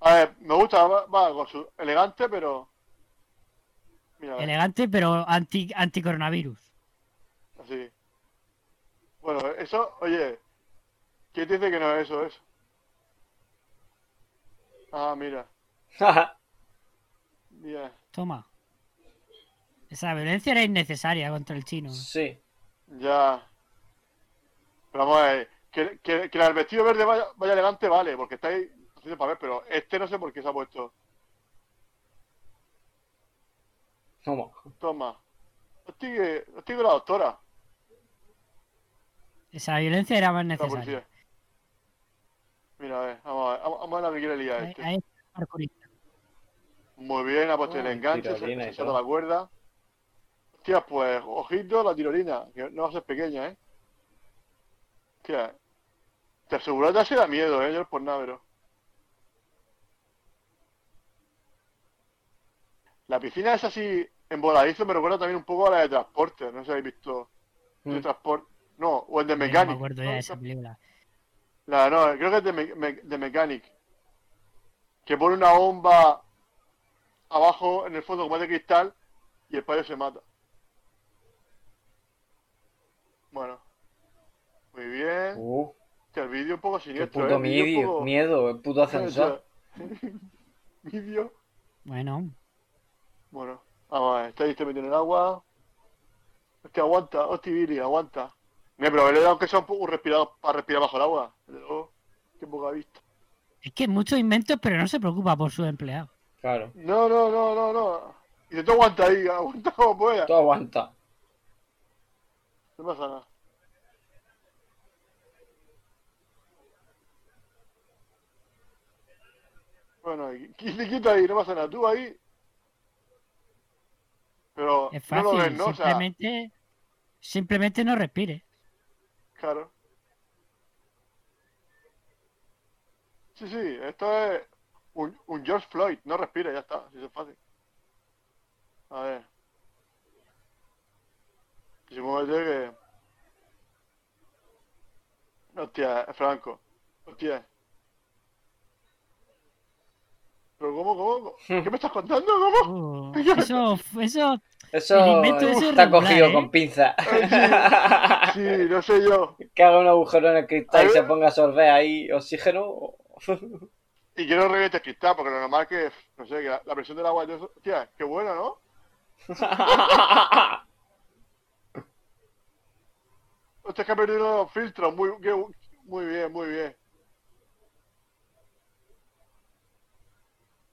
S3: A ver, me gusta, va, va con su elegante, pero. Mira, a ver,
S4: Elegante, pero anti, anticoronavirus.
S3: así. Bueno, eso, oye, ¿quién te dice que no es eso? eso? Ah, mira, ya,
S4: Toma. Esa violencia era innecesaria contra el chino.
S2: sí.
S3: ya. Pero vamos a ver, que, que, que el vestido verde vaya, vaya elegante, vale, porque está ahí haciendo para ver, pero este no sé por qué se ha puesto.
S2: Como.
S3: Toma. Hostia, hostia, la doctora,
S4: Esa violencia era más
S3: la
S4: necesaria.
S3: policía. Mira, a ver, vamos a ver, vamos vamos a ver la que quiere liar
S4: Ahí-
S3: este.
S4: ahí está el parkourista.
S3: Muy bien, ha puesto el
S2: Uy,
S3: enganche, se,
S2: tirolina y
S3: se
S2: todo.
S3: salta la cuerda. Hostia, pues, ojito la tirolina, que no va a ser pequeña, ¿eh? Hostia, te aseguro que te da miedo, ¿eh? Yo por nada, pero... La piscina es así, en voladizo, me recuerda también un poco a la de transporte, no sé si habéis visto.
S2: Mm.
S3: De transporte... No, o el de
S4: No
S3: mecánico.
S4: me acuerdo ya de esa película.
S3: La, no, creo que es de, Me- Me- de Mechanic. Que pone una bomba abajo en el fondo como es de cristal y el padre se mata. Bueno. Muy bien.
S2: Uh,
S3: Hostia, El vídeo un poco
S2: qué
S3: siniestro.
S2: puto
S3: ¿eh? El vídeo un
S2: miedo,
S3: poco-
S2: miedo, el puto ascensor.
S3: Vídeo.
S4: Bueno,
S3: Bueno. Vamos a ver, está ahí, está metido en el agua. Hostia, aguanta, hostia, Billy, aguanta. Mira, pero le he dado que sea un, poco un respirador para respirar bajo el agua. Desde luego, Qué poca vista.
S4: es que muchos inventos, pero no se preocupa por sus empleados.
S2: Claro.
S3: No, no, no, no, no. Y tú aguanta ahí, aguanta como pueda.
S2: Tú aguanta.
S3: No pasa nada. Bueno, qui- qui- quita ahí, no pasa nada. Tú ahí. Pero
S4: Es
S3: no
S4: fácil,
S3: lo ves, ¿no? O sea,
S4: simplemente, simplemente no respire.
S3: claro. Sí, sí, esto es un, un George Floyd. No respira, ya está. Si es fácil. A ver. Supongo yo que. Hostia, Franco. Hostia. ¿Pero cómo, cómo? ¿Qué me estás contando? ¿Cómo?
S4: Uh, eso, eso,
S2: Eso
S4: El invento ese es
S2: está
S4: regular,
S2: cogido
S4: ¿eh?
S2: con pinza.
S3: Sí, no sé yo.
S2: que haga un agujero en el cristal y
S3: A
S2: se
S3: ver.
S2: ponga a sorber ahí oxígeno.
S3: Y quiero revientes cristal, porque lo normal es que, no sé, que la, la presión del agua. y todo eso- Hostia, qué bueno, ¿no? Hostia, es que ha perdido los filtros. Muy, qué- muy bien, muy bien.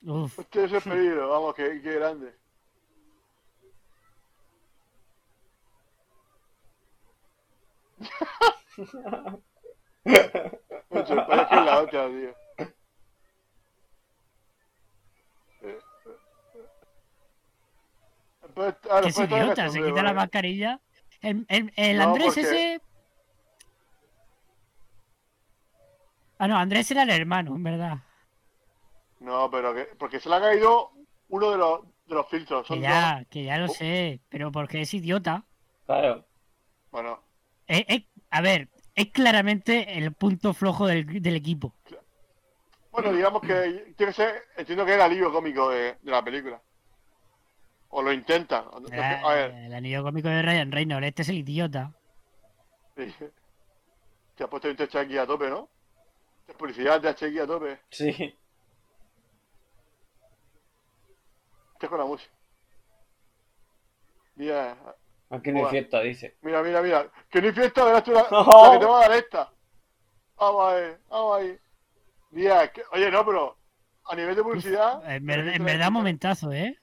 S4: uf,
S3: Hostia, ese es peligro, vamos, que qué grande. Mucho, parece que es la otra, Eh, tío. eh, Después- ah,
S4: que
S3: después
S4: es
S3: está el
S4: idiota, se
S3: cachondeo,
S4: quita la
S3: vale.
S4: mascarilla. El, el-
S3: ¿eh?
S4: el
S3: No,
S4: Andrés
S3: porque-
S4: ese... Ah, no, Andrés era el hermano, en verdad.
S3: No, pero que, porque se le ha caído uno de los, de los filtros.
S4: Que
S3: Son dos. Oh.
S4: ya, que ya lo sé, pero porque es idiota.
S2: claro.
S3: Bueno,
S4: Es- es- a ver, es claramente el punto flojo del, del equipo.
S3: Bueno, digamos que tiene que ser, entiendo que es el alivio cómico de, de la película. O lo intenta. o no- no sé,
S4: Ah,
S3: a ver,
S4: El anillo cómico de Ryan Reynolds, este es el idiota.
S3: sí. te has puesto un techo aquí a tope, ¿no? Es publicidad de aquí a tope.
S2: Sí.
S3: Este es con la música. Mira,
S2: Aquí no hay
S3: Buah.
S2: fiesta, dice.
S3: mira, mira, mira. Que no hay fiesta, verás tú la,
S2: No.
S3: la que te va a dar esta. Vamos ahí, vamos ahí. Mira, que- oye, no, pero a nivel de publicidad.
S4: En, ver- en verdad, momentazo, ¿eh?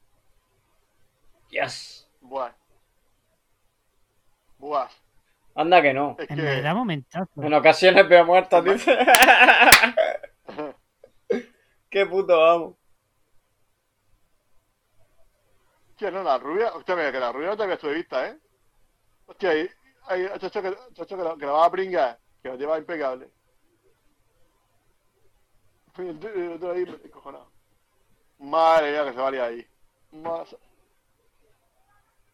S2: Yes.
S3: Buah. Buah.
S2: Anda que no.
S3: Es
S4: En
S3: que.
S4: verdad, momentazo.
S2: En ocasiones veo muertos, dice. Qué puto amo.
S3: Hostia, no, la rubia, hostia, mira, que la rubia no te había visto de vista, ¿eh? Hostia, ahí, ahí, chacho, que, chacho, que, la, que la va a pringar, que la lleva impecable. Y el, tío- el otro ahí, cojonado. Madre mía, que se valía ahí. Más-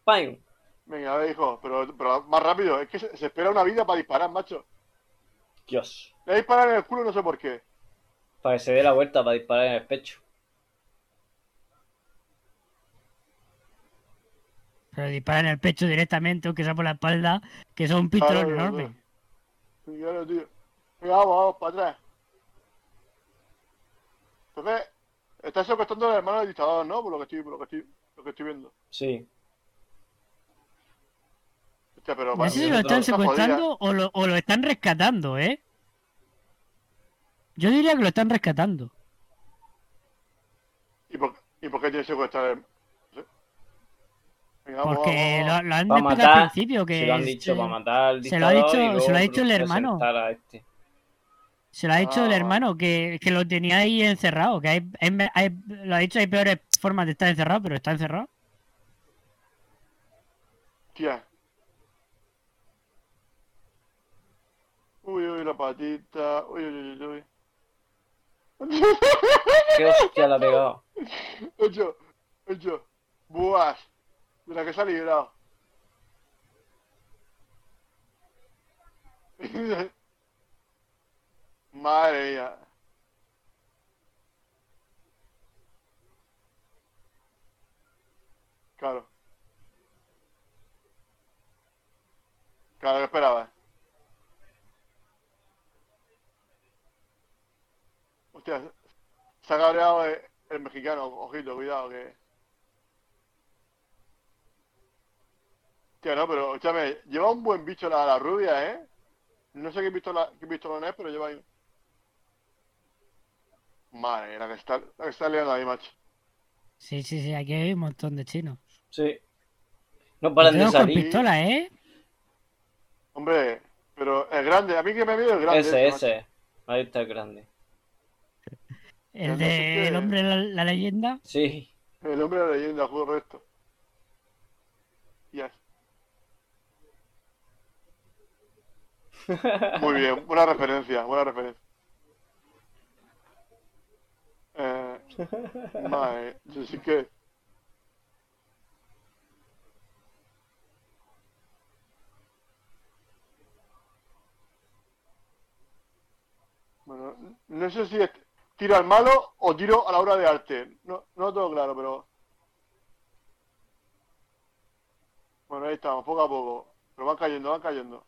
S2: ¡Pam!
S3: Venga, a ver, hijo, pero, pero más rápido. Es que se, se espera una vida para disparar, macho.
S2: Dios.
S3: Le disparan en el culo, no sé por qué.
S2: Para que se dé la vuelta para disparar en el pecho.
S4: Pero disparan en el pecho directamente, aunque sea por la espalda, que son un pistolón
S3: Claro, claro,
S4: enorme.
S3: Y claro, tío. Venga, vamos, vamos, para atrás. Entonces, está secuestrando al hermano del dictador, ¿no? Por lo que estoy, por lo que estoy, lo que estoy viendo.
S2: Sí.
S3: Hostia, pero
S4: No
S3: para
S4: sé
S3: mí
S4: si
S3: es
S4: lo
S3: otra- otra
S4: están
S3: jodida.
S4: secuestrando o lo, o lo están rescatando, ¿eh? Yo diría que lo están rescatando.
S3: ¿Y por, ¿Y por qué tiene que secuestrar el... no sé. Venga, vamos,
S4: Porque
S3: vamos,
S4: lo,
S3: vamos.
S4: lo han
S2: Para
S4: explicado al
S2: matar,
S4: principio que
S2: se lo han
S4: es-
S2: dicho para matar al
S4: Este, se lo ha
S2: dictador
S4: dicho-
S2: y
S4: se lo
S2: luego
S4: ha dicho el hermano.
S2: presentar a este.
S4: se lo ha dicho
S3: Ah,
S4: el
S3: vale.
S4: hermano, que, que lo tenía ahí encerrado, que hay, hay me- hay- lo ha dicho, hay peores formas de estar encerrado, pero está encerrado.
S3: Tía. Uy, uy, la patita. Uy, uy, uy, uy.
S2: ¡Qué hostia le ha pegado!
S3: Ocho, ocho. Buas. De la que se ha librado. Madre mía. Claro. Claro, que esperaba. Hostia, se ha cabreado el, el mexicano, ojito, cuidado que. Hostia, no, pero escúchame, lleva un buen bicho la, la rubia, ¿eh? No sé qué pistola, qué pistolón es, pero lleva ahí. Madre, la que está, la que está liando ahí, macho.
S4: Sí, sí, sí, aquí hay un montón de chinos.
S2: Sí. No paran de
S4: Todos con
S2: salir.
S4: pistola, ¿eh?
S3: Hombre, pero es grande, a mí que me miedo es grande. este,
S2: Ese,
S3: macho.
S2: ese. Ahí está el grande.
S4: El
S3: Pero no sé
S4: de
S3: qué-
S4: El hombre, la, la leyenda.
S2: Sí.
S3: El hombre de la leyenda, juego correcto. Yes. Muy bien, buena referencia, buena referencia. Eh, madre, yo sí que. Bueno, no sé si es tiro al malo o tiro a la obra de arte. No, no lo tengo claro, pero. Bueno, ahí estamos, poco a poco. Pero van cayendo, van cayendo.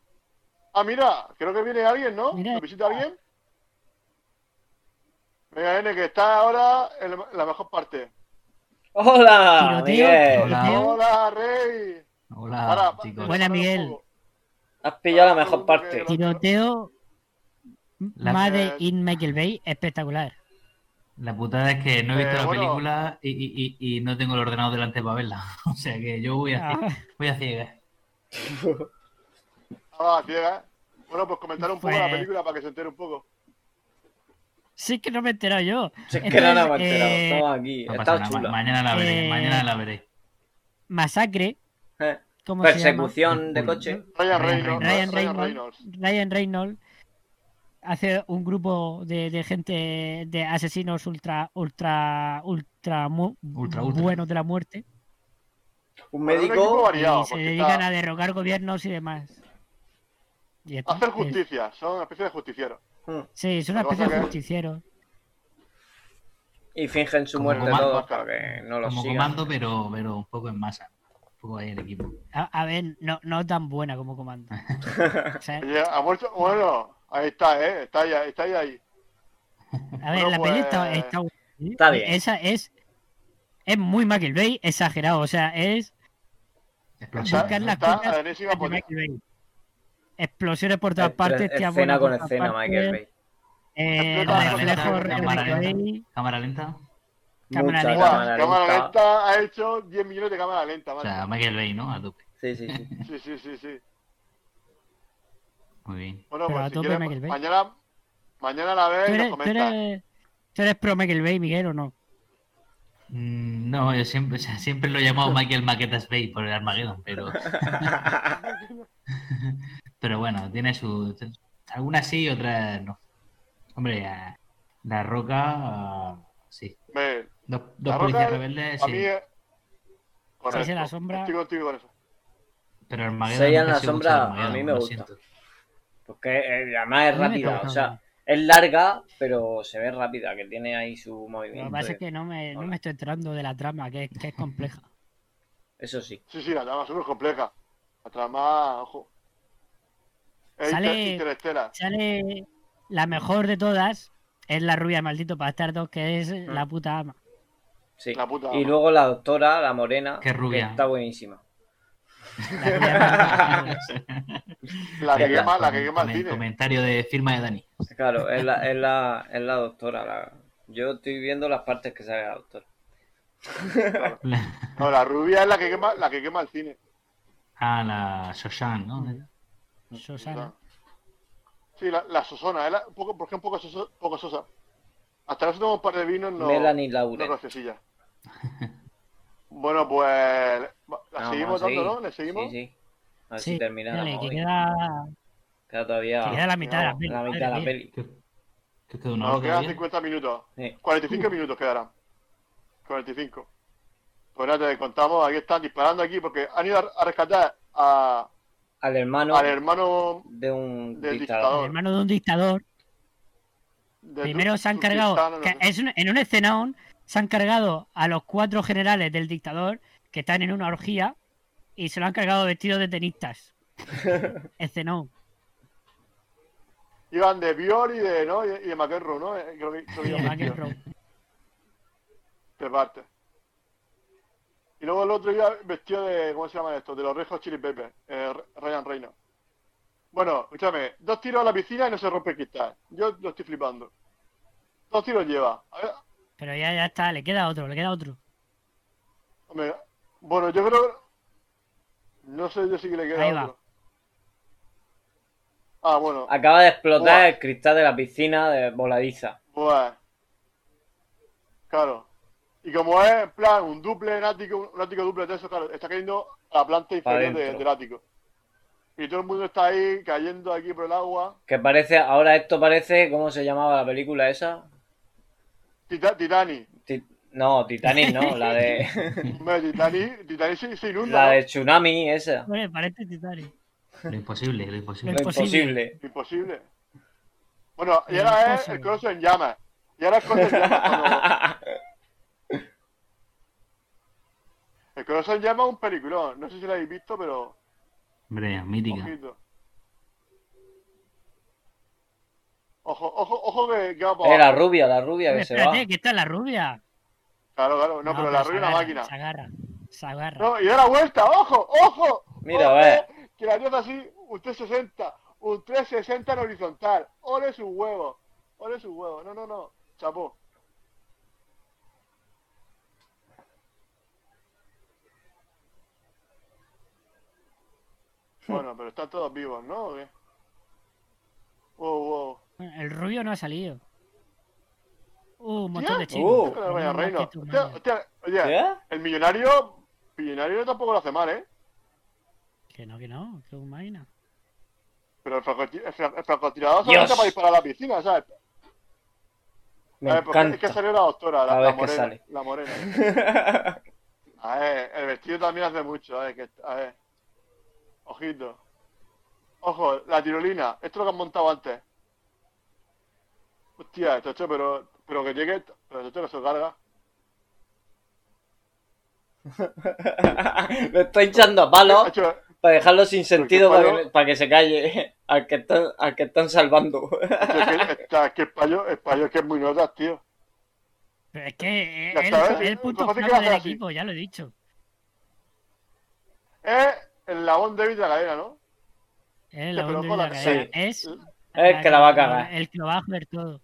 S3: Ah, mira, creo que viene alguien, ¿no?
S4: Mira. ah.
S3: ¿Nos visita alguien? Venga, N, que está ahora en la- en la mejor parte.
S2: ¡Hola!
S4: Tiroteo.
S2: Ah, Miguel.
S5: Hola.
S3: Hola, Rey.
S5: Hola,
S3: Ahora,
S5: Ah, chicos.
S4: Buena, Miguel.
S2: Has pillado la mejor parte.
S4: Tiroteo.
S5: La-
S4: Made in Michael Bay, espectacular.
S5: La putada es que no he
S3: Eh,
S5: visto la
S3: bueno.
S5: película y, y- y- y no tengo el ordenador delante para verla. O sea que yo voy a,
S4: Ah,
S5: voy a ciegas.
S3: Ah, ciega. Bueno, pues comentar un poco
S4: Pues-
S3: la película para que se entere un poco.
S4: sí que no me he enterado yo.
S2: Si es que no nos hemos
S4: Entonces,
S2: enterado.
S4: eh,
S2: Estamos aquí.
S5: No pasa
S2: Está
S5: nada, ma-
S2: chula.
S5: Mañana la veré,
S4: Eh,
S5: mañana la veré.
S4: Masacre.
S2: Eh,
S4: ¿Cómo
S2: Persecución de
S5: Uy.
S2: coche.
S3: Ryan
S5: Ryan
S3: Reynolds.
S4: Ryan
S3: Ryan
S4: Reynolds. se llama? Ryan Reynolds hace un grupo de, de gente, de asesinos ultra, ultra, ultra, mu-
S5: Ultra, ultra.
S4: buenos de la muerte.
S2: Un
S3: Bueno, un equipo
S2: médico.
S3: variado,
S4: y se
S3: porque
S4: dedican
S3: está-
S4: a derrocar gobiernos y demás. Y esto-
S3: Hacer
S4: es-
S3: justicia, son una especie de justiciero.
S4: Sí, es una
S3: Lo que
S4: especie de
S3: pasa que-
S4: justiciero.
S2: Y fingen su
S5: Como
S2: muerte
S5: comando.
S2: todos para que eh, no lo
S5: Como
S2: sigan.
S5: comando, pero, pero un poco en masa. Un poco ahí el equipo.
S4: A, a ver, no, no tan buena como comando. O sea,
S3: Oye, ha muerto. Bueno, ahí está, ¿eh? Está ahí, está ahí. ahí.
S4: A ver,
S3: Bueno,
S4: la peli está,
S3: pues,
S4: está buena, ¿sí?
S2: está bien.
S4: Esa es. Es muy Michael Bay, exagerado. O sea, es.
S3: Está,
S5: Explosión.
S4: Buscar las
S3: está
S4: cosas
S3: a la enésima
S4: de
S3: potencia.
S4: Michael Bay. Explosiones por todas partes, tía
S2: Eh, escena
S4: buena
S2: con
S4: por todas
S2: escena,
S4: partes,
S2: Michael Bay.
S4: Eh,
S3: Cámara
S4: reflejos
S3: lenta,
S4: de
S5: cámara
S4: Michael Bay.
S5: Cámara lenta.
S4: Cámara
S2: Mucha
S4: lenta.
S3: Buah,
S2: cámara
S3: cámara
S2: lenta.
S3: lenta ha hecho 10 millones de cámara lenta,
S5: O
S3: macho.
S5: sea, Michael Bay, ¿no? A tope.
S2: Sí, sí, sí.
S3: Sí, sí, sí, sí.
S5: Muy bien.
S3: Bueno,
S4: Pero a
S3: pues si
S4: tope
S3: quieres,
S4: Michael Bay.
S3: mañana, mañana la
S4: ¿Tú
S3: ves y nos
S4: eres, tú
S3: comentas.
S4: eres- tú eres pro Michael Bay, Miguel, o no?
S5: Mm, No, yo siempre, o sea, siempre lo he llamado Michael Maquetas Bay por el Armageddon, pero. pero bueno, tiene su. Algunas sí, otras no. Hombre, a- La Roca ah, sí.
S3: Me-
S5: Dos, dos
S3: La
S5: policías
S3: Roca,
S5: rebeldes,
S3: a
S5: sí.
S3: mí es...
S4: Seis en la sombra.
S3: Estoy contigo con eso.
S5: Pero Armageddon.
S2: Seis en
S5: nunca
S2: la
S5: he sido mucho
S2: sombra,
S5: de
S2: a mí
S5: Armageddon,
S2: me
S5: lo
S2: gusta.
S5: siento.
S2: Porque eh, además es
S4: A mí me
S2: rápida,
S4: gusta.
S2: o sea, es larga, pero se ve rápida, que tiene ahí su
S4: Lo
S2: movimiento.
S4: que pasa es que no me, no me
S2: Hola.
S4: estoy enterando de la trama, que, es- que es compleja.
S2: Eso sí.
S3: Sí, sí, la trama es súper compleja. La trama, ojo. Es
S4: Sale-
S3: inter- interestela.
S4: Sale la mejor de todas, es la rubia maldito bastardo, que es
S2: Mm.
S4: la puta ama.
S2: sí.
S3: La puta
S2: y
S3: ama.
S2: luego la doctora, la morena,
S5: Qué rubia.
S2: que está buenísima.
S4: La rubia maldito,
S3: La que
S2: Venga,
S3: quema, la que quema el
S5: Comen-
S3: cine.
S5: Comentario de firma de Dani.
S2: Claro, es la, es la, es la doctora. la- Yo estoy viendo las partes que sale la doctora.
S3: Claro. No, la rubia es la que quema, la que quema el cine.
S5: Ah, la Shoshan, ¿no?
S2: Mm.
S4: es Susana.
S3: Sí, la, la Sosona, es la- un poco, porque es un poco, soso- poco sosa. Hasta los últimos par de vinos no,
S2: Melanie
S3: no
S2: Lauren.
S3: graciosilla. Bueno, pues va- la
S2: Vamos a
S3: seguimos
S2: seguir.
S3: dando, ¿no? ¿Le
S2: Sí,
S3: seguimos?
S2: sí. A ver
S4: Sí,
S2: si termina.
S4: dale,
S2: la
S4: que
S2: movida.
S4: queda,
S2: Queda todavía
S4: que queda la mitad de la peli.
S2: la mitad de
S4: madre
S2: la
S4: mía.
S2: peli.
S5: ¿Qué, qué quedó una
S3: Nos
S5: hora
S3: quedan
S5: todavía?
S3: 50 minutos.
S2: Sí.
S3: 45 minutos quedarán. 45. Pues nada, te contamos, aquí están disparando aquí porque han ido a a rescatar a,
S2: Al hermano
S3: al hermano
S2: de un dictador.
S3: del dictador.
S4: El hermano de un dictador.
S3: de
S4: Primero
S3: Tur-
S4: se han
S3: Turquistán,
S4: cargado,
S3: no
S4: que
S3: sé.
S4: es un- en un escenaón, se han cargado a los cuatro generales del dictador que están en una orgía y se lo han cargado vestidos de tenistas. escenaón.
S3: Iban de Bior y de, ¿no? y de, y de McEnroe, ¿no? Eh, Creo que, creo que
S4: Y de
S3: iban
S4: Michael
S3: vestidos
S4: Rowe.
S3: de parte. Y luego el otro iba vestido de, ¿cómo se llama esto? De los rejos Chili Peppers, eh, Ryan Reynolds. Bueno, escúchame, dos tiros a la piscina y no se rompe el cristal. Yo lo estoy flipando. Dos tiros lleva. A ver,
S4: Pero ya, ya está, le queda otro, le queda otro.
S3: Hombre, bueno, yo creo. No sé yo si que le queda
S4: Ahí va.
S3: otro. Ah, bueno.
S2: Acaba de explotar
S3: Buah.
S2: el cristal de la piscina de voladiza.
S3: Pues. Claro. Y como es, en plan, un duple en ático, un ático duple de eso, claro, está cayendo a la planta inferior de-
S2: Adentro.
S3: del ático. Y todo el mundo está ahí cayendo aquí por el agua.
S2: Que parece, ahora esto parece, ¿cómo se llamaba la película esa?
S3: Tita- Titani.
S2: Ti- no, Titanic, no, la de
S3: Hombre, Titani, Titani se, se inunda.
S2: la
S3: ¿no?
S2: de Tsunami, esa.
S4: Hombre, parece este Titanic.
S5: Lo imposible, lo
S2: Lo
S5: imposible.
S4: Lo
S2: imposible.
S3: Imposible. Bueno, y
S4: Lo
S3: ahora es
S4: imposible.
S3: el coloso en llamas. Y ahora el coloso en llamas cuando- El corazón llama un peliculón. No sé si lo habéis visto, pero.
S5: Hombre, mítica.
S3: Ojito. Ojo, ojo, ojo que, que va para
S2: Eh, la
S3: abajo.
S2: rubia, la rubia que se va.
S4: Espérate, que está la rubia.
S3: Claro, claro. No, pero la
S4: se
S3: ruina una
S4: agarra,
S3: máquina.
S4: Se agarra, se agarra.
S3: No, y da la vuelta. ¡Ojo! ¡Ojo!
S2: Mira,
S3: ojo,
S2: a ver.
S3: Que la tiene así, un 360. Un 360 en horizontal. Ole su huevo. Ole su huevo. No, no, no. Chapó.
S4: Hmm.
S3: Bueno, pero están todos vivos, ¿no? ¿O qué? Wow, wow.
S4: El rubio no ha salido. Uh, un montón de
S3: Hostia.
S4: chicos.
S2: Uh,
S3: Pero vaya
S4: Menos mal
S3: reino.
S4: que tu
S3: Hostia,
S4: madre.
S3: hostia, oye,
S2: ¿Qué?
S3: el millonario, millonario tampoco lo hace mal, ¿eh?
S4: Que no, que no, que un máquina.
S3: Pero el francotir- el fra- el francotirador
S2: Dios.
S3: solamente para disparar a la piscina, ¿sabes?
S2: Me
S3: A ver, porque
S2: encanta.
S3: Es que salió la doctora, la,
S2: Cada
S3: la
S2: vez que
S3: morena.
S2: sale.
S3: La morena. A ver, el vestido también hace mucho, a ver, que, a ver. Ojito. Ojo, la tirolina. Esto es lo que han montado antes. Hostia, chacho, pero, pero que llegue. Pero chacho, que se lo carga.
S2: Lo estoy hinchando a palos
S3: Chacho,
S2: para dejarlo sin sentido
S3: Porque
S2: para que,
S3: palo-
S2: para que se calle al que están, al que están salvando.
S3: chacho, es que, está- es que el payo, el payo es que es muy notas, tío.
S4: Pero es que es
S3: Ya
S4: es el,
S3: está,
S4: es el
S3: ¿eh?
S4: punto
S3: Lo que pasa es que
S4: flaco
S3: va a
S4: del
S3: ser así.
S4: equipo, ya lo he dicho.
S3: Es el labón débil de la cadena, ¿no?
S4: Es
S3: Ya,
S4: la
S3: pero
S4: onda de
S3: con
S4: la
S3: la-
S4: cadena.
S2: sí.
S4: Es
S2: Es que la va a cagar.
S4: El que lo va a joder todo.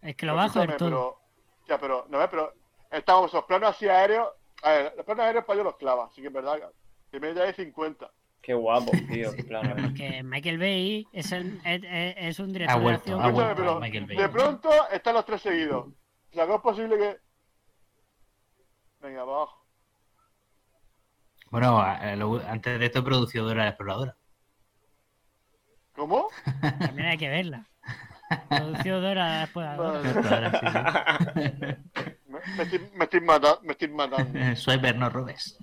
S4: El que lo
S3: Pero
S4: va a joder
S3: Pues escúchame,
S4: todo.
S3: Pero, ya, pero, no ves, pero estamos esos planos así aéreos. A ver, los planos aéreos para yo los clava, así que es verdad. De media de 50.
S2: Qué guapo, tío. en plan,
S4: Porque Michael Bay es, el- es, es- es un director
S5: Ha vuelto,
S4: de
S5: ha
S4: acción.
S3: Escúchame, vuelto pero
S5: Michael Bay.
S3: De pronto están los tres seguidos. O sea, ¿cómo es posible que. Venga, para abajo.
S5: Bueno, a- a lo- antes de esto, producido Dora la Exploradora.
S3: ¿Cómo?
S4: También hay que verla. Producido de hora después de ahora.
S3: Vale.
S5: Ahora
S3: Me, me estoy, me estoy mata- me estoy
S5: sí,
S3: matando.
S5: sí. Swiper, no Eh, robes.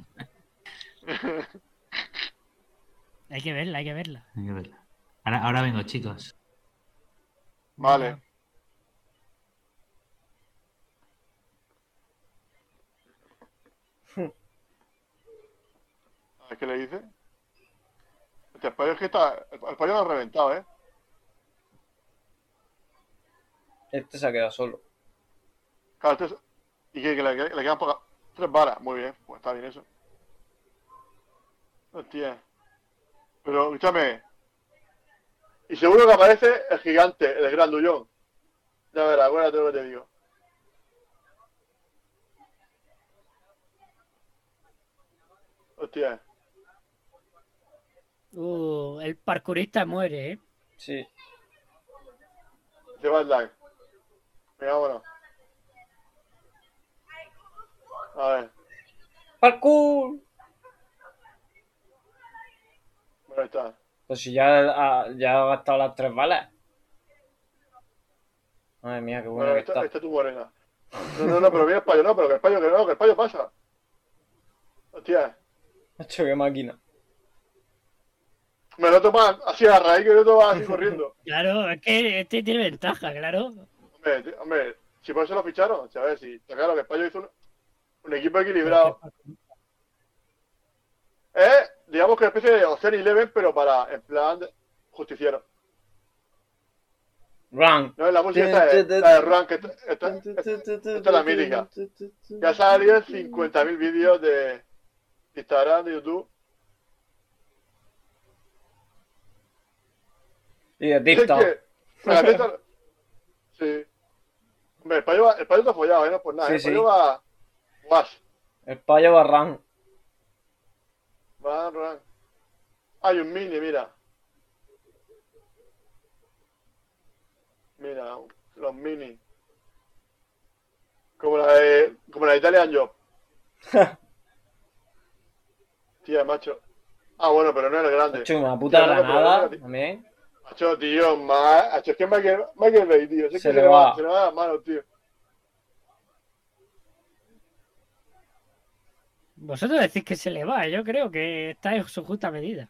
S4: Hay que verla, hay que verla.
S5: Hay que verla. Ahora, ahora vengo, chicos.
S3: Vale. A ver, ¿Qué le dice? Hostia, El pollo es que está. El el pollo lo ha reventado, ¿eh?
S2: Este se ha quedado solo.
S3: Claro, este es- Y que, que le, que le quedan pocas. Tres varas. Muy bien, pues está bien eso. Hostia. Pero, escúchame. Y seguro que aparece el gigante, el grandullón. Ya verás, acuérdate lo que te digo. Hostia.
S4: Uh, el parkourista muere, ¿eh?
S2: Sí.
S3: Se va el lag. Venga, vámonos. A ver,
S2: ¡Parkour!
S3: bueno, ahí está.
S2: Pues si ya ha, ya ha gastado las tres balas. Madre mía, qué buena
S3: Bueno,
S2: que
S3: esta,
S2: está.
S3: esta es tu morena. No, no, no, pero mira el payo, no, pero que el payo, que no, que el payo pasa. Hostia.
S2: Macho, qué máquina.
S3: Me lo toman así a raíz que el otro va así corriendo.
S4: Claro, es que este tiene ventaja, claro.
S3: Hombre, te- hombre, si por eso lo ficharon, ¿sabes? Si, claro, que el payo hizo un, un equipo equilibrado. Eh, digamos que una especie de Ocean Eleven, pero para, en plan, de- justiciero.
S2: Run.
S3: No, la música esta es la de Ruan, que esta, esta- esta- esta es la mítica. Ya salió en 50.000 vídeos de Instagram, de YouTube.
S2: Y de
S3: Dicen
S2: TikTok.
S3: que- Mira, TikTok- Sí. Hombre, el payo, va- el payo está follado, ¿eh? No por nada.
S2: Sí,
S3: el payo
S2: sí.
S3: va... Guas.
S2: El payo va run.
S3: Va, Roland. Hay un mini, mira. Mira, los mini. Como la de, como la de Italian Job. Tía, macho. Ah, bueno, pero no era grande.
S2: Macho, una puta
S3: Tía, no, no, pero no
S2: granada.
S3: era-
S2: También.
S3: Macho, tío, ma... macho, es que es Michael, Michael Bay, tío. Es que
S2: Se
S3: se
S2: le
S3: le va,
S2: va.
S3: se le va las manos, tío.
S4: Vosotros decís que se le va, yo creo que está en su justa medida.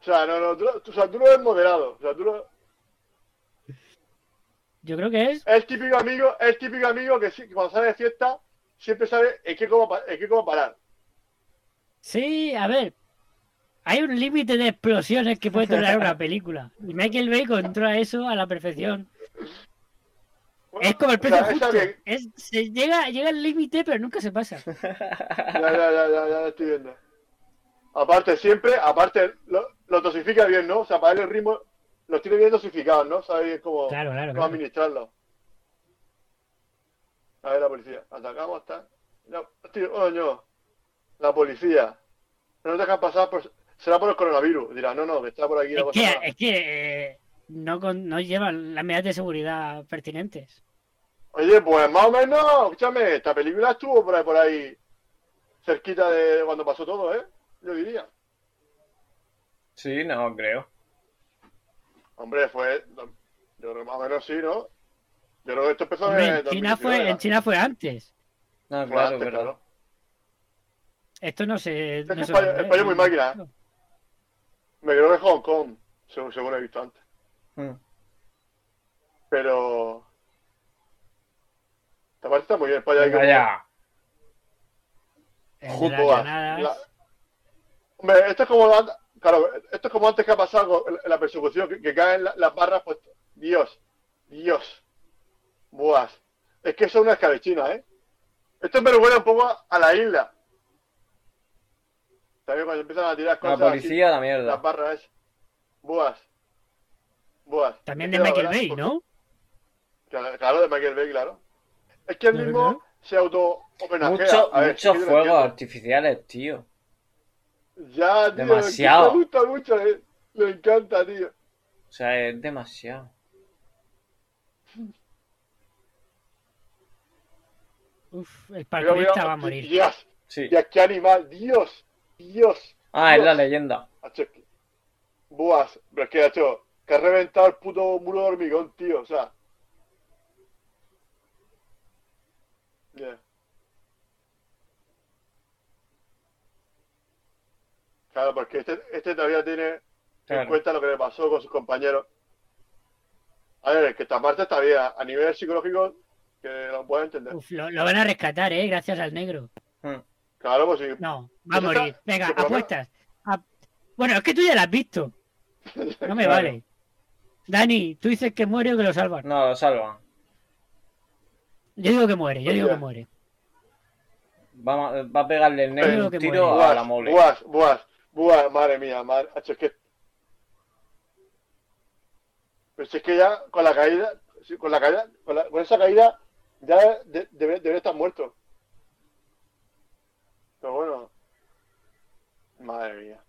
S3: O sea, no, no, tú, tú- o sea, tú no eres moderado. O sea, tú no...
S4: Yo creo que es.
S3: Es el típico amigo, es el típico amigo que, sí- que cuando sale de fiesta siempre sabe en qué cómo, pa- en qué cómo parar.
S4: Sí, a ver. Hay un límite de explosiones que puede tolerar una película. Y Michael Bay controla eso a la perfección. Es como el
S3: precio
S4: precio justo. Es, se llega, llega al límite, pero nunca se pasa.
S3: Ya, ya, ya, ya, ya lo estoy viendo. Aparte, siempre, aparte, lo, lo dosifica bien, ¿no? O sea, para él el ritmo, los tiene bien dosificados, ¿no? Sabe bien cómo,
S4: Claro, claro,
S3: cómo
S4: claro.
S3: administrarlo. A ver, la policía. Atacamos, está. No, tío, coño. La policía. No nos dejan pasar por. Será por el coronavirus. Dirá, no, no, que está por aquí.
S4: Es
S3: no pasa
S4: que,
S3: nada.
S4: es que eh, no, con- no llevan las medidas de seguridad pertinentes.
S3: Oye, pues más o menos, escúchame, esta película estuvo por ahí, por ahí cerquita de cuando pasó todo, ¿eh? Yo diría.
S2: Sí, no, creo.
S3: Hombre, fue. Yo creo que más o menos sí, ¿no? Yo creo que esto empezó
S4: Hombre,
S3: en.
S4: en, China
S3: 2019,
S4: fue, en China fue antes.
S2: No,
S3: fue
S2: claro,
S3: antes,
S2: verdad.
S3: claro.
S4: Esto no se.
S3: que
S4: No se
S3: España-
S4: va a ver.
S3: España es muy máquina, ¿eh? Me creo que Hong Kong, según, según he visto antes.
S2: Mm.
S3: Pero. Esta parte está muy bien, pues, España. hay que-
S2: Vaya.
S4: El de
S3: Junto
S4: las
S3: a-
S4: granadas.
S3: la- Hombre, esto es como la- claro, esto es como antes que ha pasado algo en la persecución, que, que caen la- las barras, pues Dios, Dios, buas. Es que eso es una escabechina, ¿eh? Esto me recuerda un poco a, a la isla. También cuando empiezan a tirar
S2: La
S3: cosas así,
S2: policía, la
S3: las
S2: mierda.
S3: barras, es- buas, buas.
S4: También
S3: Es que
S4: de
S3: la
S4: Michael
S3: verdad,
S4: Bay, ¿no?
S3: Claro, claro, de Michael Bay, claro. Es que él
S4: Claro,
S3: mismo
S4: claro.
S3: se auto homenajea.
S2: Muchos
S3: A ver,
S2: muchos
S3: sí, yo lo
S2: fuegos
S3: entiendo.
S2: artificiales, tío.
S3: Ya, tío,
S2: Demasiado.
S3: Me gusta mucho, eh. le encanta, tío.
S2: O sea, es demasiado.
S4: Uf, el
S3: Mira, mira,
S4: parkourista va a morir.
S3: Dios,
S2: Sí.
S3: ya, qué animal, Dios, Dios.
S2: Ah, es la
S3: Dios.
S2: leyenda.
S3: Hacho, que- Buas, pero es que, hecho, que ha reventado el puto muro de hormigón, tío. O sea. Yeah. Claro, porque este, este todavía tiene en
S2: Claro.
S3: cuenta lo que le pasó con sus compañeros. A ver, que esta parte está bien. A nivel psicológico, que lo puedo entender.
S4: Uf, lo, lo van a rescatar, ¿eh? Gracias al negro.
S3: Claro, pues sí.
S4: No, va a
S3: Pero está-
S4: morir. Venga,
S3: pero por lo
S4: apuestas. A- Bueno, es que tú ya la has visto. No me
S2: Claro.
S4: vale. Dani, tú dices que muere o que lo salvan.
S2: No, lo salvan.
S4: Yo digo que muere, yo digo
S3: Hostia.
S4: que muere.
S6: Va, a- va a pegarle el negro
S4: Creo
S6: un
S4: que
S6: tiro
S4: muere.
S6: a la
S3: Buas,
S6: mole.
S3: buas, buas, buas, madre mía, madre. Hacho, Es que... Pero si Pues es que ya con la caída, si- con la caída, con, la- con esa caída, ya de- debe- debería estar muerto. Pero bueno, madre mía.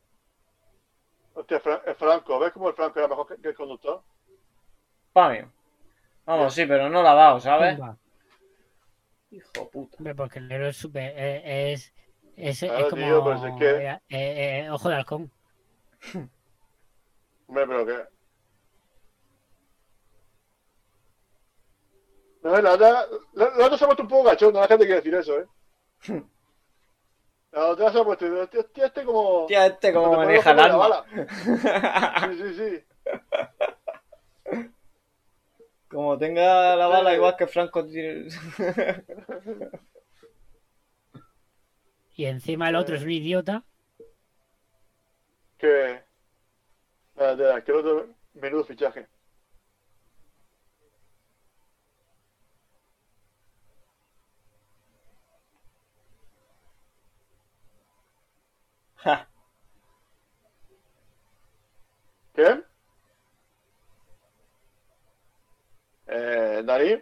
S3: Hostia, Fra- el Franco, ¿ves cómo el Franco era mejor que, que el conductor?
S6: Pamio. Vamos, sí, pero no la ha dado, ¿sabes?
S4: Tumba.
S6: Hijo puta.
S4: Hombre, Porque el negro es súper. eh, Es, es, es
S3: Claro,
S4: como.
S3: tío, pues es que-
S4: eh, eh, eh, ojo de halcón.
S3: Hombre, pero que. No, la otra, la, la otra se ha puesto un poco cachonda, la gente quiere decir eso, ¿eh? La otra se ha puesto, hostia, hostia, este como.
S6: Hostia, este cómo
S3: como te
S6: maneja el
S3: pones como la
S6: arma.
S3: Sí, sí, sí.
S6: Como tenga la bala
S3: Sí.
S6: igual que Franco tiene.
S4: Y encima el otro es un idiota.
S3: Que. Espérate, espérate, que el otro menudo fichaje.
S6: Ja.
S3: ¿Qué? Eh, Dani,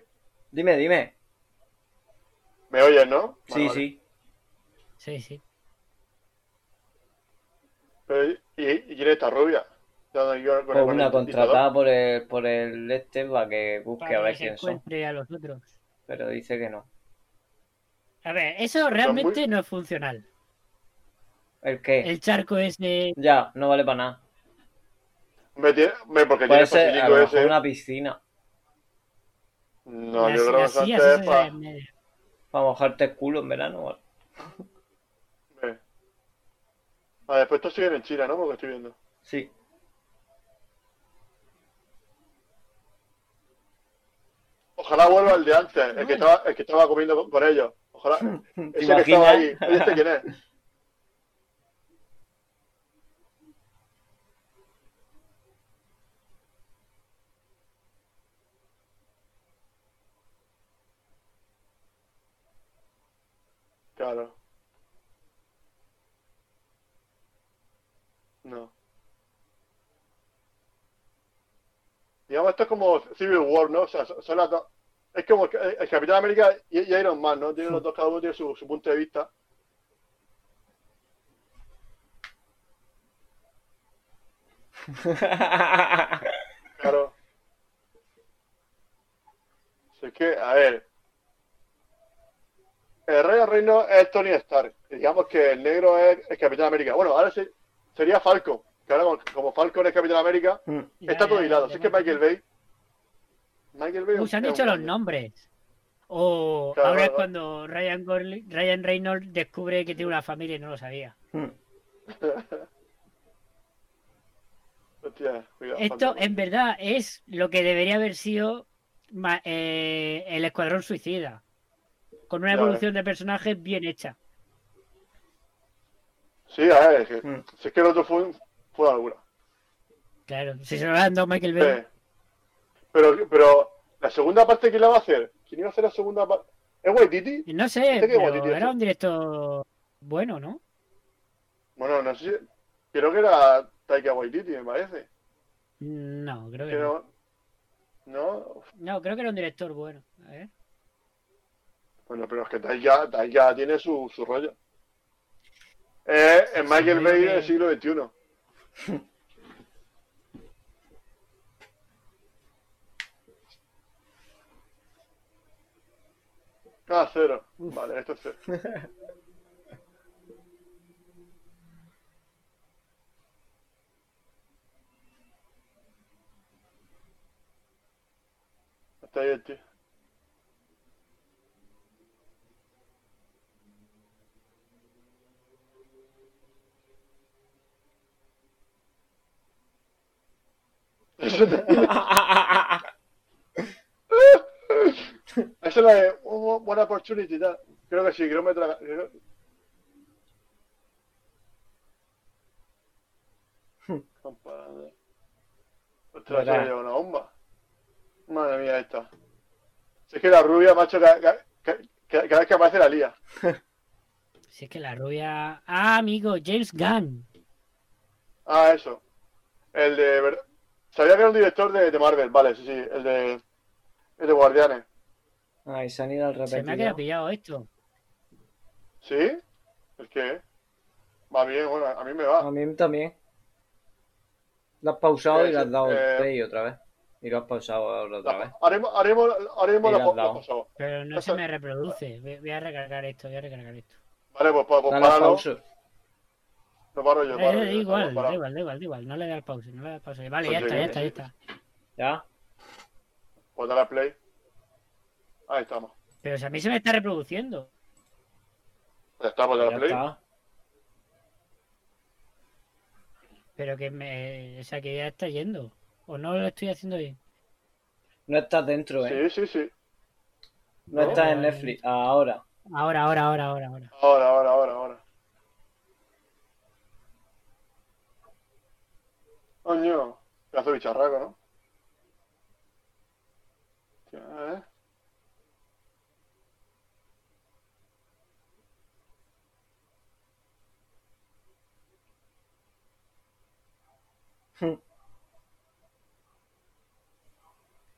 S6: dime, dime.
S3: ¿me oyes, no?
S6: Sí,
S3: Vale, vale.
S6: sí.
S4: Sí, sí.
S3: Pero, ¿y, y quién es esta rubia? Dando aquí con- con el-
S6: Pues
S3: con
S6: una
S3: el
S6: contratada por el, por el este para que busque a
S4: Para
S6: ver
S4: que se
S6: quién son.
S4: encuentre a los otros.
S6: Pero dice que no.
S4: A ver, eso realmente no es funcional.
S6: ¿El qué?
S4: El charco es de.
S6: Ya, no vale para nada.
S3: Me tiene, me, porque tiene
S6: Puede
S3: el
S6: ser a
S3: facilico
S6: lo mejor
S3: ese. ¿eh?
S6: una piscina.
S3: No,
S4: las-
S3: yo creo que
S4: las
S3: eso
S4: sillas
S3: antes es
S4: esas
S3: para.
S4: de- de-
S6: Para mojarte el culo en verano. o algo.
S3: Ah, Eh. después estos siguen en China, ¿no? Porque estoy viendo.
S6: Sí.
S3: Ojalá vuelva el de antes, el que estaba, el que estaba comiendo con, con ellos. Ojalá.
S6: ¿Te
S3: Ese
S6: imaginas?
S3: que estaba ahí. Oye, ¿este quién es? Claro. No. Digamos, esto es como Civil War, ¿no? O sea, son son las dos. Es como que eh, el, el Capitán América y, y Iron Man, ¿no? Tienen los dos, cada uno tiene su, su punto de vista. Claro. Así que, a ver. El rey del reino es Tony Stark. Y Digamos que el negro es el Capitán América. Bueno, ahora sí, sería Falcon. Que ahora, como- como Falcon es Capitán América,
S4: Ya,
S3: está
S4: ya,
S3: todo
S4: ya,
S3: hilado.
S4: ya,
S3: Así
S4: ya.
S3: que Michael Bay. Michael Bay.
S4: Uy, se han
S3: es un
S4: dicho los
S3: grande.
S4: nombres. O
S3: Claro,
S4: ahora es
S3: claro.
S4: cuando Ryan, Gosling- Ryan Reynolds descubre que tiene una familia y no lo sabía.
S3: Hostia, cuidado,
S4: Esto
S3: Falcon.
S4: en verdad es lo que debería haber sido ma- eh, el Escuadrón Suicida. Con una
S3: Claro.
S4: evolución de personajes bien hecha.
S3: Sí, a ver, es que,
S6: Mm.
S3: si es que el otro fue, un- fue una locura.
S4: Claro, si se lo han dado Michael Bay.
S3: Eh, pero, pero la segunda parte, ¿quién la va a hacer? ¿Quién iba a hacer la segunda parte? ¿Es Waititi?
S4: No sé,
S3: Este que
S4: pero
S3: Waititi
S4: era
S3: hace.
S4: un directo bueno, ¿no?
S3: Bueno, no sé. si- Creo que era Taika Waititi, me parece.
S4: No, creo que
S3: Que
S4: no.
S3: no, no.
S4: No, creo que era un director bueno. A ver.
S3: Bueno, pero es que Taika, Taika tiene su, su rollo. Eh, es Michael
S4: Sí,
S3: Bay
S4: que-
S3: del siglo XXI. Ah, cero. Vale, esto es cero. Está ahí este. el tío. Eso de- eso de un buen opportunity, tal. Creo que sí, creo que me traga- creo- Compadre. Ostras,
S2: Verá.
S3: se lleva una bomba. Madre mía, esta. Si es que la rubia, macho, cada, cada- cada- cada vez que aparece la lía.
S4: Si es que la rubia. Ah, amigo, James Gunn.
S3: Ah, eso. El de. ver- Sabía que era un director de, de Marvel, vale, sí, sí. El de. El de Guardianes.
S2: Ay, se han ido al
S4: Se me ha
S2: repetido.
S4: quedado pillado esto.
S3: ¿Sí? ¿El qué? Va bien, bueno, a mí me
S2: A
S3: va.
S2: mí también. Lo has pausado y
S3: Eh,
S2: le has dado
S3: eh,
S2: play otra vez. Y lo has pausado ahora otra vez.
S3: Haremos, haremos, haremos
S2: Mira,
S3: la, la
S2: al lado.
S3: pausa.
S4: Pero no se me reproduce. Voy voy a recargar esto, voy a recargar esto.
S3: Vale, pues, pues, pues
S2: Dale a
S3: páralo.
S2: pausa.
S3: Lo paro yo,
S4: Eh,
S3: paro yo,
S4: da
S3: lo
S4: igual,
S3: paro.
S4: da igual, da igual, da igual. No le das pausa, no le das pausa. Vale,
S3: Pues
S4: ya
S3: yo
S4: está,
S3: creo
S4: ya
S3: que
S4: está, ya
S3: sí.
S4: está.
S2: ¿Ya?
S3: Pues dale a play. Ahí estamos.
S4: Pero si a mí se me está reproduciendo.
S3: Ya está, pues dale
S2: Ya
S3: a play.
S2: está.
S4: Pero que me. O sea, que ya está yendo. O no lo estoy haciendo bien.
S2: No estás dentro, ¿eh?
S3: Sí, sí, sí.
S2: No estás en Netflix. Ahora.
S4: Ahora, ahora, ahora, ahora, ahora.
S3: Ahora, ahora, ahora, ahora. Coño, te hace bicharraco, ¿no? Hostia, ¿eh?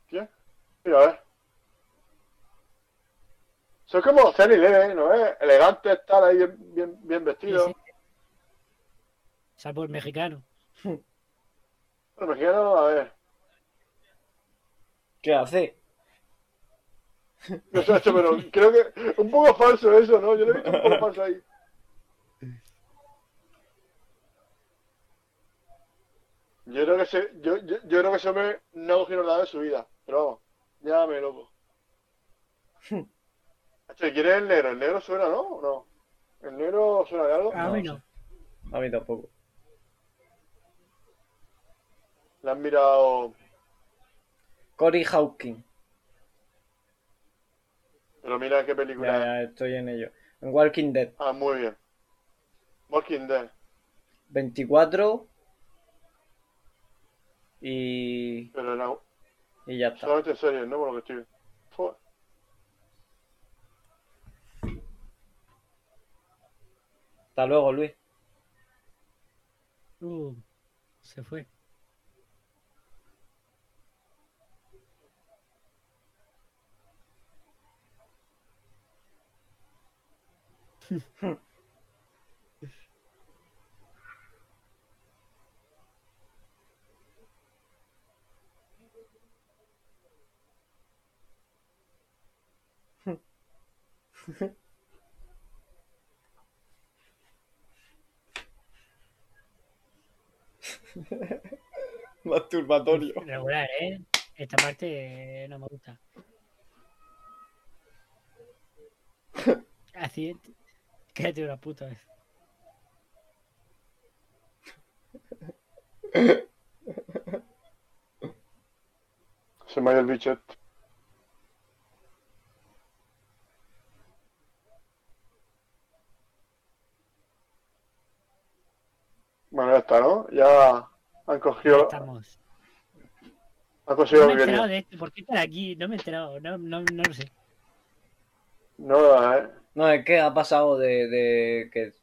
S3: Hostia. Mira, a ver. Son como Zen y Leve, ¿no es? Elegante estar ahí bien, bien, bien vestido.
S4: Sí, sí. Salvo el mexicano.
S3: Pero mexicano, a ver.
S2: ¿Qué hace?
S3: No sé, macho, pero creo que un poco falso eso, ¿no? Yo lo he visto un poco falso ahí. Yo creo que se, yo, yo, yo creo que ese hombre no ha cogido nada de su vida, pero vamos, llámame loco. Macho, ¿Quieres el negro? ¿El negro suena, no? ¿O no? ¿El negro suena de algo?
S4: A mí no.
S2: A mí tampoco.
S3: Le han mirado.
S2: Cory Hawking.
S3: Pero mira qué
S2: Ya,
S3: película es.
S2: ya, estoy en ello. En Walking Dead.
S3: Ah, muy bien. Walking Dead.
S2: 24. Y.
S3: Pero no,
S2: Y ya está.
S3: solamente en serio, ¿no? Por lo que estoy. Joder.
S2: Hasta luego, Luis.
S4: Uh, se fue.
S2: Masturbatorio.
S4: Regular, ¿eh? Esta parte eh, no me gusta. Así Cállate una puta vez.
S3: Se me ha ido el bicho este. Bueno, ya está, ¿no? Ya han cogido,
S4: Estamos.
S3: han
S4: No
S3: conseguido lo
S4: me he
S3: que
S4: enterado
S3: querían.
S4: de esto. ¿Por qué estar aquí? No me he enterado. No, no, no lo sé.
S3: No, eh.
S2: No, es que ha pasado de, de que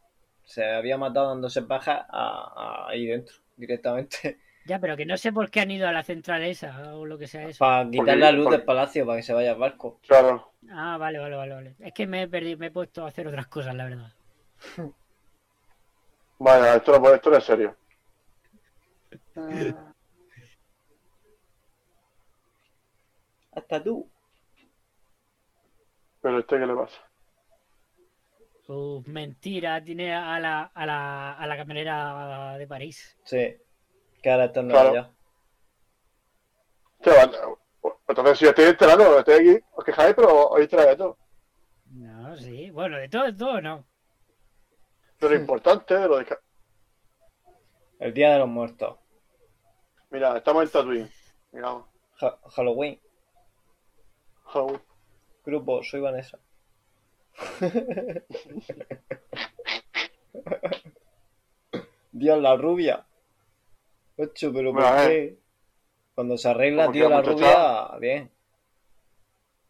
S2: se había matado dándose paja a, a ahí dentro, directamente.
S4: Ya, pero que no sé por qué han ido a la central esa o lo que sea eso.
S2: Para quitar
S3: Porque-
S2: la luz del
S3: porque-
S2: palacio, para que se vaya al barco.
S3: Claro.
S4: Ah, vale, vale, vale, vale. Es que me he perdido, me he puesto a hacer otras cosas, la verdad.
S3: Vaya, esto no, esto no es serio.
S2: Hasta tú.
S3: Pero este, ¿qué le pasa?
S4: Uf, mentira, tiene a la, a la, a la camarera de París.
S2: Sí. Que ahora está en
S3: Claro.
S2: Nueva York.
S3: Chaval, Entonces, si estoy enterando, estoy aquí, os quejáis, pero os enteráis de todo.
S4: No, sí. Bueno, de todo, de todo no.
S3: De lo importante, de lo de... ca-
S2: El Día de los Muertos.
S3: Mira, estamos en Tatooine. Miramos.
S2: Ja- Halloween.
S3: Halloween.
S2: Grupo, soy Vanessa. Dios, la rubia. Ocho, pero ¿por
S3: Bueno, a
S2: qué? Cuando se arregla,
S3: Como
S2: tío,
S3: queda
S2: la
S3: muchacha.
S2: rubia, bien.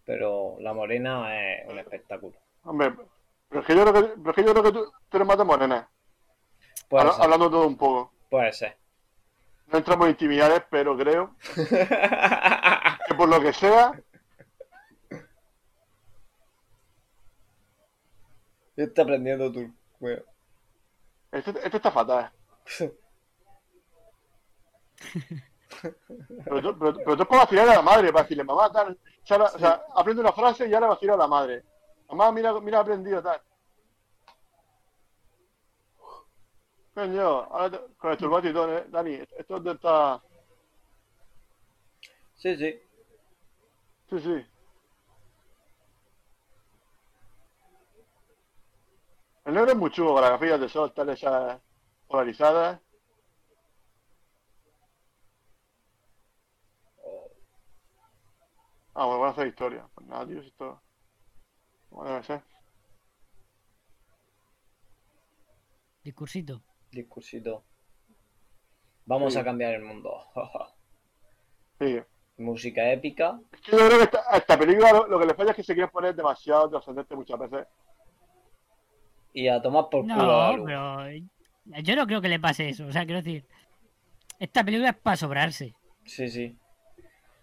S2: Pero la morena es un espectáculo.
S3: Hombre, pero es que yo creo que, pero es que, yo creo que tú, tú eres más de morena.
S2: Puede
S3: Habla-
S2: ser,
S3: hablando todo un poco.
S2: puede ser.
S3: No entramos en intimidades, pero creo que por lo que sea,
S2: ¿Qué está aprendiendo tú? Bueno,
S3: Este, este está fatal. Pero tú, pero, pero tú es para vacilar a la madre, para decirle, mamá, tal. O sea, la- o sea, aprende una frase y ahora vacila a la madre. Mamá, mira, mira, he aprendido tal. Coño, ahora te- con el turbante y todo, ¿eh? Dani, esto te está.
S2: sí, sí.
S3: Sí, sí. El negro es muy chulo con las gafillas de sol, tal, esas polarizadas. Ah, bueno, van a hacer historia. Pues nada, tío, si esto. ¿Cómo debe ser?
S4: Discursito.
S2: Discursito. Vamos
S3: Sí.
S2: a cambiar el mundo.
S3: Sí.
S2: Música épica.
S3: Es que yo creo que esta, a esta película lo, lo que le falla es que se quiere poner demasiado trascendente muchas veces.
S2: Y a tomar por culo la
S4: No,
S2: luz.
S4: pero eh, yo no creo que le pase eso. O sea, quiero decir, esta película es para sobrarse.
S2: Sí, sí.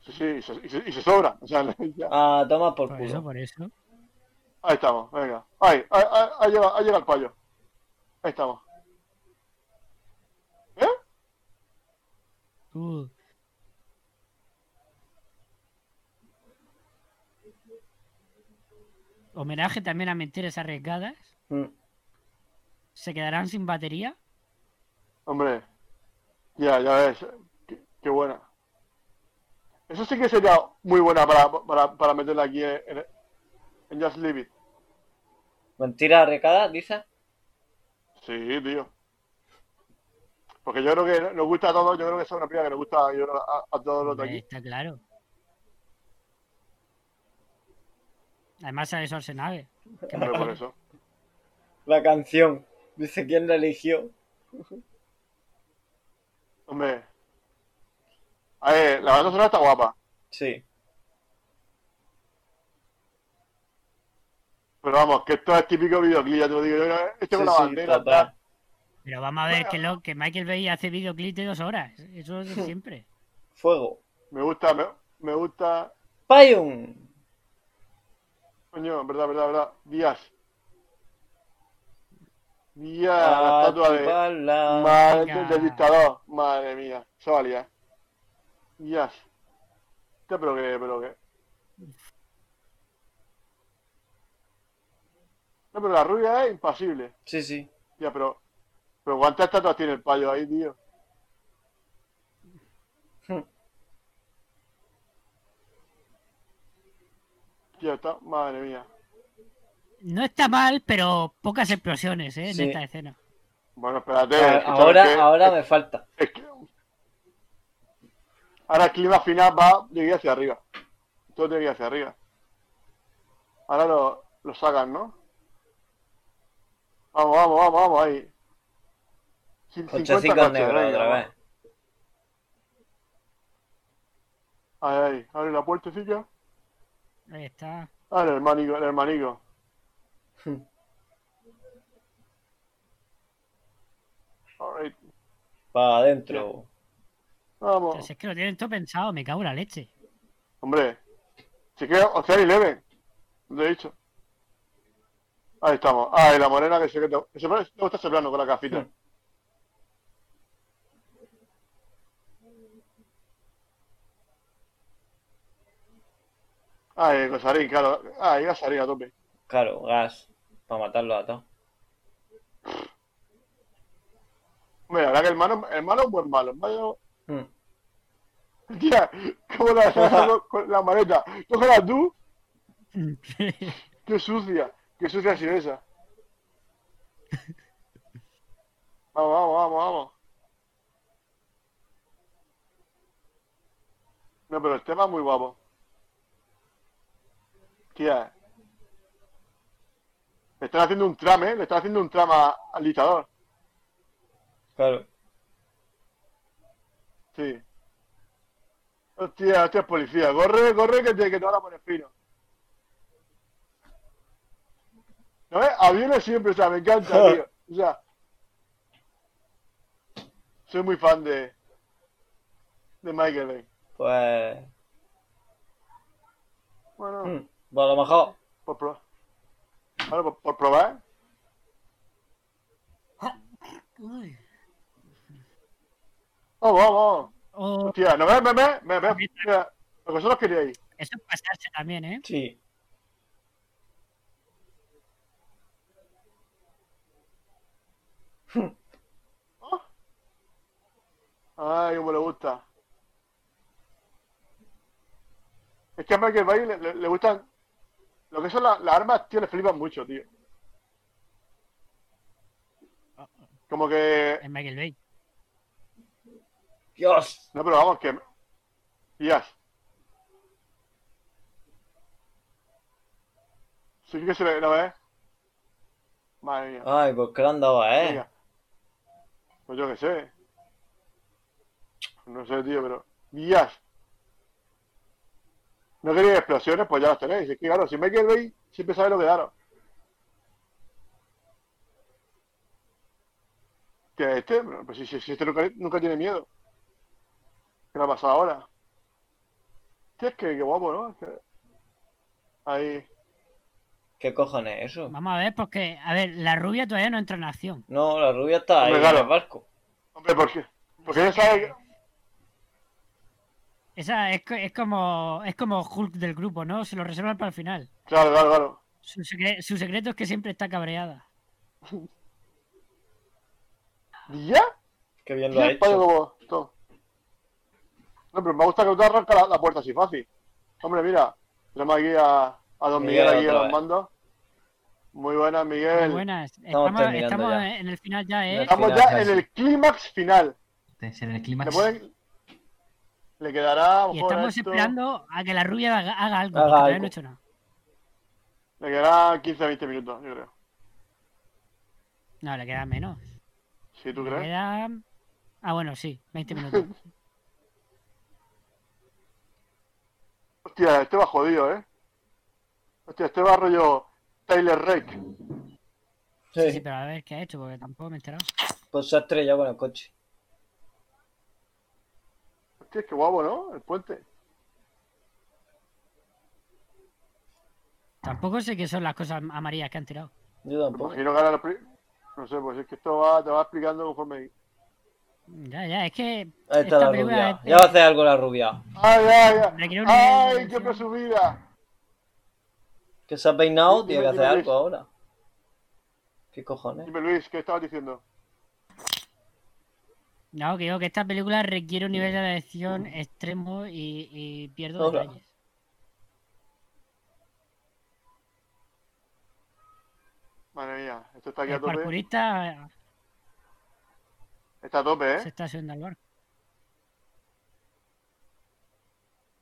S3: Sí, sí, y se, y se- y se sobra. O sea, ya.
S2: A tomar por,
S4: Por
S2: culo.
S4: Pues eso, por eso.
S3: Ahí estamos, venga. Ahí, ahí, ahí, ahí llega, ahí llega el payo. Ahí estamos.
S4: Uh, Homenaje también a mentiras arriesgadas.
S2: Mm.
S4: ¿Se quedarán sin batería?
S3: Hombre, ya, ya ves, qué, qué buena. Eso sí que sería muy buena para, para, para meterla aquí en, en- en Just Leave It.
S2: Mentira recada, dices.
S3: Sí, tío. Porque yo creo que nos gusta a todos, yo creo que esa es una película que nos gusta yo creo, a, a todos los de aquí.
S4: Hombre, está claro. Además sale Schwarzenegger.
S3: Hombre, por eso.
S2: La canción. Dice quién la eligió.
S3: Hombre. A ver, la banda sonora está guapa,
S2: Sí.
S3: pero vamos, que esto es típico videoclip, ya te lo digo. Yo creo que
S2: Sí,
S3: este con la
S2: sí,
S3: bandera,
S2: total.
S3: tal.
S4: Pero vamos a ver que, lo, que Michael Bay hace videoclip de dos horas. Eso es de siempre.
S2: Fuego.
S3: Me gusta, me, me gusta.
S2: Payun.
S3: Coño, verdad, verdad, verdad. Díaz. Díaz, Ah,
S2: Ah,
S3: la estatua de.
S2: Atibala.
S3: Madre
S4: Venga.
S3: del dictador, madre mía, se valía. Yes. Ya, pero que, pero que. No, pero la rubia es impasible.
S2: Sí, sí.
S3: Ya, pero. Pero cuántas estatuas tiene el payo ahí, tío. Ya está, madre mía.
S4: No está mal, pero pocas explosiones ¿eh? en
S2: Sí.
S4: esta escena.
S3: Bueno, espérate.
S2: A-
S6: Ah,
S3: es que, ¿sabes
S2: Ah, Ahora,
S3: qué?
S2: ahora me falta.
S3: Es que- Ahora el clima final va de ir hacia arriba. Todo tiene que ir hacia arriba. Ahora lo, lo sacan, ¿no? Vamos, vamos, vamos, vamos ahí. Cin- 50
S2: Cochecito
S3: coches,
S2: negro
S3: venga,
S2: otra
S3: vamos.
S2: vez.
S3: Ahí, ahí. Abre la puertecilla.
S4: Ahí está.
S3: Ah, el hermanico, el hermanico. Alright,
S2: Para adentro.
S4: O sea,
S3: vamos.
S4: si es que lo tienen todo pensado, me cago en la leche.
S3: Hombre, si queda Ocean Eleven, de hecho. Ahí estamos. Ah, y la morena que se queda. Ese plano- me gusta ese plano con la cafita.
S2: Hmm.
S3: Ay, Gosarín, claro. Ay, Gosarín a tope.
S2: Claro, gas. Para matarlo a todos.
S3: Hombre, la verdad que el malo, el malo es buen malo. El malo,
S2: Mm.
S3: Tía, ¿cómo la dejas con la maleta? Tócala tú, qué sucia, qué sucia ha sido esa. Vamos, vamos, vamos, vamos. No, pero el tema es muy guapo. Tía. Le están haciendo un trame, le están haciendo un trama al dictador.
S6: Claro.
S3: Sí. Hostia, hostia, policía. Corre, corre, que te, que te van a poner fino. ¿No ves? Aviones siempre, o sea, me encanta, tío. O sea, soy muy fan de, de Michael Bay.
S6: Pues.
S3: Bueno,
S6: mm, pues a lo mejor.
S3: por, pro- bueno, por, por probar.
S4: Uy.
S3: Vamos, vamos, vamos.
S4: Oh,
S3: Hostia, ¿no ves, me ves? ¿Me ves? Mira, Lo que vosotros queríais.
S4: eso es pasarse también, ¿eh?
S6: Sí.
S3: Ay, cómo le gusta. Es que a Michael Bay le, le- le gustan. Lo que son la- las armas, tío, le flipan mucho, tío. Como que.
S4: Es Michael Bay.
S6: Dios.
S3: No, pero vamos, que. Tías. Sí que se le. ¿No ves? Madre mía.
S6: Ay, pues que le han dado
S2: Eh.
S6: a él.
S3: Venga. Pues yo qué sé. No sé, tío, pero. ¡Guías! No queréis explosiones, pues ya las tenéis. Es que claro, si me queréis, siempre sabéis lo que daros. Que este, Bueno, pues si, si- si este nunca, nunca tiene miedo. ¿Qué le ha pasado ahora? Tío, es que qué guapo, ¿no? Es que- Ahí.
S6: ¿Qué cojones es eso?
S4: Vamos a ver, porque, a ver, la rubia todavía no entra en acción.
S6: No, la rubia está ahí
S3: Hombre,
S6: en
S3: claro.
S6: el barco.
S3: Hombre, ¿por qué? Porque ella sabe que-
S4: Esa es, co- es como es como Hulk del grupo, ¿no? Se lo reservan para el final.
S3: Claro, claro, claro.
S4: Su, secre- su secreto es que siempre está cabreada.
S3: ¿Ya?
S6: Qué bien lo
S3: Sí,
S6: ha
S3: el payo
S6: hecho.
S3: como todo. No, pero me gusta que tú arranca la, la puerta así fácil. Hombre, mira, tenemos aquí a, a Don
S6: Miguel
S3: Miguel, aquí a
S6: otra
S3: los
S6: vez. mandos. Muy buenas, Miguel.
S4: Muy buenas.
S6: Estamos
S4: Estamos,
S6: terminando
S4: estamos
S6: ya.
S4: en el final ya, ¿eh?
S3: Estamos
S6: Final,
S3: ya en
S6: casi.
S3: el clímax final.
S5: Es en el
S3: Le,
S5: clímax.
S3: pueden- le quedará, a lo
S4: Y
S3: mejor,
S4: estamos
S3: esto-
S4: esperando a que la rubia haga, haga algo.
S6: Haga
S4: porque todavía
S6: algo.
S4: no ha hecho nada.
S3: le quedará 15-20 minutos, yo creo.
S4: No, le queda menos.
S6: ¿Eh?
S3: Si tú
S4: Le
S3: crees.
S4: queda- Ah, bueno, sí, 20 minutos.
S3: Hostia, este va jodido, ¿eh? Hostia, este va rollo Tyler Rake.
S4: Sí,
S6: Sí.
S4: sí, pero a ver qué ha hecho, porque tampoco me he enterado.
S6: Pues se ha estrellado con el coche.
S3: Hostia, qué guapo, ¿no? El puente.
S4: Tampoco sé qué son las cosas amarillas que han tirado.
S6: Yo tampoco.
S3: Imagino que ahora... la pri- No sé, pues es que esto va, te va explicando conforme...
S4: Ya, ya, es que.
S6: Ahí está
S4: esta
S6: la
S4: película
S6: rubia.
S4: es de-
S6: Ya va a hacer algo la rubia.
S3: ¡Ay, ay, ay!
S4: Requiere un nivel de
S3: ¡Ay, qué
S4: atención.
S3: presumida!
S6: Que se ha peinado,
S3: Sí,
S6: tiene que
S3: dime,
S6: hacer
S3: dime,
S6: algo ahora. ¿Qué cojones?
S3: Dime, Luis, ¿qué estabas diciendo?
S4: No, que digo que esta película requiere un nivel de adhesión extremo y, y pierdo
S6: Ahora.
S4: detalles.
S3: Madre mía, esto está aquí a
S4: El
S3: tope.
S4: parkourista
S3: Está a tope,
S4: se
S3: ¿eh?
S4: está subiendo al barco.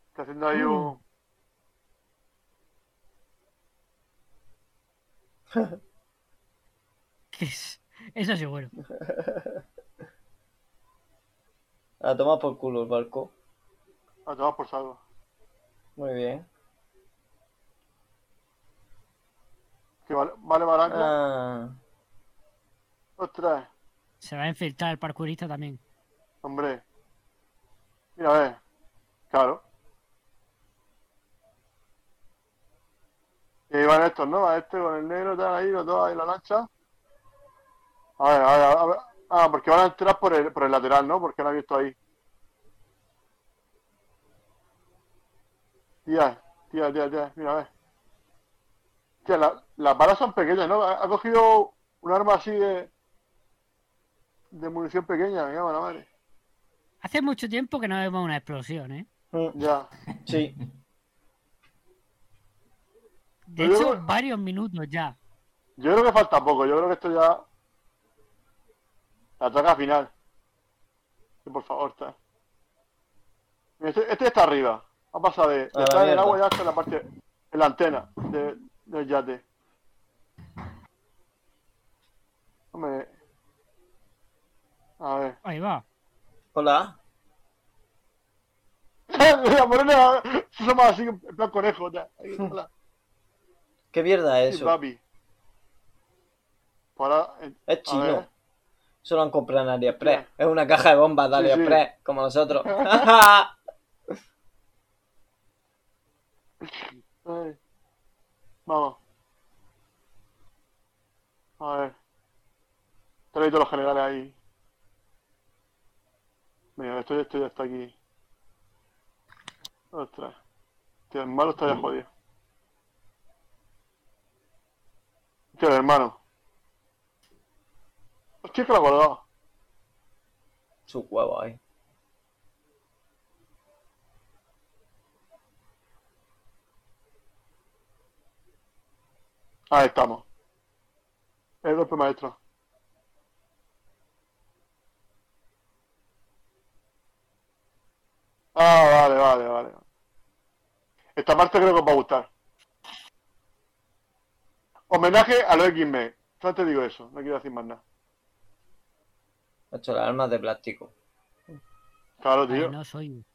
S3: Está haciendo
S4: Mm.
S3: ahí un...
S4: Que es- Eso seguro.
S6: A tomar por culo el barco.
S3: Ah, te vas por salvo.
S6: Muy bien.
S3: Que vale, vale
S2: Eh.
S3: Baranda.
S6: Ah,
S3: ¡Ostras!
S4: Se va a infiltrar el parkourista también.
S3: Hombre. Mira, a ver. Claro. Y ahí van estos, ¿no? Van este con el negro, tal, ahí, los dos ahí, en la lancha. A ver, a ver, a ver. Ah, porque van a entrar por el, por el lateral, ¿no? Porque lo han visto ahí. Tía, tía, tía, tía, mira, a ver. Tía, la- las balas son pequeñas, ¿no? Ha ha cogido un arma así de... De munición pequeña, me cago en la madre.
S4: Hace mucho tiempo que no vemos una explosión, ¿eh?
S2: Mm,
S3: Ya.
S2: Sí.
S4: De
S3: Pero
S4: hecho,
S3: luego-
S4: varios minutos ya.
S3: Yo creo que falta poco. Yo creo que esto ya. La traca final. Sí, Por favor, está. Mira, Este, este está arriba. Ha pasado de, de
S2: A la
S3: estar en el
S2: mierda.
S3: agua ya hasta en la parte. En la antena de, del yate. Hombre. A ver.
S4: Ahí va.
S2: Hola.
S3: la morena se asoma así, en plan conejo. ya. Ahí, hola.
S2: ¿Qué mierda es
S3: Sí,
S2: eso?
S3: papi. Pues ahora, eh,
S2: Es
S3: a ver.
S2: chino. Solo han comprado en AliExpress. Es una caja de bombas de
S3: Sí, sí.
S2: AliExpress, como nosotros.
S3: Ay. Vamos. A ver. Te lo he dicho los generales ahí. Mira, esto, esto ya está aquí. Ostras. Tío, el malo está ya jodido. Tío, el hermano. Hostia, es que lo ha guardado.
S2: Su huevo ahí.
S3: Ahí estamos. El golpe maestro. Ah, vale, vale, vale. Esta parte creo que os va a gustar. Homenaje a los X-Men. Solo te digo eso, no quiero decir más nada.
S2: Ha hecho las armas de plástico.
S3: Claro,
S4: Ay,
S3: tío.
S4: no soy.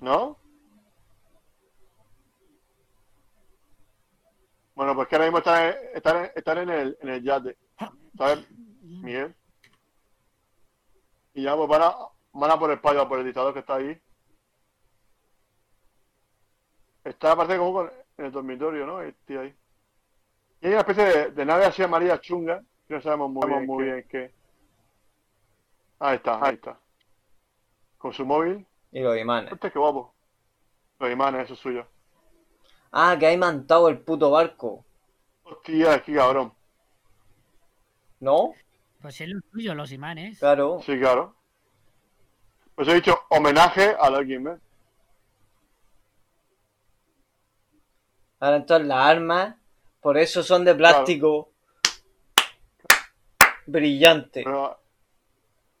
S3: ¿No? Bueno, pues que ahora mismo están, en- están, en- están en, el, en el yate. ¿Sabes, Miguel? Y ya pues van a, van a por el payo, a por el dictador que está ahí. Está aparte como con- en el dormitorio, ¿no? El tío ahí. Y hay una especie de, de nave así amarilla chunga, que no sabemos muy, bien, muy bien qué. Ahí está, ahí está. Con su móvil.
S2: Y los imanes.
S3: Hostia, qué guapo. Los imanes, eso es suyo.
S2: Ah, que ha imantado el puto barco.
S3: Hostia, qué cabrón.
S2: ¿No?
S4: Pues es lo tuyo, los imanes.
S2: Claro.
S3: Sí, claro. Pues he dicho homenaje a los X-Men.
S2: Ahora entonces las armas, por eso son de plástico. Brillante.
S3: Pero...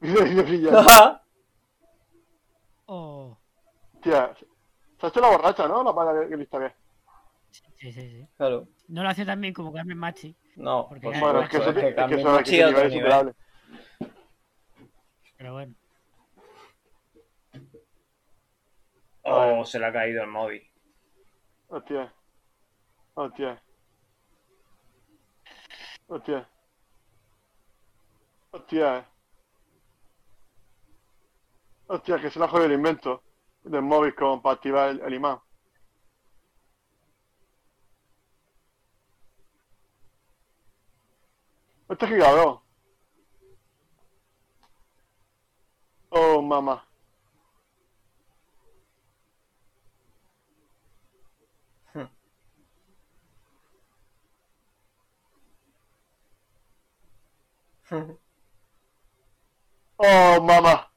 S3: Hostia,
S2: Ajá.
S4: Oh,
S3: se ha hecho la borracha, ¿no? La paga que lista que es.
S4: sí, sí, sí.
S2: claro.
S4: No lo hace tan bien como Carmen Machi.
S2: No,
S4: Porque
S2: por
S4: ya-
S3: Bueno, es que eso
S2: supuesto,
S4: este
S3: es que
S2: cambia
S3: eso- es que
S2: mucho
S3: ese
S2: otro
S3: nivel es
S2: nivel.
S3: insuperable.
S4: Pero bueno.
S2: Oh, se le ha caído el móvil.
S3: Hostia. Hostia. Hostia. Hostia. Hostia, que se la jodido el invento del móvil con para activar el, el imán. Este es que cabrón. Oh, mamá. Oh, mamá.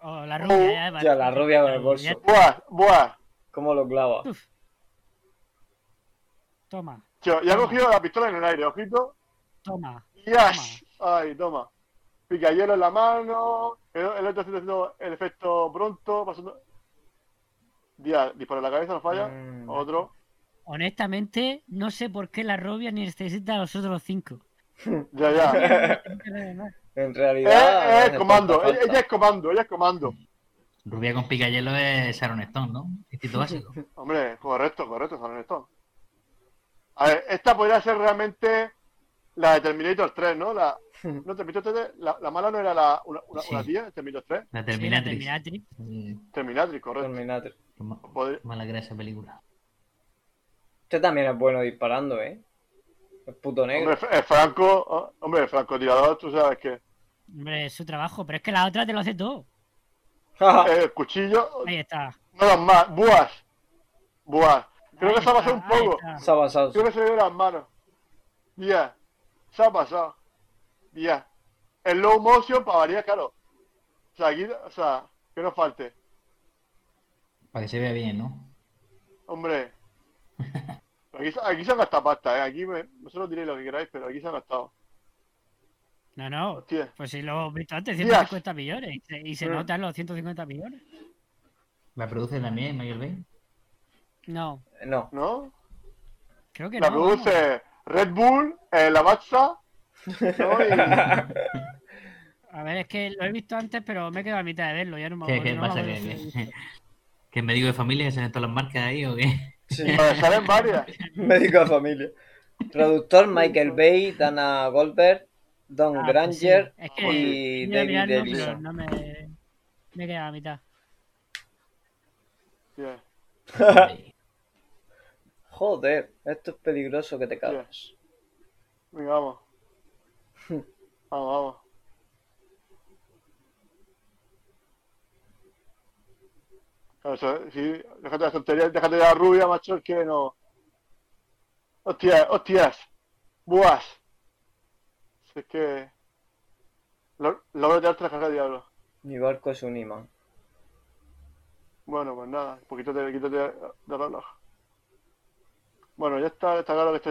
S4: Oh, la rubia. Ya,
S2: Ya, la rubia con el
S4: Ya,
S2: bolso.
S3: Buah, buah.
S2: ¿Cómo lo clava?
S4: uf. Toma,
S3: Tío, ya ha cogido la pistola en el aire, ojito.
S4: toma.
S3: ¡Yash! Ay, toma. Picayelo en la mano. El, el otro haciendo el efecto pronto. Pasando. Dia, disparo en la cabeza, no falla.
S2: Mm.
S3: Otro.
S4: Honestamente, no sé por qué la rubia ni necesita a los otros cinco.
S3: Ya, ya.
S2: En
S3: Eh,
S2: realidad.
S3: eh,
S2: hace
S3: comando.
S2: tanta
S3: Ella,
S2: falta.
S3: ella es comando, ella es comando.
S5: Rubia con picayelo es Sharon Stone, ¿no? Instinto básico.
S3: Hombre, correcto, correcto, San Ernesto. A ver, esta podría ser realmente la de Terminator 3, ¿no? La, no, Terminator 3, la, la mala no era la, una, una, una
S5: Sí.
S3: tía, de Terminator 3.
S5: La
S4: Sí, la
S5: Terminatrix.
S4: Terminatrix.
S5: Eh,
S3: Terminatrix, correcto.
S2: Terminator.
S5: qué ma- qué
S3: Podría-
S5: mala que era esa película.
S2: Usted Este también es bueno disparando, ¿eh? El puto negro.
S3: Hombre, el Franco, oh, hombre, el francotirador, tú sabes que
S4: Hombre, es su trabajo, pero es que la otra te lo hace todo.
S3: el cuchillo,
S4: Ahí está.
S3: no las más, buas, buas. Creo
S4: ahí
S3: que se ha
S4: está,
S3: pasado un
S4: ahí
S3: poco,
S4: está.
S2: Se ha pasado.
S3: creo que se le dio las manos. Ya, se ha pasado. Ya, el low motion para variar, claro, sea, aquí, o sea, que no falte.
S5: Para que se vea bien, ¿no?
S3: Hombre. Aquí, se- aquí se han gastado pasta, ¿eh? Aquí me, vosotros diréis lo que queráis, pero aquí se han gastado.
S4: No, no.
S3: Hostia.
S4: Pues si lo he visto antes,
S3: Días.
S4: 150 millones. Y se, y se
S3: Mm.
S4: notan los 150 millones.
S5: ¿La produce también Michael Bay?
S4: No,
S6: No.
S3: ¿No?
S4: creo que
S3: La
S4: no. vamos.
S3: produce Red Bull, eh, la Batsa. ¿no? Y-
S4: A ver, es que lo he visto antes, pero me he quedado a mitad de verlo. Ya no me
S5: ¿Qué,
S4: acuerdo,
S5: qué
S4: no me
S5: pasa?
S4: acuerdo
S5: ¿Que,
S4: si-
S5: que, que me digo de familia que salen todas las marcas ahí o qué?
S6: Sí.
S3: Vale, salen varias.
S6: Médico de familia. Productor Michael Bay, Dana Goldberg, Don
S4: Ah, pues
S6: Granger
S4: sí. Es que
S6: y
S4: iba a
S6: David
S4: mirarlo, pero
S6: Davidson.
S4: no me, me he quedado a mitad.
S3: Hostia,
S6: Joder, esto es peligroso que te cagas.
S3: Venga, vamos. Vamos, vamos. Claro, eso, sí, déjate de tonterías, déjate de la rubia, macho, que no. Hostias, hostias. Buas. Si es que. Lo- Logro tirarte la caja de diablo.
S6: Mi barco es un imán.
S3: Bueno, pues nada, pues quítate, quítate de de reloj. Bueno, ya está, está claro que esto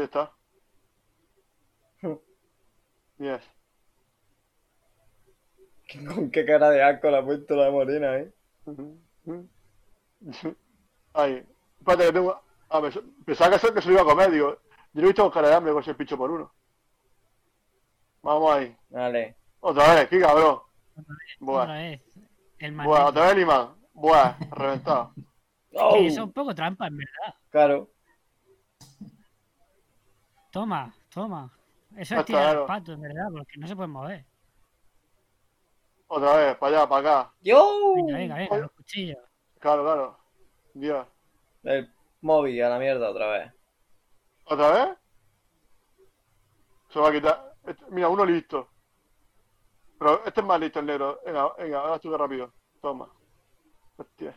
S3: ya está. Yes.
S6: Con qué cara de asco la ha puesto la morena, ¿eh?
S3: Ay, espérate que tengo. Ah, me- pensaba que eso- que se lo iba a comer, digo. Yo lo he visto con cara de hambre con ese pincho por uno. Vamos ahí.
S6: Vale.
S3: Otra vez, qué cabrón.
S4: Otra
S3: Buah,
S4: vez. El
S3: buah,
S4: maldito.
S3: otra vez el imán. Buah, reventado.
S4: Que
S6: ¡Oh!
S4: eso es un poco trampa, en verdad.
S6: Claro.
S4: Toma, toma. Eso
S3: Ah,
S4: es tirar
S3: claro.
S4: los patos, en verdad, porque no se pueden mover.
S3: Otra vez, para allá, para acá.
S6: ¡Yo!
S4: Venga, venga, venga, los cuchillos.
S3: Claro, claro. Dios.
S6: El móvil a la mierda otra vez.
S3: ¿Otra vez? Se va a quitar. Este- mira, uno listo. Pero este es más listo, el negro. Venga, venga ahora estuve rápido. Toma. Hostia.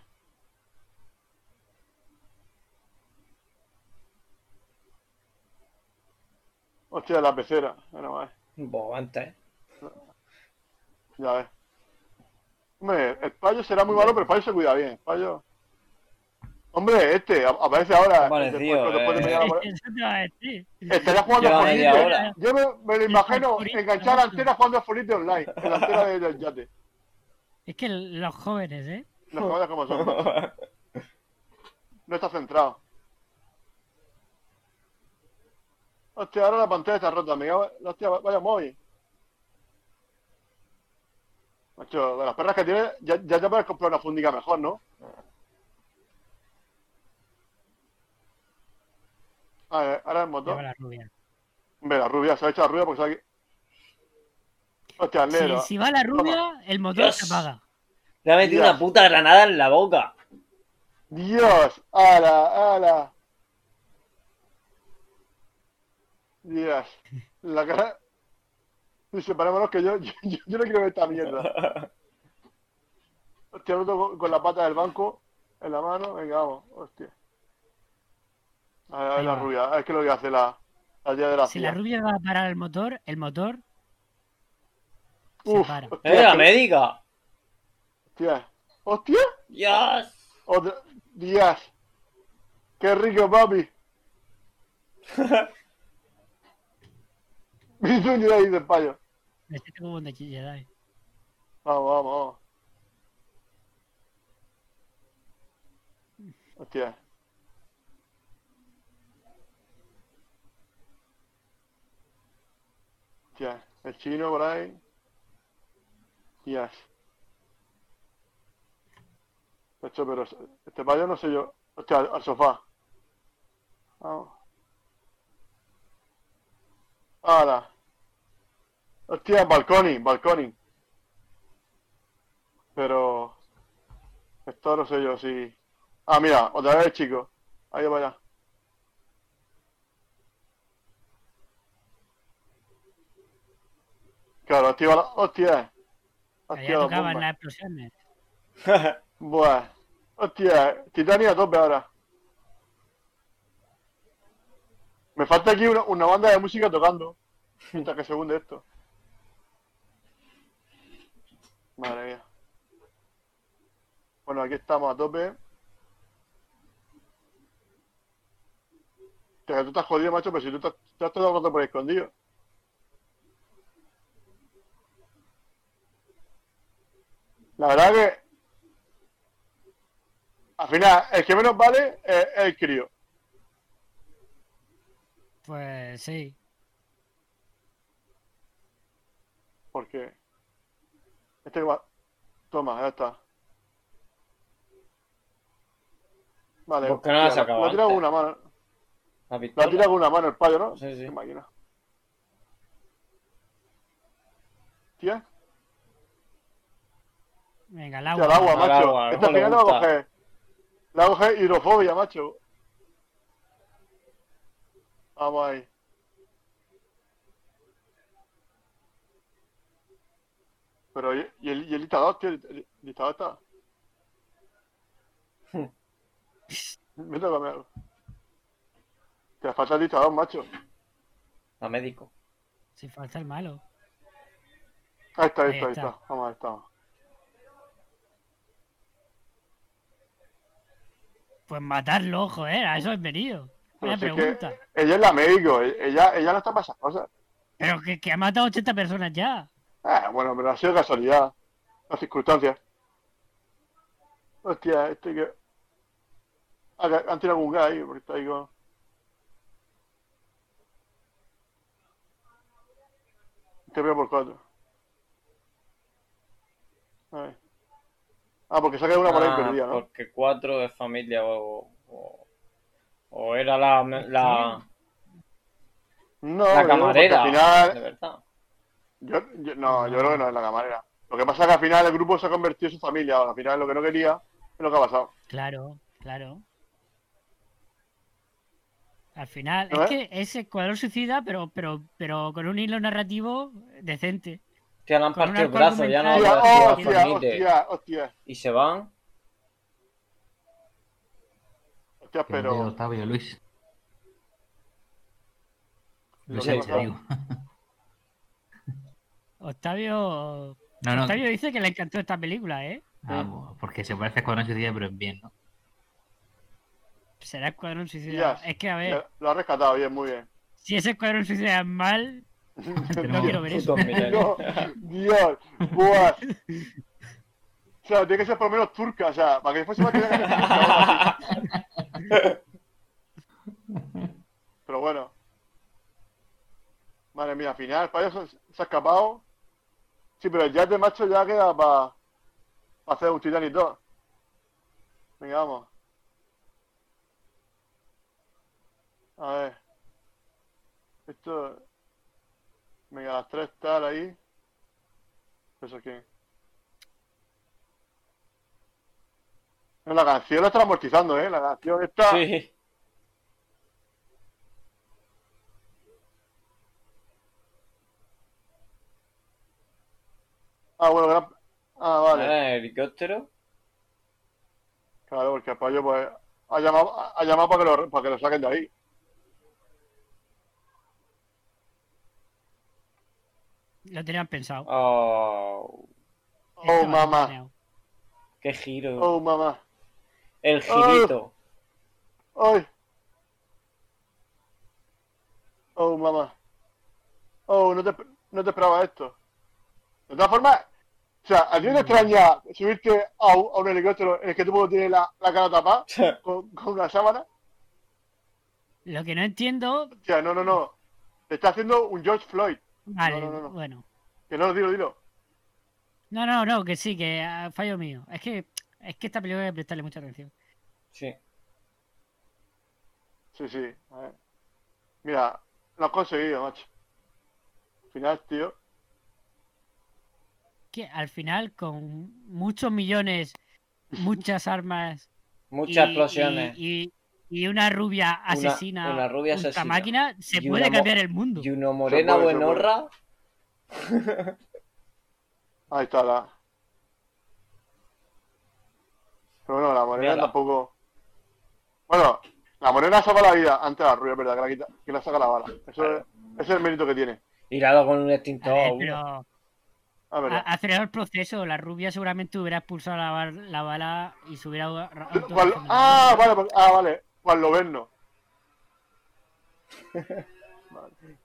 S3: Hostia, la pecera. Bueno, vale.
S6: Bo, antes.
S3: Ya ves. Hombre, el payo será muy malo, pero el payo se cuida bien. El payo... Hombre, este a- aparece ahora.
S6: Aparecido,
S3: después- después de
S6: eh.
S3: media hora.
S4: Eso te va a decir.
S3: Estaría jugando
S6: Lleva
S3: a
S6: media
S3: Fortnite.
S6: hora.
S3: Yo me, me lo imagino
S4: Fortnite,
S3: enganchar la
S4: macho.
S3: antena jugando a Fortnite online. En la antena de- del yate.
S4: Es que los jóvenes, ¿eh?
S3: Las cosas como son. No está centrado. Hostia, ahora la pantalla está rota, me cago en- Hostia, vaya móvil. Macho, de las perras que tienes, ya, ya te puedes comprar una fundica mejor, ¿no? A ver, Ah, eh, ahora el motor.
S4: Lleva la rubia.
S3: Hombre, la rubia, se ha hecho la rubia porque sabe que... Hostia, el negro.
S4: Si, si va la rubia, el motor
S6: Dios.
S4: se apaga.
S6: Le ha metido
S3: Dios.
S6: una puta granada en la boca.
S3: Dios, ala, ala. Dios, la cara. Dice, parémonos que yo, yo, yo- yo no quiero ver esta mierda. Hostia, el otro con, con la pata del banco en la mano. Venga, vamos, hostia. A ver, a ver
S4: Ahí
S3: la
S4: va.
S3: rubia, a ver qué es lo que hace la, la tía de la
S4: Si la
S3: CIA.
S4: rubia va a parar el motor, el motor se
S3: Uf,
S4: para.
S6: ¡Eh, la
S3: hostia,
S6: médica!
S3: hostia. Hostia,
S6: ¡Dios!
S3: otra. Dios. Qué rico, papi. Mi sueño ahí de payo.
S4: Me siento como un de Jedi.
S3: Vamos, vamos, vamos. Hostia. Hostia, el chino por ahí. Hostias. Esto, pero este payo no sé yo. Hostia, al, al sofá. Vamos. ¡Hala! Hostia, balconi, balconi. Pero. Esto no sé yo si. Ah, mira, otra vez, chico. Ahí va allá. Claro, activa la. ¡Hostia!
S4: Allá
S3: Hostia, la
S4: tocaban
S3: bomba.
S4: las explosiones.
S3: Buah. Hostia, Titania a tope ahora. Me falta aquí una, una banda de música tocando. Mientras que se hunde esto. Madre mía. Bueno, aquí estamos a tope. Pero tú estás jodido, macho, pero si tú estás, estás todo el rato por ahí escondido. La verdad que. Al final, el que menos vale es el crío.
S4: Pues sí.
S3: Porque. Este va. Toma, ya está. Vale.
S6: Porque no la has
S3: tira-
S6: sacado
S3: la tira con
S6: antes.
S3: una mano.
S6: La
S3: La
S6: pistola.
S3: tira con una mano el payo, ¿no?
S6: Sí, sí.
S3: Qué máquina. Tía,
S4: Venga, el
S3: tía, al
S4: agua.
S3: agua,
S6: al
S3: macho.
S6: agua,
S3: Esta
S6: no le
S3: final la va a
S6: gusta.
S3: coger. La va a coger hidrofobia, macho. Vamos ahí. Pero, ¿y y el, y el listador, tío? ¿El el listador está? Mira lo que me hago. Te falta el listador, macho.
S6: A médico.
S4: Si falta el malo.
S3: Ahí está, ahí,
S4: Ahí
S3: está, ahí
S4: está.
S3: está. Vamos, ahí está.
S4: Pues matarlo, joder, a eso has venido.
S3: Pero
S4: Una
S3: si es que
S4: pregunta.
S3: Ella es la médico, e-, ella, ella no está para esas cosas.
S4: Pero que, que ha matado 80 personas ya.
S3: Ah, bueno, pero ha sido casualidad. Las circunstancias. Hostia, este que. Ah, que Han tirado algún gas ahí, porque está ahí con. Te Este veo por cuatro. A ver. Ah, porque se ha quedado una por ahí
S6: Ah,
S3: perdida, ¿no?
S6: Porque cuatro es familia o, o, o era la, la,
S3: No,
S6: la
S3: yo-
S6: camarera.
S3: porque al final,
S6: De verdad.
S3: Yo, yo- no, yo creo que no es la camarera. Lo que pasa es que al final el grupo se ha convertido en su familia. Ahora, al final lo que no quería es lo que ha pasado.
S4: Claro, claro. Al final,
S3: ¿Eh?
S4: es que es Escuadrón Suicida, pero, pero, pero con un hilo narrativo decente.
S6: Hostia, le han
S4: Con un
S6: partido el
S4: arco
S6: brazo, ya no
S3: Hostia,
S4: argumental.
S6: habrá
S4: pero
S3: oh,
S6: sido
S3: hostia,
S4: hostia,
S6: Fornite.
S3: hostia, hostia,
S6: Y se van.
S3: hostia,
S5: Que no veo,
S3: pero.
S5: Octavio, Luis.
S3: Lo
S5: Luis,
S6: que
S5: ahí te
S3: pasa-
S5: digo.
S4: Octavio,
S5: No, no.
S4: Octavio dice que le encantó esta película, ¿eh?
S5: ah, bueno, porque se parece a Escuadrón Suicida, pero en bien, ¿no?
S4: Será Escuadrón Suicida.
S3: Yes.
S4: Es que, a ver,
S3: Lo- Lo ha rescatado bien, muy bien.
S4: si es Escuadrón Suicida es mal, no
S5: Tenemos-
S4: quiero ver eso.
S6: Putos milenios.
S3: No, Dios, buah. O sea, tiene que ser por lo menos turca, o sea, para que después se vaya a tener que ser turca o algo así. Pero bueno. Madre mía, al final, el payaso se se ha escapado. Sí, pero el jazz de macho ya queda para hacer un Titanic 2. Venga, vamos. A ver. Esto. Venga, las tres tal ahí. ¿Eso qué? No, la canción la está amortizando, ¿eh? La canción está...
S6: Sí.
S3: Ah, bueno, gran... Ah, vale.
S6: Era en el helicóptero.
S3: Claro, porque el payo pues, ha llamado, ha llamado para, que lo, para que lo saquen de ahí.
S4: Lo tenían pensado.
S6: Oh,
S4: Estaba
S3: Oh, mamá.
S4: planeado.
S6: qué giro.
S3: Oh, Ah. mamá.
S6: El girito.
S3: Ay. Oh, mamá. Oh, no te, no te esperaba esto. De todas formas, o sea, ¿a ti no te extraña subirte a un, a un helicóptero en el que tú puedes tener la, la cara tapada con, con una sábana?
S4: Lo que no entiendo.
S3: O sea, no, no, no. Te está haciendo un George Floyd.
S4: Vale,
S3: no, no.
S4: bueno.
S3: Que no, dilo, dilo.
S4: No, no, no, que sí, que ah, fallo mío. Es que, es que esta película hay que prestarle mucha atención.
S6: Sí.
S3: Sí, sí. a ver. Mira, lo has conseguido, macho. Al final, tío.
S4: Que al final, con muchos millones, muchas armas.
S6: Muchas
S4: y-
S6: explosiones.
S4: Y, y- y una rubia asesina.
S6: una rubia
S4: ultra
S6: asesina.
S4: máquina, se
S6: Y
S4: puede
S6: una mo-
S4: cambiar el mundo.
S6: Y uno morena
S3: Se puede, se puede.
S6: buenorra.
S3: Ahí está la. Pero bueno, la morena
S6: Mírala.
S3: tampoco. Bueno, la morena salva la vida antes de la rubia, es ¿verdad? Que la, quita, que la saca la bala. Eso es, ese es el mérito que tiene.
S6: Y le ha dado con un
S4: A
S6: extintor.
S4: ver,
S6: a uno.
S4: pero,
S3: Ah,
S4: Ha-
S3: verdad.
S4: ha acelerado el proceso. La rubia seguramente hubiera expulsado la, bal- la bala y se hubiera. ahorrado todo
S3: Juan-
S4: el fondo.
S3: ah, vale, porque- ah, vale. Juan Loberno. Vale.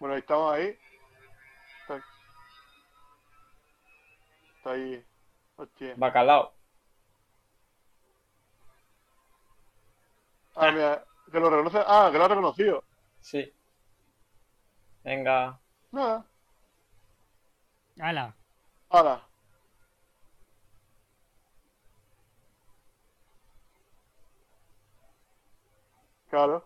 S3: Bueno, ahí estamos ahí. Está, Está ahí. Hostia.
S2: Bacalao.
S3: Ah, mira, que lo reconoce. Ah, que lo ha reconocido.
S2: Sí. Venga.
S3: Nada.
S4: Ala.
S3: Ahora. Claro.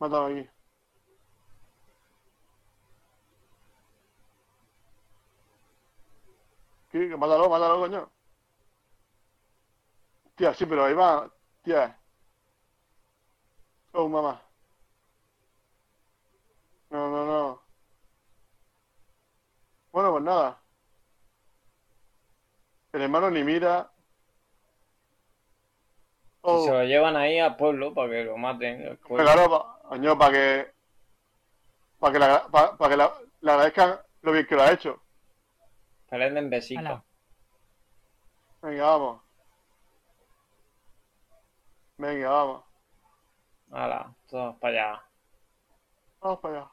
S3: Mátame aquí. Sí, que mátalo, mátalo, coño. Tía, sí, pero ahí va. Tía. Oh, mamá. No, no, no. Bueno, pues nada. El hermano ni mira.
S2: Y
S3: Oh,
S2: se lo llevan ahí al pueblo para que lo maten. el
S3: pero
S2: pueblo.
S3: claro, pa- coño, para que, para que, la, pa- pa' que la- le agradezcan lo bien que lo ha hecho.
S2: Prenden besitos.
S4: Ala.
S3: Venga, vamos. Venga, vamos.
S2: Ala, todos para allá.
S3: Vamos para allá.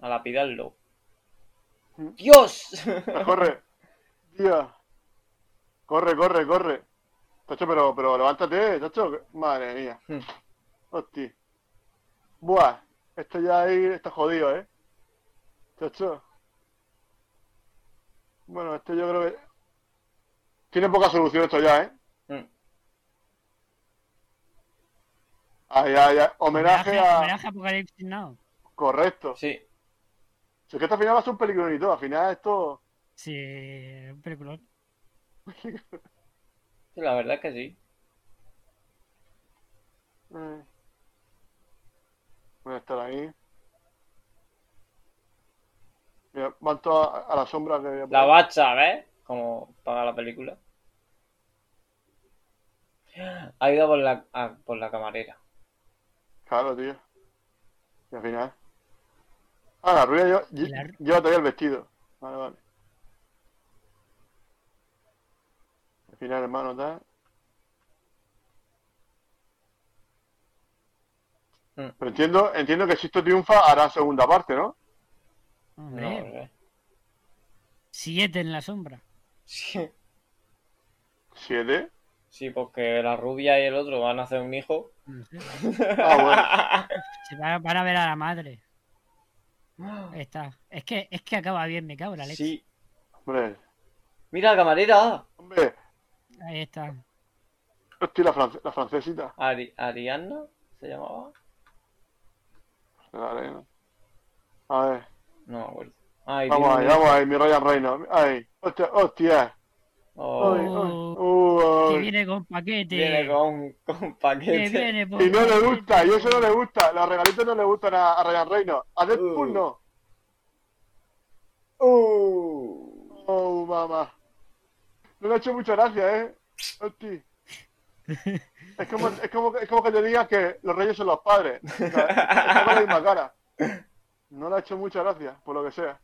S2: A lapidarlo.
S3: Mm.
S2: ¡Dios!
S3: Corre. Tía. Corre, corre, corre. Tacho, pero, pero levántate, tacho. que- Madre mía.
S2: Hmm.
S3: Hostia. Buah, esto ya ahí está jodido, ¿eh? Tacho. Bueno, esto yo creo que... Tiene poca solución esto ya, ¿eh?
S2: Mm.
S3: Ay, ay, ay. Homenaje a...
S4: Homenaje a Apocalipsis Now.
S3: Correcto.
S2: sí.
S3: Si es que esto al final va a ser un peliculón y todo. Al final esto...
S4: Sí, un peliculón.
S2: sí, la verdad es que sí.
S3: Eh. Voy a estar ahí. Mira, van todas a, a la sombra que voy a
S2: La
S3: poner.
S2: bacha, ¿ves? Como paga la película. Ha ido por la, a- por la camarera.
S3: Claro, tío. Y al final. Ah, la rubia lleva,
S4: Y la-
S3: lle- lleva todavía el vestido. Vale, vale. Al final, hermano, tal.
S2: Mm.
S3: Pero entiendo, entiendo que si esto triunfa, hará segunda parte, ¿no?
S4: Hombre,
S2: No, ¿ves?
S4: siete en la sombra.
S2: Sí.
S3: ¿Siete?
S2: sí, porque la rubia y el otro van a hacer un hijo.
S4: No sé.
S3: Ah, bueno.
S4: Se va- van a ver a la madre. Ahí Está. Es que, es que acaba bien, me cago en la leche.
S2: sí.
S3: Hombre.
S2: Mira, camarera.
S3: Hombre.
S4: Ahí está.
S3: Hostia, la, france- la francesita.
S2: Ari- Ariana se llamaba.
S3: de la arena. A ver,
S2: No me acuerdo. Ay,
S3: vamos
S2: dime,
S3: ahí, vamos ahí, mi Ryan Reynolds. Ahí, hostia, hostia.
S2: Oh,
S3: Ay, ay,
S4: Oh.
S3: uh,
S4: Que
S3: ay.
S4: viene con paquete.
S2: viene con, con paquete.
S4: Que viene por
S3: Y no le
S4: paquete.
S3: gusta, y eso no le gusta. Los regalitos no le gustan a, a Ryan Reynolds. A Deadpool
S2: Uh.
S3: no.
S2: Uh.
S3: Oh, mamá. No le ha hecho mucha gracia, ¿eh? Hostia. Es como, es, como, es como que te digas que los reyes son los padres. O sea, es como la misma cara. No le ha hecho mucha gracia, por lo que sea.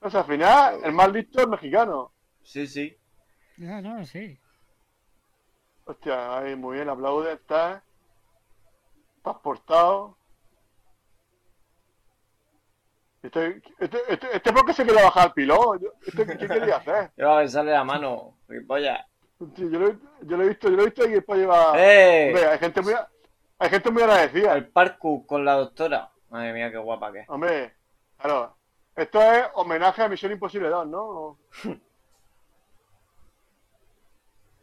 S3: O sea, al final, el más listo es mexicano.
S2: Sí, sí.
S4: No, no, sí.
S3: Hostia, ahí muy bien, aplaude, ¿eh? estás. Estás portado. Este, este, este, este ¿por qué se quería bajar al pilón? Este, ¿Qué quería hacer?
S2: Yo a besarle la mano. Ripolla.
S3: Hostia, yo, lo, he- yo lo he visto, yo lo he visto y después lleva.
S2: ¡Eh!
S3: Hombre, hay gente muy, a- hay gente muy agradecida.
S2: Al parkour con la doctora. Madre mía, qué guapa que es.
S3: Hombre, claro. Esto es homenaje a Misión Imposible 2, ¿no?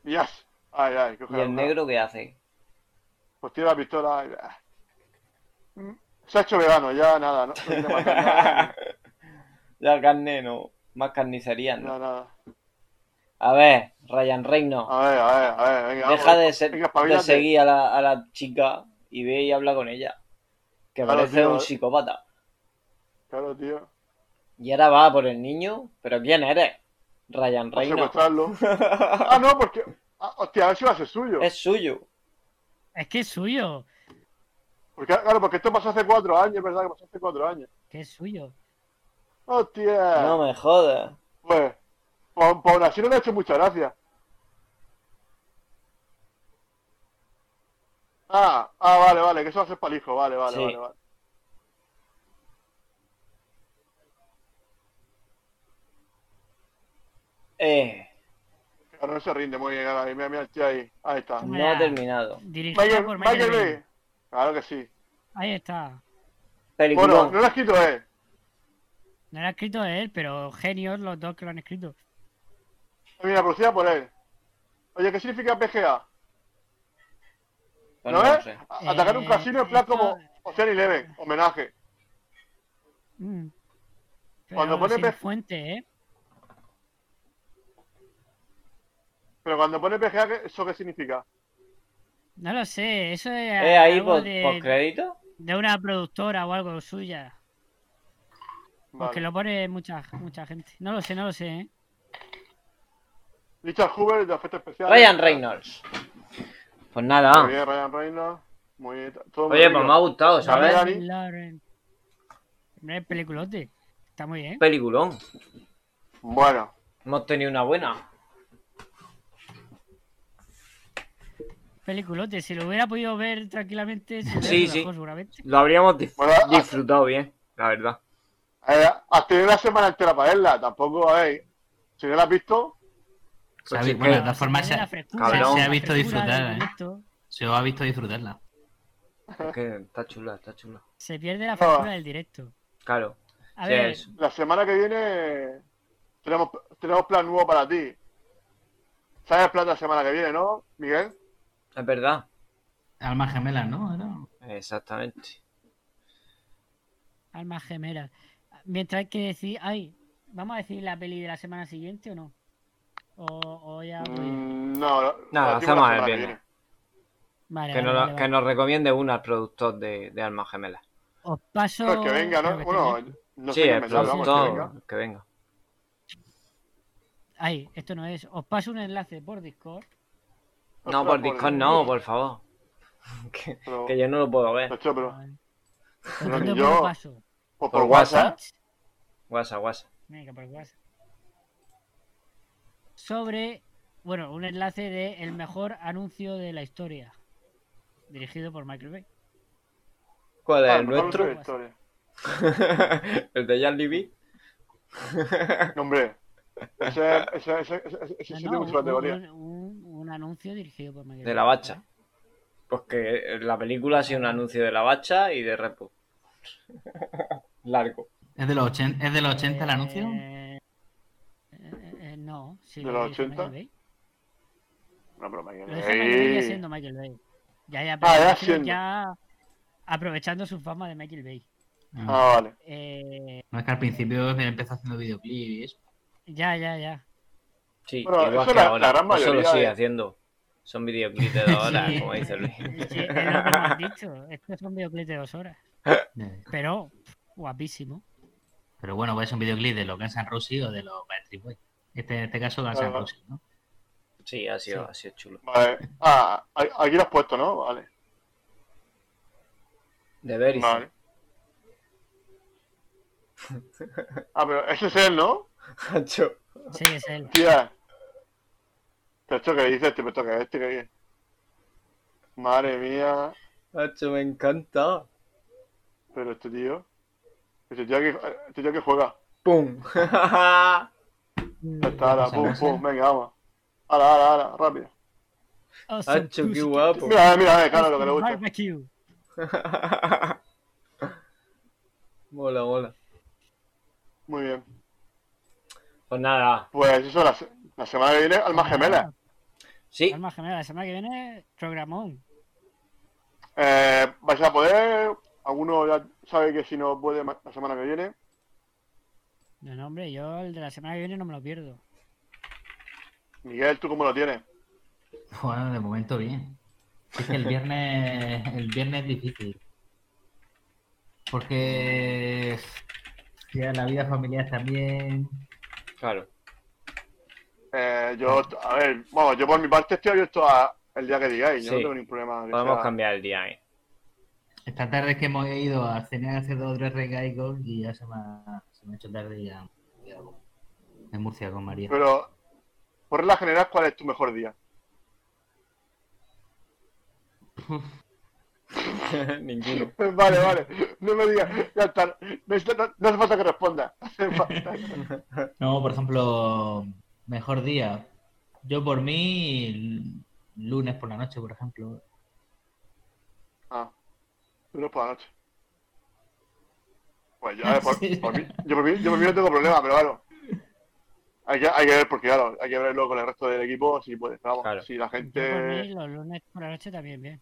S3: Yes. Ay, ay, qué
S2: ¿Y el negro qué hace?
S3: Pues tira la pistola. y- ah. Mm, Se ha hecho vegano, ya nada, no, no quiere matar nada,
S2: La carne no. Más carnicería, ¿no?
S3: nada, nada.
S2: A ver, Ryan Reynolds.
S3: A ver, a ver, a ver, Ah, venga.
S2: Deja
S3: vamos.
S2: de, ser,
S3: Venga,
S2: de
S3: espabilate.
S2: seguir a la, a la chica y ve y habla con ella. Que
S3: Claro,
S2: parece
S3: tío,
S2: un
S3: eh.
S2: psicópata.
S3: Claro, tío.
S2: Y ahora va por el niño. ¿Pero quién eres? Ryan
S3: Para
S2: Reynolds.
S3: secuestrarlo. Ah, no, porque. ah, hostia, a ver si va a ser suyo.
S2: Es suyo.
S4: Es que es suyo.
S3: Porque, claro, porque esto pasó hace cuatro años, ¿verdad? Que pasó hace cuatro años.
S4: que es suyo.
S3: ¡Hostia!
S2: No me jodas.
S3: Pues, pues, pues aún así no le ha hecho mucha gracia. Ah, ah, vale, vale, que eso va a ser para el hijo, vale, vale,
S2: Sí.
S3: vale, vale.
S2: Eh,
S3: Claro, no se rinde muy bien, ahora, mira, mira, el tío ahí, ahí está.
S2: no ha terminado.
S4: Dirigido
S3: Michael,
S4: por
S3: Michael
S4: Michael Bay.
S3: Bay. Claro que sí.
S4: Ahí está.
S3: Bueno,
S2: Peliculón.
S3: no lo ha escrito él.
S4: No lo ha escrito él, pero genios los dos que lo han escrito.
S3: Mira, producida por él. Oye, ¿qué significa PGA?
S2: Bueno,
S3: ¿No
S2: Pues no
S3: es?
S2: sé.
S3: A- Atacar un
S4: Eh,
S3: casino en plan
S4: esto-
S3: como Ocean Eleven, homenaje.
S4: Mm. Pero
S3: Cuando pone
S4: sin
S3: pe-
S4: fuente, ¿eh?
S3: Pero cuando pone PGA, ¿qué- ¿eso qué significa?
S4: No lo sé, eso es
S2: ¿Es Eh, ahí
S4: algo
S2: por,
S4: de,
S2: crédito?
S4: de una productora o algo suya. Porque
S3: Vale.
S4: lo pone mucha, mucha gente. No lo sé, no lo sé, ¿eh?
S3: Richard Hoover de efectos especiales.
S2: Ryan Reynolds. Pues nada.
S3: Muy bien, Ryan Reynolds. Muy bien. Todo muy
S7: Oye,
S3: rico.
S7: pues me ha gustado, ¿sabes?
S3: Dani.
S4: Lauren. Hombre, peliculote. Está muy bien.
S2: Peliculón.
S3: Bueno,
S2: Hemos tenido una buena.
S4: Peliculote. Si lo hubiera podido ver tranquilamente, se lo
S2: Sí,
S4: hubiera hecho
S2: sí.
S4: mejor, seguramente.
S2: Lo habríamos dis-
S3: Bueno, ah.
S2: disfrutado bien, la verdad.
S3: eh, has tenido una semana entera para verla. Tampoco, a ver, si no la has visto,
S5: Se ha
S2: Pues
S5: vi-
S2: sí,
S5: bueno, de
S2: que-
S5: todas formas, se,
S4: la frescura,
S2: Cabrón.
S4: la
S5: Se ha visto
S4: frescura del
S5: disfrutar, ¿eh?
S4: directo.
S5: se os ha visto disfrutarla.
S2: Es que está chula, está chula.
S4: Se pierde la
S3: No.
S4: frescura del directo.
S2: Claro.
S4: A
S2: sí,
S4: ver,
S2: es-
S3: la semana que viene tenemos, tenemos plan nuevo para ti. ¿Sabes el plan de la semana que viene, no, Miguel?
S2: es verdad.
S5: Alma gemela, ¿no? Era-
S2: Exactamente.
S4: almas gemelas. Mientras hay que decir, ay, ¿vamos a decir la peli de la semana siguiente o no? O, o ya. voy.
S3: Mm, no, lo-
S2: Nada, hacemos
S3: lo decimos la
S2: el
S3: semana que
S2: viernes.
S3: viene.
S4: Vale,
S2: Que,
S4: vale,
S2: nos,
S4: vale,
S2: que
S4: vale.
S2: nos recomiende una al productor de, de Almas Gemelas.
S4: Os paso.
S3: No, es que venga,
S4: creo
S3: ¿no? eh.
S4: que
S3: Bueno,
S4: tenía-
S3: no
S2: sí,
S3: sé qué
S2: el
S3: inventar, vamos, que venga.
S2: productor. Que venga.
S4: Ay, esto no es. Os paso un enlace por Discord.
S2: No,
S3: Ostras, pues, eh,
S2: por Discord no, por favor. Que,
S3: Pero-
S2: que yo no lo puedo ver.
S3: Nacho, pero-
S4: Vale.
S3: pero
S4: Yo
S3: que
S4: te
S3: yo- ¿Ah?
S4: lo paso.
S3: o por,
S2: por
S3: WhatsApp.
S2: Guasa, guasa.
S4: Venga, por WhatsApp. Sobre, bueno, un enlace de el mejor anuncio de la historia. Dirigido por Michael Bay.
S2: ¿Cuál es
S3: Ah,
S2: el
S3: mejor
S2: nuestro?
S3: no sé historia.
S2: ¿El de Jan Levy?
S3: No, hombre. Ese, ese, ese, ese, ese, ese sí
S4: No, no,
S3: tiene mucha
S4: un,
S3: categoría.
S4: un- un- un anuncio dirigido por Michael
S2: De
S4: Bay.
S2: la bacha. Porque la película ha sido un anuncio de la bacha y de repo. Largo.
S5: ¿Es de los 80, ¿es de los 80 el anuncio?
S4: Eh, eh, eh, no, sí.
S3: ¿De
S4: lo
S3: los
S4: dirige
S3: 80?
S4: Michael Bay.
S3: Una broma.
S4: Lo deja Michael Bay ya siendo Michael Bay. Ya, ya, pero
S3: Ah, ya
S4: imagino
S3: siendo.
S4: ya aprovechando su fama de Michael Bay.
S5: No,
S3: Ah, vale.
S4: Eh,
S5: es que al principio empezó haciendo videoclips y eso.
S4: ya, ya, ya.
S2: Sí,
S3: Bueno,
S2: igual
S3: eso
S2: que
S3: la-
S2: ahora.
S3: la gran
S2: eso lo
S3: mayoría
S2: sigue
S3: de-
S2: haciendo. Son videoclips de dos horas,
S5: Sí.
S2: Ah, como dice Luis.
S4: Sí, es lo que hemos dicho. Estos son videoclips de dos horas.
S5: Eh,
S4: Pero, pff, guapísimo.
S5: Pero bueno, es un videoclip de los Guns N' Roses o de los Backstreet Boys. Este, en este caso, Guns N'
S3: Claro.
S5: Roses, ¿no?
S2: Sí, ha sido, ha sido chulo.
S3: Vale. Ah, ahí- aquí lo has puesto, ¿no? Vale.
S2: De Veris.
S3: Vale. Ah, pero ese es él, ¿no?
S4: Sí, es él.
S3: Tía. Pero esto que dice este, pero esto que este que dice. Madre mía.
S2: me encanta.
S3: Pero este tío. Este tío que, este tío que juega.
S2: ¡Pum!
S3: Ya está, ahora, pum, pum, venga, vamos. Ahora, ahora, ahora, rápido.
S4: Awesome
S2: ¡Hacho, qué
S4: Pussy
S2: guapo!
S3: Mira, eh, mira, eh, claro, lo que le gusta.
S4: Barbecue.
S2: mola, mola.
S3: Muy bien.
S2: Pues nada.
S3: Pues eso, la, se- la semana que viene, Almas Gemelas.
S2: Sí,
S4: Alma gemela, la semana que viene, programón.
S3: Eh, vais a poder, alguno ya sabe que si no puede ma- la semana que viene.
S4: No, no, hombre, yo el de la semana que viene no me lo pierdo.
S3: Miguel, ¿tú cómo lo tienes?
S5: Bueno, de momento bien. Es que el viernes, el viernes es difícil. Porque ya la vida familiar también.
S2: claro.
S3: Eh, yo, a ver, vamos, yo por mi parte estoy abierto a el día que digáis, yo
S2: Sí.
S3: no tengo ningún problema. que
S2: Podemos
S3: sea-
S2: cambiar el día. ¿eh?
S5: Esta tarde es que hemos ido a cenar hace dos o tres regaigos y ya se me ha, se me ha hecho tarde y ya. ya voy. En Murcia con María.
S3: Pero, por regla general, ¿cuál es tu mejor día?
S6: Ninguno.
S3: Vale, vale. No me digas. Ya está. No, es- no- no hace falta que responda. No hace falta.
S5: No, por ejemplo, mejor día. Yo por mí, l- lunes por la noche, por ejemplo.
S3: Ah. Lunes por la noche. Pues ya, eh, por, por mí, yo, por mí, yo por mí no tengo problema, pero claro. Hay que, hay que ver, porque claro, hay que ver luego con el resto del equipo si puede. Vamos,
S2: Claro.
S3: si la
S4: Yo por mí,
S3: gente.
S4: los lunes por la noche también bien.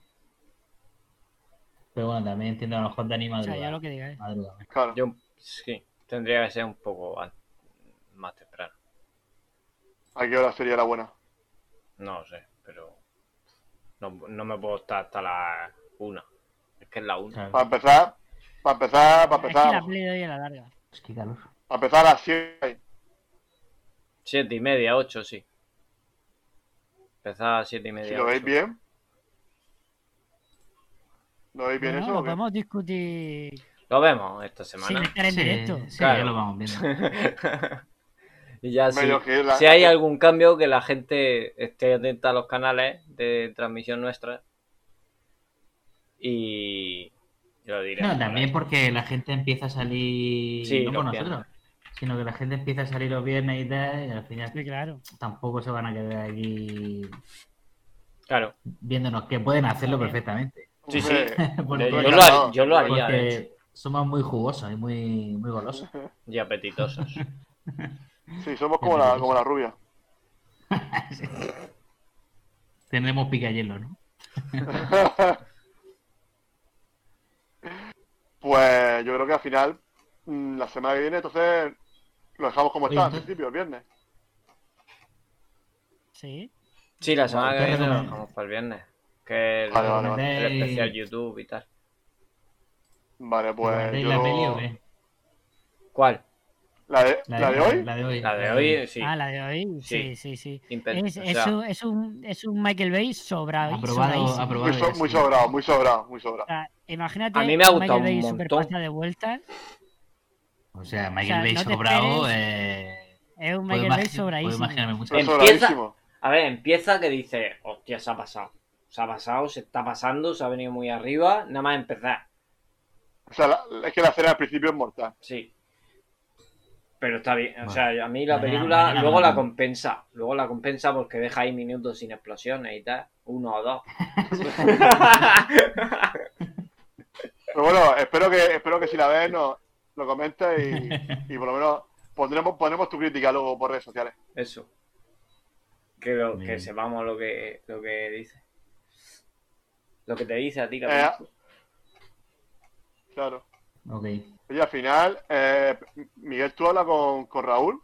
S5: Pero bueno, también entiendo a lo mejor Dani
S4: O sea, ya
S5: madruga.
S4: lo que digáis.
S5: madruga.
S3: Claro.
S2: Yo sí, tendría que ser un poco an- más temprano.
S3: ¿A qué hora sería la buena?
S2: No sé, pero no, no me puedo estar hasta la una. Es que es la una.
S5: Claro,
S3: Para empezar, para empezar, para
S4: Es que la
S3: empezar,
S4: play de hoy a la larga.
S5: es que calor.
S3: para empezar a las 7.
S2: Siete y media, ocho, sí. Empezaba a siete y media.
S3: Si lo veis
S2: Eh, ocho.
S3: bien. ¿Lo veis bien
S4: Bueno,
S3: eso?
S4: lo
S3: o qué?
S4: podemos discutir
S2: Lo vemos esta
S4: sin
S2: semana.
S4: estar en
S5: Sí,
S4: directo.
S5: sí,
S2: Claro.
S5: ya lo vamos viendo.
S2: y ya sí.
S3: Medio que la-
S2: Si hay algún cambio, que la gente esté atenta a los canales de transmisión nuestra. Y yo lo diré.
S5: No, también porque la gente empieza a salir,
S2: Sí,
S5: no por
S2: los viernes.
S5: nosotros, sino que la gente empieza a salir los viernes y tal, y al final
S4: Sí, claro.
S5: tampoco se van a quedar aquí
S2: Claro.
S5: viéndonos, que pueden
S4: Ah,
S5: hacerlo perfectamente.
S2: Sí, sí.
S3: Hombre,
S5: Porque,
S2: yo,
S3: claro.
S2: lo, har- yo lo haría.
S5: porque
S2: de hecho.
S5: somos muy jugosos y muy, muy golosos.
S2: Y apetitosos.
S3: Sí, somos como la, como la rubia.
S5: Tenemos picayelo, ¿no?
S3: Pues yo creo que al final, mm, la semana que viene, entonces lo dejamos como
S5: Oye,
S3: está, al
S5: entonces-
S3: principio, el viernes.
S4: Sí.
S2: Sí, la semana que
S5: Vale,
S2: viene lo
S5: vale.
S2: dejamos para el viernes. Que el,
S3: Vale, vale, vale.
S2: el
S5: Recomendáis-
S2: especial YouTube y tal.
S3: Vale, pues
S5: ¿Recomendáis
S3: yo...
S5: la peli o qué?
S2: ¿Cuál?
S3: ¿La de, la de hoy?
S5: La de hoy.
S2: La de hoy, sí.
S4: Ah, la de hoy.
S2: Sí.
S4: Sí, sí, sí.
S2: Impen-
S4: Es,
S2: o
S4: es
S2: sea,
S4: un, es, un, es un Michael Bay sobra,
S5: Aprobado,
S4: sobradísimo.
S3: Muy,
S5: aprobado. ya,
S3: so- muy
S5: sí.
S3: sobrado, muy sobrado, muy sobrado.
S4: O sea, imagínate
S2: A mí me ha gustado
S4: Michael Bay
S2: un
S4: super
S2: montón.
S4: de vueltas.
S5: O sea,
S4: O sea,
S5: Michael Bay
S4: no te
S5: sobrado.
S4: esperes-
S5: eh,
S4: Es un
S5: puedo
S4: Michael Bay
S5: imagi- Puedo
S4: sobradísimo.
S5: imaginarme mucho.
S3: Muy
S2: Empieza-
S3: sobradísimo.
S2: A ver, empieza que dice, hostia, se ha pasado. Se ha pasado, se está pasando, se ha venido muy arriba. Nada más empezar.
S3: O sea, la- es que la escena al principio es mortal.
S2: Sí. Pero está bien. O
S5: Bueno.
S2: sea, a mí la
S5: Mañana-
S2: película
S5: mañana
S2: luego la
S5: hablamos.
S2: compensa. Luego la compensa porque deja ahí minutos sin explosiones y tal. Uno o dos.
S3: Pero bueno, espero que, espero que si la ves nos lo comentes y, y por lo menos pondremos, pondremos tu crítica luego por redes sociales.
S2: Eso. Que, lo-
S5: Muy
S2: que
S5: bien.
S2: sepamos lo que, lo que dice. Lo que te dice a ti,
S3: Eh,
S2: capitán.
S3: claro.
S5: Ok.
S3: Oye, al final, eh, Miguel, tú hablas con, con Raúl.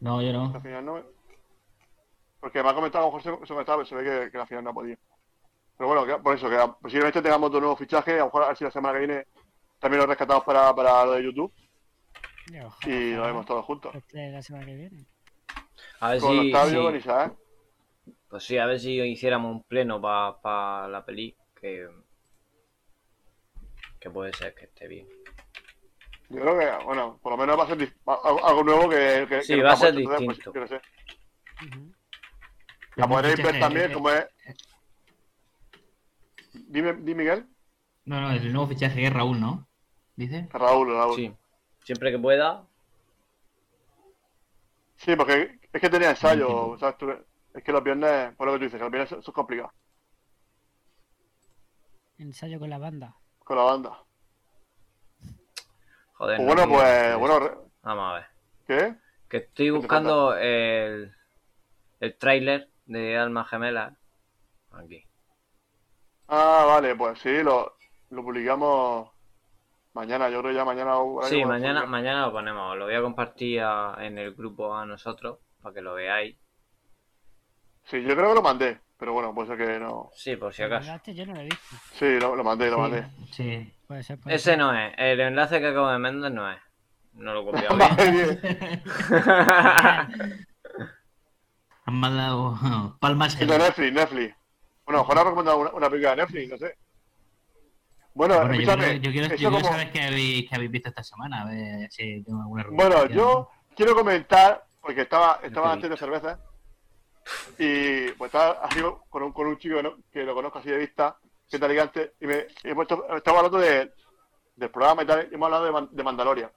S5: No, yo
S3: Al
S5: no.
S3: final no. Porque me ha comentado con José, se comentaba, pero se ve que, que al final no ha podido. Pero bueno, que- por eso, que posiblemente tengamos dos nuevos fichajes. A lo mejor a ver si la semana que viene también los rescatamos para, para lo de YouTube
S4: Ojalá,
S3: y lo
S4: ojalá.
S3: vemos todos juntos.
S4: Este, la semana que viene.
S2: A ver
S3: Con
S2: si.
S3: Octavio,
S2: si-
S3: con ¿eh? Isaac.
S2: pues sí, a ver si hiciéramos un pleno para la peli. Que, que puede ser que esté bien.
S3: Yo creo que, bueno, por lo menos va a ser di- va- algo algo nuevo que. que
S2: Sí,
S3: que no
S2: va a
S3: está
S2: ser
S3: puesto, entonces, pues,
S2: distinto.
S3: yo qué sé.
S4: Ujú.
S3: La podréis ver
S5: Eh,
S3: también,
S5: eh,
S3: como es. Dime, di Miguel.
S5: No, no, el nuevo fichaje es Raúl, ¿no? ¿Dice?
S3: Raúl, Raúl. Sí,
S2: Sí. Siempre que pueda.
S3: porque es que tenía ensayo, ¿sabes? Tú- es que los viernes, por lo que tú dices, que los viernes son, son complicados
S4: Ensayo con la banda.
S3: con la banda.
S2: Joder. no
S3: Pues bueno,
S2: me digas
S3: pues,
S2: eso.
S3: bueno, re-
S2: Vamos a ver.
S3: ¿qué?
S2: Que estoy
S3: te
S2: buscando el, el tráiler de Alma Gemela. ¿eh? Aquí.
S3: Ah, vale, pues sí, lo, lo publicamos mañana, yo creo ya mañana. o-
S2: Sí,
S3: algo
S2: mañana,
S3: publicamos.
S2: mañana lo ponemos. Lo voy a compartir a- en el grupo a nosotros para que lo veáis.
S3: Sí, yo creo que lo mandé, pero bueno, puede ser que no.
S2: Sí, por si
S4: ¿Me
S2: acaso.
S4: mandaste? este Yo no lo he visto.
S3: Sí, lo, lo mandé, lo mandé.
S5: Sí, sí.
S4: Puede ser. puede
S2: Ese
S4: ser.
S2: no es. El enlace que acabo de mandar no es. No lo he copiado bien.
S3: Vale, bien.
S5: Han mandado palmas.
S3: Es de Netflix, Netflix. Bueno, a lo mejor ha recomendado una, una película de Netflix, no sé. Bueno,
S5: Bueno, yo,
S3: escúchame,
S5: creo- yo quiero, yo
S3: eso
S5: quiero
S3: como-
S5: saber qué habéis, qué habéis visto esta semana, a ver si tengo alguna
S3: Bueno,
S5: recomendación.
S3: yo quiero comentar, porque estaba,
S5: te
S3: estaba antes de cerveza, y pues estaba así con un, con un chico que, no- que lo conozco así de vista, que es de Alicante, y me y hemos to- estaba hablando de- del programa y tal, y hemos hablado de, Man- de Mandalorian.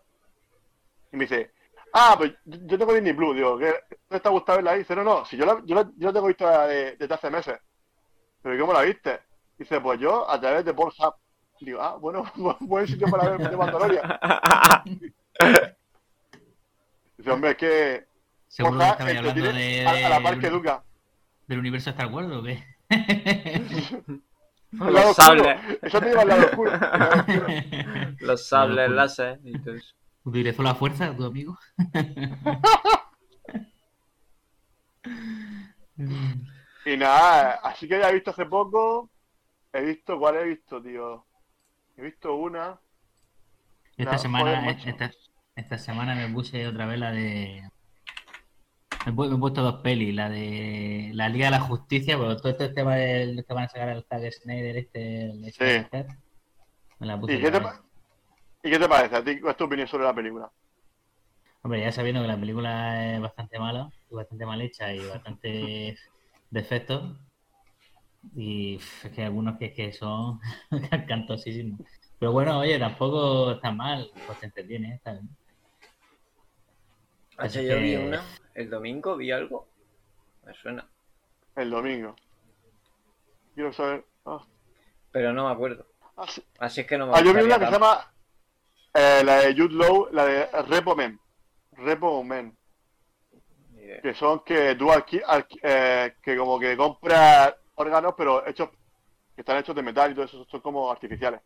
S3: Y me dice, ah, pues yo yo tengo Disney Blue, digo, ¿qué, ¿no te ha gustado verla ahí? Dice, no, no, si yo la, yo la- yo la tengo vista de- desde hace meses. Pero ¿y ¿cómo la viste? Dice, pues yo a través de Pornhub. Digo, ah, bueno, buen sitio para ver de Mandalorian. Dice, hombre, es que
S5: Seguro que
S3: Ojalá
S5: estabais
S3: esto
S5: hablando de,
S3: tiene a, a la par que
S5: del,
S3: Duca.
S5: del universo Star Wars o qué.
S3: El lado
S2: Los
S3: oscuro.
S2: sables,
S3: Eso te lleva al lado oscuro. El lado oscuro.
S2: los sables
S5: Locura.
S2: láser y todo eso.
S5: ¿Utilizó la fuerza tu amigo? Mm.
S3: Y nada, así que ya he visto hace poco. He visto, ¿cuál he visto, tío? He visto una.
S5: Esta
S3: No, joder,
S5: semana
S3: macho.
S5: esta, esta semana me puse otra vez la de. Me he, pu- me he puesto dos pelis, la de la Liga de la Justicia, pero todo este tema del que van a sacar al Zack Snyder, este. el de
S3: Sí.
S5: Snyder, Me la puse.
S3: ¿Y qué,
S5: otra
S3: te,
S5: vez.
S3: pa- ¿Y qué te parece a ti? ¿Cuál es tu opinión sobre la película?
S5: Hombre, ya sabiendo que la película es bastante mala, y bastante mal hecha y bastante defectos. Y pff, es que algunos que, que son cantosísimos. Pero bueno, oye, tampoco está mal, pues te entretiene, está bien.
S6: Hacho, yo vi
S5: Eh.
S6: una. El domingo vi algo. Me suena.
S3: El domingo. Quiero saber. Ah,
S6: Pero no me acuerdo.
S3: ah, sí.
S6: Así es que no me
S3: Ah, yo vi
S6: gustaría
S3: una que se
S6: tanto.
S3: llama. eh, la de Jude Law, la de Repo Men. Repo Men.
S6: Ni idea.
S3: que son que tú alqui- alqui- eh, que como que compras órganos pero hechos que están hechos de metal y todo eso son como artificiales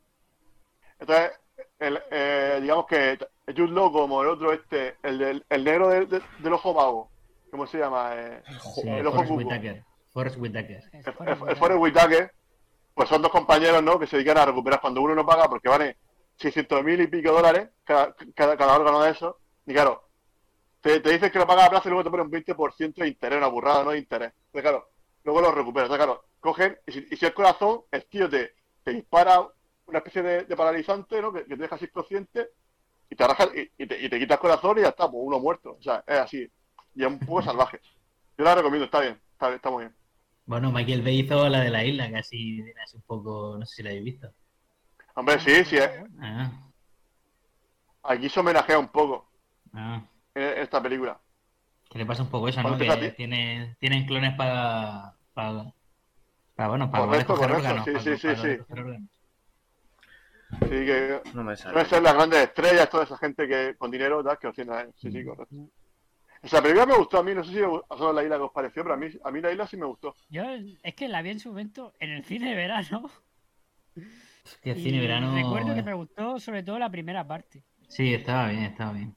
S3: entonces el, eh, digamos que Jude Law como el otro este el, del- el negro del- del- del ojo vago ¿cómo se llama? Eh,
S5: Sí,
S3: el ojo
S5: Forrest
S3: cuco.
S5: Whitaker. Forrest Whitaker.
S4: Es
S3: el,
S4: Forrest
S3: el- Eh, el
S4: Whitaker.
S3: Forrest Whitaker pues son dos compañeros ¿no? que se dedican a recuperar cuando uno no paga porque vale 600 mil y pico dólares cada, cada, cada órgano de eso y claro te, te dices que lo pagas a plazo y luego te ponen un 20% de interés, una burrada, no de interés. Entonces, claro, luego lo recuperas. Entonces, claro, cogen, y si, y si es corazón, el tío te, te dispara una especie de, de paralizante, ¿no? Que, que te deja así consciente y te arraja, y, y te, y te quita el corazón y ya está, pues uno muerto. O sea, es así. Y es un poco salvaje. Yo la recomiendo, está bien, está, está muy bien.
S5: Bueno, Michael Bay hizo la de la isla, casi tiene así un poco, no sé si la habéis visto.
S3: Hombre, sí, sí, eh,
S5: Ah,
S3: aquí se homenajea un poco
S5: ah.
S3: en esta película.
S5: Que le pasa un poco eso, ¿no?
S3: Cuando te
S5: Que
S3: sati-
S5: tiene, tienen clones para, para, para bueno, para poder
S3: Correcto,
S5: coger
S3: correcto,
S5: órganos.
S3: sí, sí, sí,
S5: para- para poder
S3: sí.
S5: coger órganos.
S3: Sí, que
S6: No me
S3: Suelen
S6: sale.
S3: ser las grandes estrellas, toda esa gente que con dinero tal, que lo tiene. ¿eh? Sí, sí, correcto. O sea, primero me gustó a mí, no sé si a solo la isla que os pareció, pero a mí, a mí la isla sí me gustó.
S4: Yo es que la vi en su momento en el cine de verano.
S5: Hostia,
S4: y
S5: cine verano.
S4: Recuerdo que
S5: eh,
S4: me gustó sobre todo la primera parte.
S5: Sí, estaba bien, estaba bien.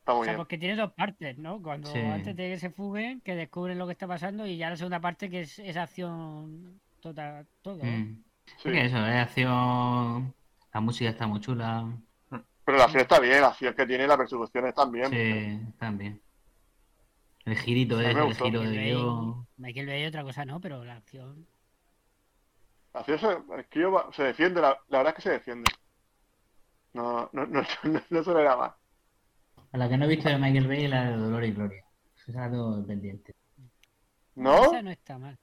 S3: Está
S4: O
S3: muy
S4: sea,
S3: bien.
S4: porque tiene dos partes, ¿no? Cuando
S5: Sí.
S4: antes de que se fuguen, que descubren lo que está pasando y ya la segunda parte que es esa acción total, toda. ¿eh?
S5: Mm.
S3: Sí.
S5: Es que eso, es acción. La música está muy chula.
S3: Pero la acción está bien, la acción que tiene, las persecuciones están bien.
S5: Sí, también. El girito
S3: A mí me
S5: ese, el
S3: gustó.
S5: giro de
S4: Michael Bay-
S5: guión.
S4: Michael Bay otra cosa no, pero la acción.
S3: La acción se, el crío va- se defiende, la, la verdad es que se defiende. No, no, no, no, no se le da más.
S5: A La que no he visto de Michael Bay es la de Dolor y Gloria. Esa la tengo pendiente.
S3: ¿No?
S4: Esa no está mal.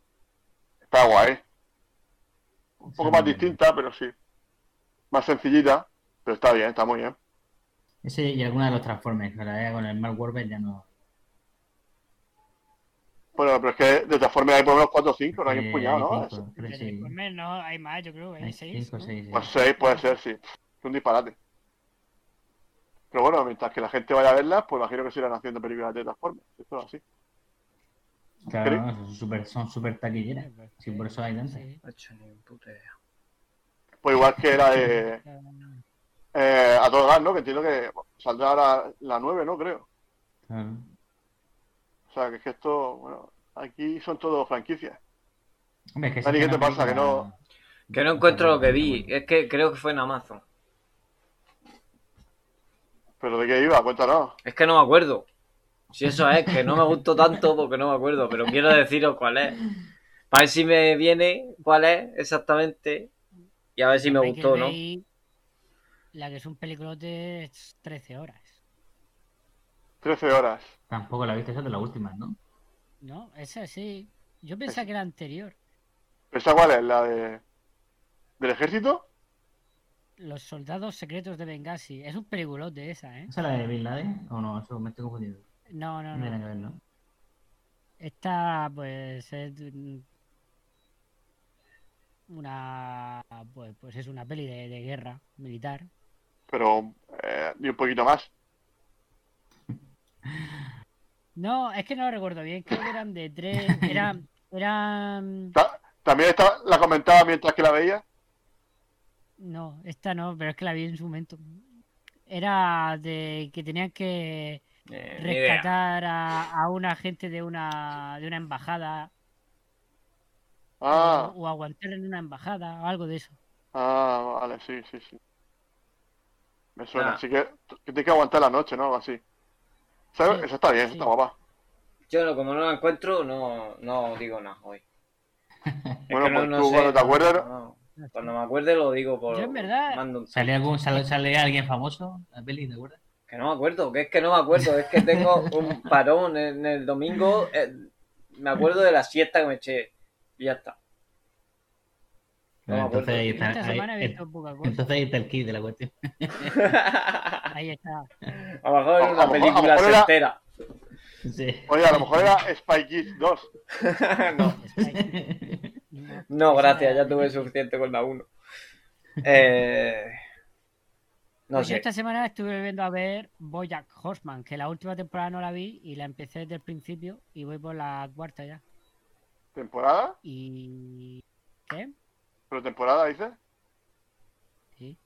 S3: Está guay. Un poco
S5: Esa
S3: más
S5: no-
S3: distinta, pero sí. Más sencillita, pero está bien, está muy bien.
S5: Ese y alguna de los Transformers, que la verdad con el Mark Warburg ya no.
S3: Bueno, pero es que de otra forma hay por lo menos 4 o 5, no hay un
S5: eh,
S3: puñado, ¿no?
S5: hay cinco, creo que
S4: Pero
S5: sí.
S4: después menos, no, hay más, yo creo, hay
S5: Hay
S4: seis.
S5: cinco,
S4: ¿no?
S5: seis, sí.
S3: Pues seis puede ser, sí. Es un disparate. Pero bueno, mientras que la gente vaya a verlas, pues imagino que se irán haciendo películas de Transformers. Esto es así.
S5: Claro,
S3: Pero-
S5: no, son súper son super taquilleras. Sí, por eso hay tantas.
S4: pues Sí.
S6: Macho, ni puta idea.
S3: Pues igual que la de eh, A todo gas, ¿no? Que entiendo que saldrá ahora la 9, ¿no? Creo.
S5: Claro.
S3: O sea, que es que esto, bueno, aquí son todo franquicias.
S5: Hombre, es que
S3: Dani,
S5: sí
S3: ¿qué te
S5: una
S3: pasa? Que
S5: película-
S6: Que no encuentro lo que vi. Es que creo que fue en Amazon.
S3: Pero de qué iba, cuéntanos.
S6: Es que no me acuerdo. Si eso es, que no me gustó tanto porque no me acuerdo, pero quiero deciros cuál es. Para ver si me viene cuál es exactamente
S8: y a ver si me
S4: Michael
S8: gustó, ¿no?
S4: Bay, La que es un peliculote es 13 horas.
S3: 13 horas.
S5: Tampoco la viste, esa es de las últimas, ¿no?
S4: ¿No? Esa sí. Yo
S5: Pues
S4: pensaba que era anterior.
S3: ¿Esa cuál es? ¿La de... del ejército?
S4: Los soldados secretos de Benghazi. Es un peliculote esa, ¿eh?
S5: ¿Esa es la de Bin Laden? ¿O no? Eso me estoy confundiendo.
S4: No, no,
S5: No tiene
S4: no.
S5: nada que ver, ¿no?
S4: Esta, pues, es mm, una, pues, pues es una peli de, de guerra militar.
S3: Pero... eh, y un poquito más.
S4: No, es que no lo recuerdo bien. Creo que eran de tres, eran, eran,
S3: Ta- También esta la comentaba mientras que la veía.
S4: no, esta no, pero es que la vi en su momento. Era de que tenían que
S2: Eh,
S8: ni idea.
S4: rescatar a, a un agente de una, de una embajada
S3: Ah,
S4: o, o aguantar en una embajada o algo de eso.
S3: ah, vale, sí, sí, sí. Me suena.
S8: Ah.
S3: Así que, que tienes que aguantar la noche, ¿no? Algo así. ¿Sabes?
S4: Sí,
S3: Esa está bien, esa
S4: sí.
S3: está guapa.
S2: Yo no, como no la encuentro, no, no digo nada hoy. Es
S3: Bueno,
S2: que no-
S3: pues
S2: no
S3: tú
S2: sé,
S3: cuando te
S2: no-
S3: acuerdes-
S2: no. Cuando me acuerde lo digo por...
S4: Yo en verdad-
S2: mando un-
S5: ¿Sale, algún, sale, sale alguien famoso? ¿La peli, te acuerdas?
S2: Que no me acuerdo, que es que no me acuerdo, es que tengo un parón en el domingo. eh, me acuerdo de la siesta que me eché. Y ya está. No me acuerdo.
S5: entonces ahí está.
S4: Esta
S5: ahí-
S4: semana he
S5: eh,
S4: visto poca cosa.
S5: entonces ahí está el kit de la cuestión.
S2: a
S4: Ahí está.
S2: lo mejor
S3: A-
S2: era
S3: a
S2: una
S3: lo mejor- a lo
S2: película
S3: mejor era-
S2: certera.
S5: Sí.
S3: Oye, a lo mejor era Spy Kids 2.
S2: no.
S4: Spike.
S3: Pues,
S4: No,
S2: No,
S4: esa
S2: gracias,
S4: era-
S2: ya tuve suficiente con la 1. Eh, no
S4: Pues yo
S2: sé.
S4: esta semana estuve volviendo a ver Bojack Horseman, que la última temporada no la vi y la empecé desde el principio y voy por la cuarta ya.
S3: ¿Temporada?
S4: ¿Y qué?
S3: ¿Pero temporada dices?
S4: Sí.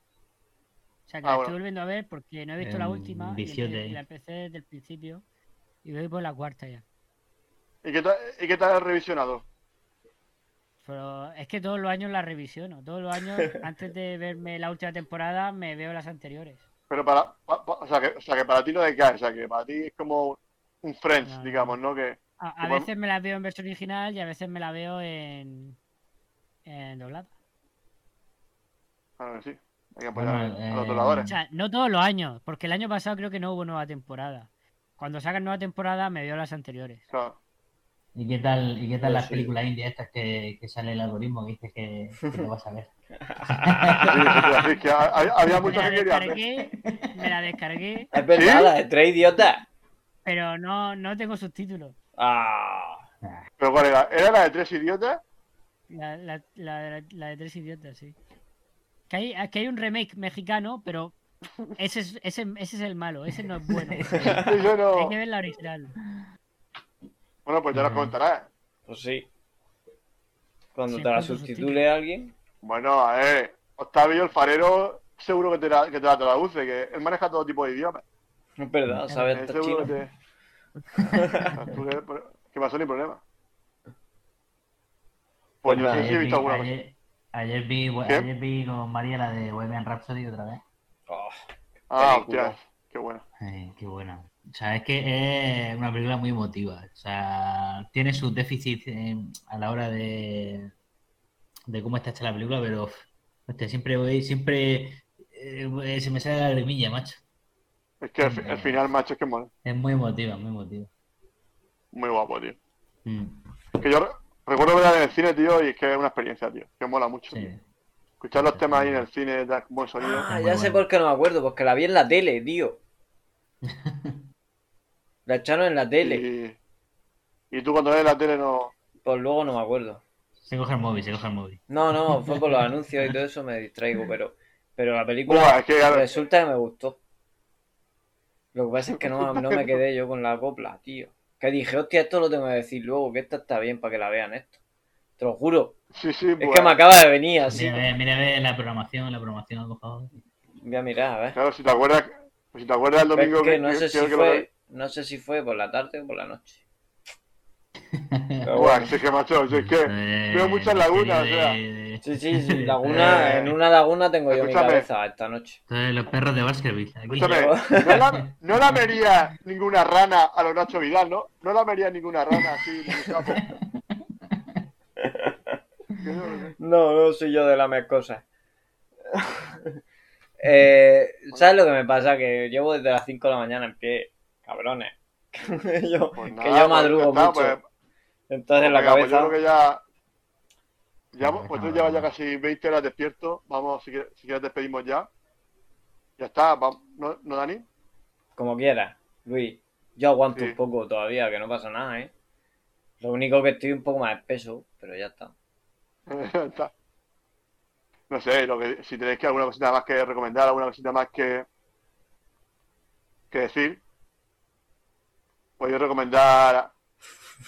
S4: O sea, que
S3: Ah,
S4: la
S3: bueno.
S4: estoy volviendo a ver porque no he visto la
S5: En
S4: última y
S5: visión de
S4: empe-
S5: ahí.
S4: la empecé desde el principio y voy por la cuarta ya.
S3: ¿Y qué tal, y qué tal el revisionado?
S4: Pero es que todos los años la revisiono. Todos los años, antes de verme la última temporada, me veo las anteriores.
S3: Pero para, pa- pa- o, sea que, o sea que para ti no decae, o sea que para ti es como un Friends,
S4: No, no.
S3: digamos, ¿no? Que,
S4: A, a
S3: Igual-
S4: veces me las veo en versión original y a veces me la veo en, en doblada.
S3: claro que sí, hay que apoyar
S5: Bueno,
S3: a los
S5: eh,
S4: O
S3: dobladores.
S4: sea, no todos los años, porque el año pasado creo que no hubo nueva temporada. Cuando sacan nueva temporada me veo las anteriores.
S3: Claro.
S5: ¿Y qué tal, y qué
S3: Pues
S5: tal
S2: Yo
S5: las
S2: sí.
S5: películas indias estas que, que sale el algoritmo que dice que, que lo vas a ver?
S3: Sí, sí, sí, así que ha- ha- había
S4: Me
S3: muchos
S4: la
S3: que querían ver.
S4: descargué, me la descargué,
S2: Es verdad,
S3: ¿Sí?
S2: la de tres idiotas.
S4: pero no, no tengo subtítulos.
S2: Ah,
S3: Pero ¿cuál era? ¿Era la de tres idiotas?
S4: La, la- la- la de tres idiotas, sí. Que hay, que hay un remake mexicano, pero ese es, ese, ese es el malo, ese no es bueno. Hay
S3: Sí, yo no-
S4: que ver la original.
S3: Bueno, pues ya nos
S5: Mm.
S3: comentarás.
S2: pues sí. Cuando
S4: Sí,
S2: te la
S4: cuando
S2: sustitule
S4: sustituye.
S2: alguien.
S3: Bueno, a ver, Octavio, el farero, seguro que te la, que te la traduce, que él maneja todo tipo de idiomas.
S2: Es verdad, sabes,
S3: Él
S2: hasta
S3: seguro
S2: chino.
S3: que te... Tú que- que pasó ni problema. Pues yo sí, sí he visto alguna cosa.
S5: ayer, ayer vi,
S3: ¿Qué?
S5: ayer vi con María la de Bohemian Rhapsody otra vez.
S2: Oh,
S3: Ah,
S2: película.
S3: hostia, qué bueno.
S5: Ay, Eh, qué buena. O sea, es que es una película muy emotiva. O sea, tiene sus déficits eh, a la hora de, de cómo está hecha la película, pero uf, hostia, siempre voy, siempre eh, se me sale la lagrimilla, macho.
S3: Es que el, fi- el final, macho, es que es muy,
S5: Es muy emotiva, muy emotiva.
S3: muy guapo, tío.
S5: Mm,
S3: Que yo re- recuerdo verla en el cine, tío, y es que es una experiencia, tío. Que mola mucho.
S5: sí.
S3: tío. Escuchar los temas ahí en el cine, da buen sonido.
S2: Ah,
S5: muy
S2: ya sé por
S5: bueno.
S2: qué no me acuerdo, porque la vi en la tele, tío. La echaron en la tele,
S3: y, y tú cuando ves la tele no.
S2: pues luego no me acuerdo.
S5: Se coge el móvil, se coge el móvil.
S2: No, no, fue por los anuncios y todo eso me distraigo, pero, pero la película
S3: Buah, es que claro,
S2: resulta que me gustó. Lo que pasa es que no, no me quedé yo con la copla, tío. Que dije, hostia, esto lo tengo que decir luego, que esta está bien para que la vean esto. Te lo juro.
S3: Sí, sí,
S2: Es
S3: pues,
S2: que me acaba de venir así.
S3: eh.
S5: Mira, a ver, mira, a ver la programación, la programación, por favor.
S2: Voy a mirar, a ver.
S3: Claro, si te acuerdas, si te acuerdas el
S2: Pero es
S3: domingo
S2: que no sé si
S3: creo que lo-
S2: fue, no sé si fue por la tarde o por la noche. Pero
S3: Buah,
S2: bueno.
S3: sí, es que macho, sí, es que. veo
S5: este
S3: muchas lagunas, o sea.
S2: Sí, sí, sí, laguna,
S3: Eh,
S2: en una laguna tengo yo
S3: escúchame.
S2: mi cabeza esta noche.
S5: Entonces, los perros de Baskerville. aquí.
S3: Escúchame, no la, no lamería ninguna rana a los Nacho Vidal, ¿no? No lamería ninguna rana así, ningún sapo. Que no-
S2: No, no soy yo de las cosas. Eh, ¿Sabes lo que me pasa? Que llevo desde las 5 de la mañana en pie, cabrones. Que yo,
S3: Pues
S2: que
S3: nada,
S2: yo
S3: pues,
S2: madrugo
S3: ya está,
S2: mucho.
S3: pues,
S2: Entonces la
S3: venga, pues
S2: cabeza.
S3: yo creo que ya. ya
S5: Venga,
S3: vosotros
S5: venga,
S3: llevas ya
S5: venga.
S3: casi 20 horas despierto. Vamos, si quieres, si quieres despedimos ya. Ya está, va- ¿No, ¿no, Dani?
S2: Como quieras, Luis. Yo aguanto
S3: Sí.
S2: un poco todavía, que no pasa nada, ¿eh? Lo único que estoy un poco más espeso, pero ya está.
S3: Ya está. No sé, lo que, si tenéis que alguna cosita más que recomendar, alguna cosita más que, que decir, podéis recomendar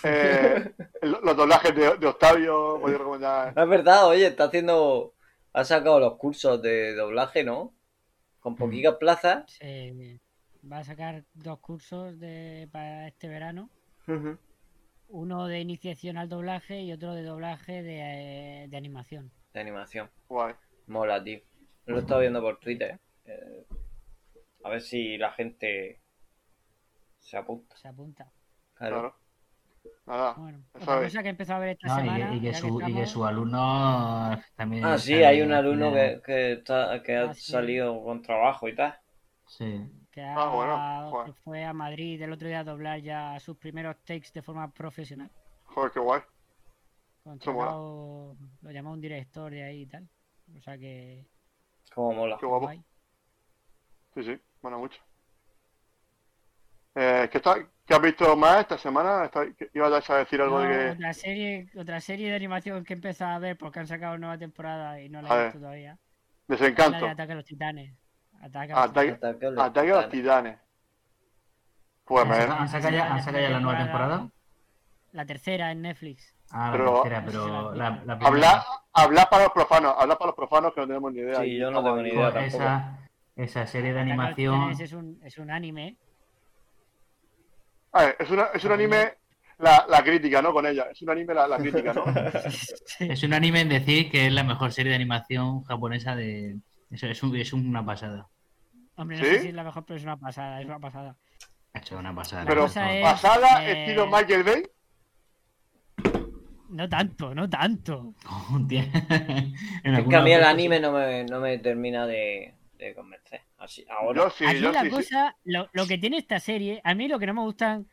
S3: eh, lo- los doblajes de, de Octavio, podéis recomendar...
S2: No es verdad, oye, está haciendo. Ha sacado los cursos de doblaje, ¿no? Con poquitas plazas.
S4: Se- va a sacar dos cursos de, para este verano. Uno de iniciación al doblaje y otro de doblaje de, de animación.
S2: De animación.
S3: Guay.
S2: Mola, tío. Lo he estado viendo por Twitter. Eh, a ver si la gente se apunta.
S4: Se apunta.
S2: Claro.
S3: Claro. Nada.
S4: Bueno,
S3: Eso
S4: otra
S3: es.
S4: cosa que he empezado a ver esta
S5: No, Ah, y,
S4: semana.
S5: que- y que
S4: ya
S5: su, y que
S4: estamos,
S5: su alumno también.
S2: Ah, sí,
S5: sale
S2: hay un
S5: Eh, al
S2: alumno
S5: final.
S2: que, que está- que ha
S4: Ah, sí.
S2: salido con trabajo y tal.
S5: Sí.
S4: que
S3: Ah, bueno,
S4: ha-
S3: joder.
S4: que fue a Madrid el otro día a doblar ya sus primeros takes de forma profesional.
S3: Joder, qué guay.
S4: Contratado, lo llamó un director de ahí y tal. O sea que
S2: Como mola.
S3: Qué guapo.
S4: guay.
S3: Sí, sí. Bueno, mucho. Eh, ¿qué, está- qué has visto más esta semana? Está- ¿qué- ¿Ibas a decir algo de
S4: Yo,
S3: que...
S4: otra serie, otra serie de animación que he empezado a ver porque han sacado nueva temporada y no la
S3: A
S4: he
S3: ver,
S4: visto todavía. Es La
S3: Desencanto.
S4: de Ataque a los Titanes. Ataque a los
S3: Ataque-
S4: Titanes.
S2: Ataque a los
S3: Ataque a los
S2: titanes.
S3: titanes. Pues,
S5: ¿Han
S3: men,
S5: saca- han sacado ya, han sacado ya la nueva temporada?
S4: La tercera en Netflix.
S5: Ah, la
S3: Pero-
S5: tercera, pero la, la primera.
S3: hablar, hablar para los profanos, hablar para los profanos que no tenemos ni idea. Ah,
S2: Sí, yo no tengo ni idea.
S5: Con esa, esa serie de
S4: Ataque a los
S5: animación.
S4: Titanes es un, es un anime.
S3: A ver, es, una- es un anime, la, la crítica, ¿no? Con ella. Es un anime, la, la crítica, ¿no?
S4: Sí.
S5: Es un anime en decir que es la mejor serie de animación japonesa de. Eso es, un- es una pasada.
S4: Hombre, no
S3: ¿Sí?
S4: sé si es la mejor, pero es una pasada. Es una pasada.
S5: Ha hecho una pasada.
S3: Pero
S5: por favor.
S4: es-
S3: Pasada,
S4: eh,
S3: estilo Michael Bay.
S4: No tanto, no tanto.
S5: Hostia. En
S2: Es que a
S5: alguna
S2: mí el
S5: otra
S2: anime no me, no me termina de, de convencer. Así, ahora.
S3: Yo sí,
S4: Aquí
S3: yo
S4: la
S3: sí, sí.
S4: cosa, Lo, lo que tiene esta serie, a mí lo que no me gustan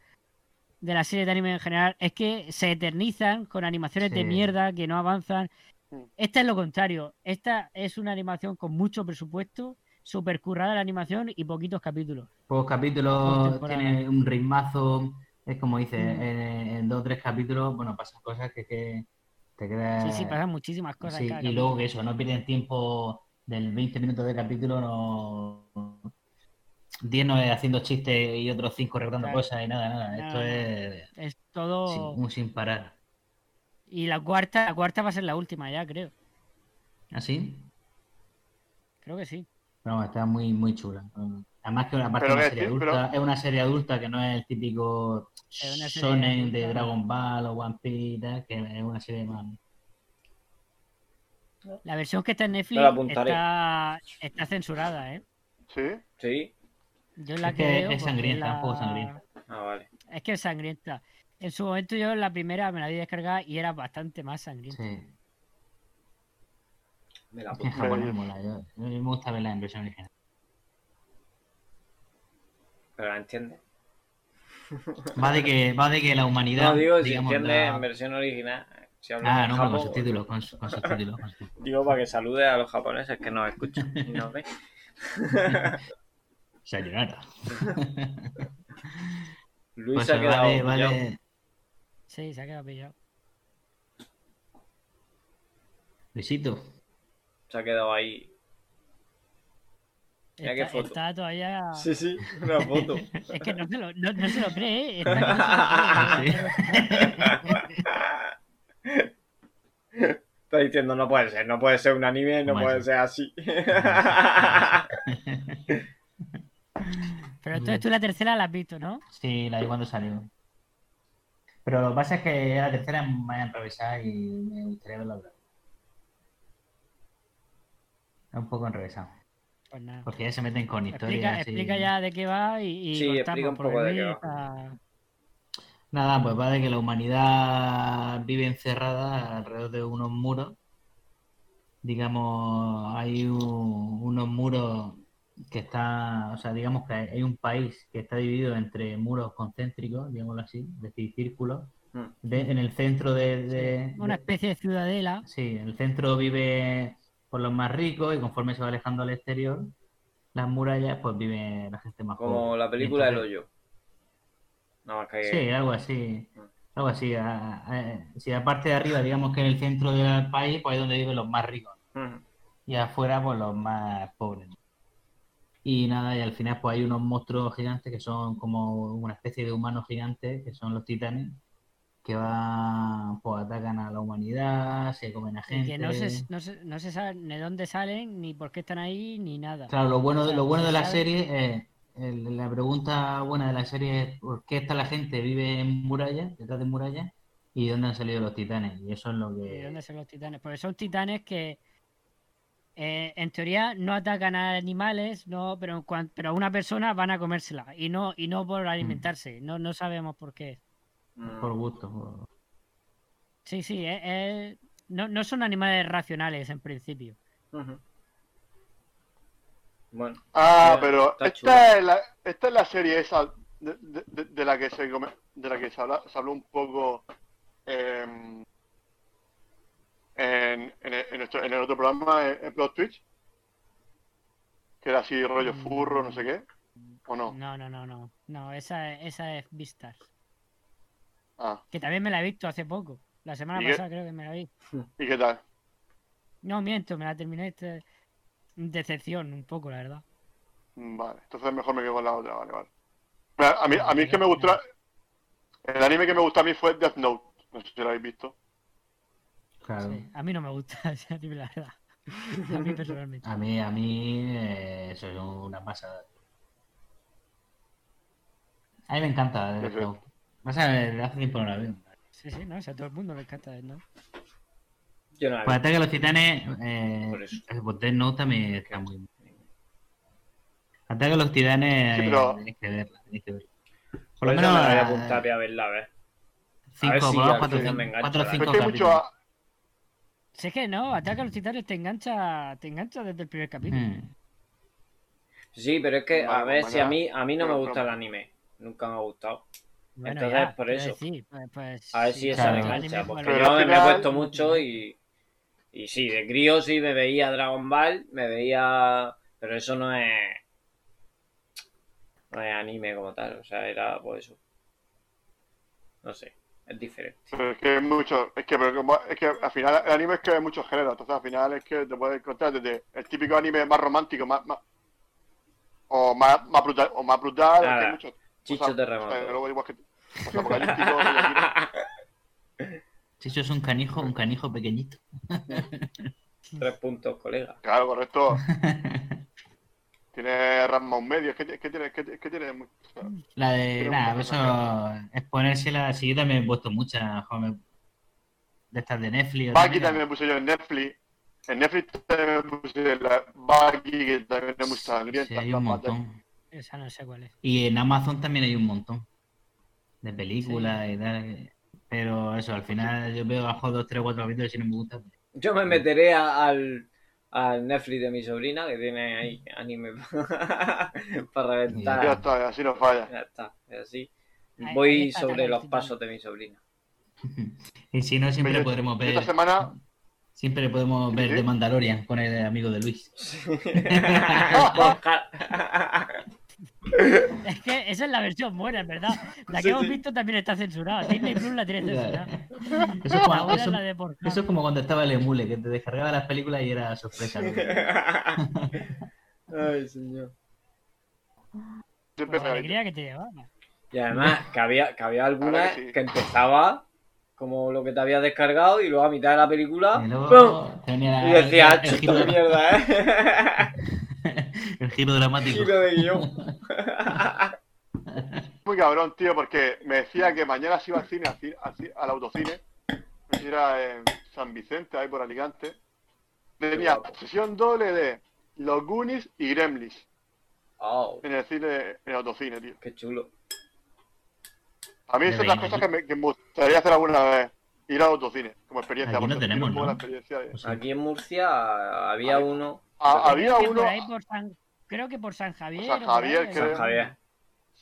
S4: de las series de anime en general es que se eternizan con animaciones de
S5: Sí.
S4: mierda que no avanzan.
S3: Mm.
S4: Esta es lo contrario. Esta es una animación con mucho presupuesto, súper currada la animación y poquitos capítulos.
S5: Pocos
S4: Pocos
S5: capítulos,
S4: temporadas.
S2: ¿eh?
S5: tiene un ritmazo. Es como dices,
S4: Mm.
S5: en, en dos o tres capítulos, bueno, pasan cosas que, que te quedas.
S4: Sí, sí, pasan muchísimas cosas. en
S5: Eh, Sí,
S4: cada
S5: y luego que eso, no pierden tiempo del 20 minutos de capítulo, no. 10 no es haciendo chistes y otros 5 recordando
S4: Claro.
S5: cosas y nada, nada.
S4: Nada,
S5: Esto
S4: nada. Oh.
S5: es
S4: capítulo. Es todo.
S5: sin, un sin parar.
S4: Y la cuarta, la cuarta va a ser la última ya, creo.
S5: ¿Así?
S4: Creo que sí.
S5: Pero está muy, muy chula. Además que una parte
S3: Pero
S5: es una
S3: que
S5: serie
S3: sí, pero-
S5: adulta, es una serie adulta que no es el típico
S4: Es una serie
S5: shonen de
S4: adulta.
S5: Dragon Ball o One Piece y tal, que es una serie más.
S4: La versión que está en Netflix
S2: la apuntaré.
S4: está, está censurada, ¿eh?
S3: Sí.
S2: Sí.
S4: Yo es la
S5: Es
S4: que
S5: que
S4: veo
S5: es
S4: porque
S5: sangrienta,
S4: la-
S5: un poco sangrienta.
S2: Ah, vale.
S4: Es que es sangrienta. En su momento yo la primera me la había descargada y era bastante más sangrienta.
S5: Sí.
S2: Me la
S5: Es que en
S2: apunto.
S5: japonés mola. Yo, a mí me gusta ver la versión original.
S2: Pero la entiende.
S5: Va de que, va de que la humanidad.
S2: No digo si
S5: digamos,
S2: entiende
S5: da-
S2: en versión original. Si habla
S5: Ah,
S2: en
S5: no, pero con
S2: japo,
S5: subtítulos, con, su- con subtítulos. con subtítulos.
S2: Digo para que salude a los japoneses que nos escuchan y nos
S5: Pues
S2: ven.
S5: Sayonara.
S2: Luis
S5: Pues
S2: se ha
S5: vale,
S2: quedado.
S5: vale.
S2: pillado.
S4: Sí, se ha quedado pillado.
S5: Luisito.
S2: Se ha quedado ahí. Mira qué
S4: Está,
S2: foto.
S4: está todavía...
S2: Sí, sí, una foto.
S4: Es que no se lo, no, no se lo cree, ¿eh? Está que no se lo cree.
S2: Está diciendo, no puede ser, no puede ser un anime, no
S5: Bueno.
S2: puede ser así.
S4: Pero entonces tú la tercera la has visto, ¿no?
S5: Sí, la vi cuando salió. Pero lo que pasa es que la tercera me voy a improvisar y me gustaría verla otra vez. Está un poco enrevesado.
S4: Pues nada.
S5: Porque ya se meten con
S4: Explica,
S5: historias. y-
S4: explica ya de qué va y, y
S2: Sí,
S4: cortamos,
S2: explica un
S4: porque
S2: poco de
S4: Luis
S2: qué va.
S4: está-
S5: Nada, pues va de que la humanidad vive encerrada alrededor de unos muros. Digamos, hay un, unos muros que está, o sea, digamos que hay un país que está dividido entre muros concéntricos, digámoslo así, es decir, círculos,
S2: Mm.
S5: de- en el centro de, de-
S4: Una
S5: de-
S4: especie de ciudadela.
S5: Sí, en el centro vive por los más ricos y conforme se va alejando al exterior, las murallas, pues vive la gente más
S2: Como
S5: pobre.
S2: la película
S5: Entonces-
S2: El Hoyo. Nada más que.
S4: Eh,
S5: Sí, algo así. Algo así. a- a- si la parte de arriba, digamos que en el centro del país, pues es donde viven los más ricos.
S2: Mm.
S5: Y afuera, pues los más pobres. Y nada, y al final, pues hay unos monstruos gigantes que son como una especie de humanos gigantes, que son los titanes, que van, pues atacan a la humanidad, se comen a
S4: y
S5: gente.
S4: Que no se, no, se, no se sabe ni dónde salen, ni por qué están ahí, ni nada.
S5: Claro, lo bueno de, lo bueno de la
S4: ¿Sabes?
S5: serie es, el- la pregunta buena de la serie es ¿por qué está la gente vive en murallas, detrás de murallas, y dónde han salido los titanes? Y eso es lo
S4: ¿Y dónde
S5: que...
S4: son los titanes? Porque son titanes que, eh, en teoría, no atacan a animales, no, pero, cuan- pero a una persona van a comérsela. Y no, y no por alimentarse. No, no sabemos por qué.
S2: Mm.
S5: Por gusto. por-
S4: Sí, sí, es- es- no, no son animales racionales en principio.
S2: Ujú. Bueno,
S3: Ah,
S2: Ya,
S3: pero
S2: está
S3: esta es, la, esta es la serie esa de, de- de- de la que se come- de la que se, habla- se habló un poco eh, en, en, el- en nuestro- en el otro programa en, en Plot Twitch que era así rollo furro no sé qué o no
S4: No, no, no, no. No, esa, esa es Vistas.
S3: ah
S4: Que también me la he visto hace poco. La semana
S3: ¿Y qué?
S4: pasada creo que me la vi.
S3: y qué tal
S4: No, miento, me la terminé. Este... Decepción un poco, la verdad.
S3: Mm, vale entonces mejor me quedo con la otra vale vale Mira, a mí a mí es que me gustó el anime que me gustó a mí fue Death Note no sé si lo habéis visto
S5: Claro.
S4: Sí, a mí no me gusta ese anime, la verdad. A mí personalmente.
S5: A mí, a mí, eh, eso es una pasada. A mí me encanta. de
S3: Sí, sí.
S5: verdad. Pasa que desde hace tiempo no la veo.
S4: Sí, sí, no, o sea, a todo el mundo le encanta Death Note.
S2: yo no la
S5: Pues
S2: vi.
S5: Ataque a los Titanes, eh,
S2: Por eso.
S5: pues Death Note también está muy... Ataque a los Titanes,
S3: Sí,
S5: eh,
S3: pero-
S5: tenéis que verla, tenéis que verla.
S2: Por
S5: Por lo
S2: eso
S5: menos
S2: me la voy a
S5: ah,
S2: apuntar y a verla, a ver.
S5: cinco,
S2: A ver si
S5: por lo menos
S2: al
S5: cuatro,
S2: final
S5: cinco-
S2: me engancho,
S5: cuatro o
S2: la
S5: cinco
S3: Pero es que hay mucho
S5: capítulos.
S3: a-
S4: Si es que no, Ataca a los Titanes te engancha, te engancha desde el primer capítulo.
S5: Mm.
S2: Sí, pero es que a
S3: Vale,
S2: ver
S3: vale.
S2: si a mí, a mí no me
S3: Pero-
S2: gusta el
S3: pero-
S2: anime. Nunca me ha gustado.
S4: Bueno,
S2: Entonces,
S4: ya,
S2: por
S4: quiero
S2: eso.
S4: decir, pues, pues,
S2: A ver
S4: sí,
S2: si esa
S5: claro.
S2: me
S4: el
S2: engancha.
S4: anime,
S2: Porque
S4: pues,
S3: Pero
S2: yo
S3: al
S2: me, me he
S3: final-
S2: puesto mucho y. Y sí, de crío sí me veía Dragon Ball, me veía. Pero eso no es. No es anime como tal, o sea, era por eso. No sé, es diferente.
S3: Pero es que hay mucho, es que, pero como- es que al final el anime es que hay muchos géneros, entonces al final es que te puedes encontrar desde el típico anime más romántico, más, más- o más, más brutal, o más brutal, es que
S2: Nada,
S3: hay muchos.
S2: Chicho
S3: cosas-
S2: Terremoto.
S3: pues, o sea, luego igual que o sea, apocalíptico, Yojiro.
S5: Chicho es un canijo, un canijo pequeñito.
S2: Tres puntos, colega.
S3: claro, correcto. Tiene Rasma un medio, es que, es que tiene, es que, es que tiene mucho.
S5: La de,
S3: Pero
S5: nada,
S3: bueno,
S5: eso es ponérsela, sí, yo también he puesto muchas, joder, de estas de Netflix. o
S3: Baki
S5: también.
S3: también me puse yo en Netflix. En Netflix también me puse la Baki, que también me gusta
S5: Sí, hay un montón.
S4: Esa no sé cuál es.
S5: Y en Amazon también hay un montón de películas y tal. eh, Pero eso,
S3: Pues
S5: al final yo veo bajo dos, tres, cuatro capítulos y si no me gusta.
S2: Yo me meteré a- al, al Netflix de mi sobrina que tiene ahí anime para
S3: Ya
S2: reventar.
S3: está, así no falla.
S2: Ya está, es así.
S4: Ahí- ahí
S2: Voy
S4: está
S2: sobre
S4: Talos
S2: los
S4: Titanes.
S2: pasos de mi sobrina.
S5: Y si no, siempre
S3: Pero
S5: podremos
S3: yo Esta
S5: ver.
S3: semana.
S5: Siempre podemos ver
S3: Sí.
S5: The Mandalorian con el amigo de Luis.
S2: Borja.
S4: Es que esa es la versión buena, en verdad. La que
S2: Sí,
S4: hemos
S2: sí.
S4: visto también está censurada. Disney Plus la tiene censurada.
S5: Eso es,
S4: La
S5: cuando,
S4: buena es
S5: eso,
S4: la de por
S5: eso es como cuando estaba el emule, que te descargaba las películas y era sorpresa. ¿no?
S2: Ay, señor.
S3: Siempre
S4: Pues
S3: me
S4: la
S3: ha dicho.
S4: alegría que te llevaba.
S2: Y además que había, que había algunas
S3: Ahora que sí.
S2: que empezaba como lo que te habías descargado y luego a mitad de la película
S5: Y
S2: ¡pum!
S5: luego tenía
S2: y decía,
S5: el-
S2: "Ah,
S5: el,
S2: esta
S5: giro,
S2: mierda, ¿eh?
S5: el giro dramático.
S2: Giro de guión.
S3: Muy cabrón, tío, porque me decía que mañana se iba al cine, al, ci- al ci- al autocine. No sé si Era en San Vicente, ahí por Alicante. Tenía
S2: guapo.
S3: sesión doble de Los Goonies y Gremlins
S2: Oh,
S3: en el cine, en el autocine, tío.
S2: qué chulo.
S3: A mí es
S5: Pero
S3: otra
S5: ahí-
S3: cosa que me, que me gustaría hacer alguna vez. Ir al autocine, como experiencia.
S5: Aquí no
S3: porque
S5: tenemos,
S3: un poco
S5: ¿no?
S3: la experiencia de-
S5: O sea,
S2: Aquí en Murcia había
S3: Ahí.
S2: uno
S3: Ah, había
S4: Que
S3: uno.
S4: por ahí por San- creo que por San Javier.
S3: San
S4: o por
S3: Javier,
S4: ahí,
S3: creo.
S4: ¿no?
S9: Javier.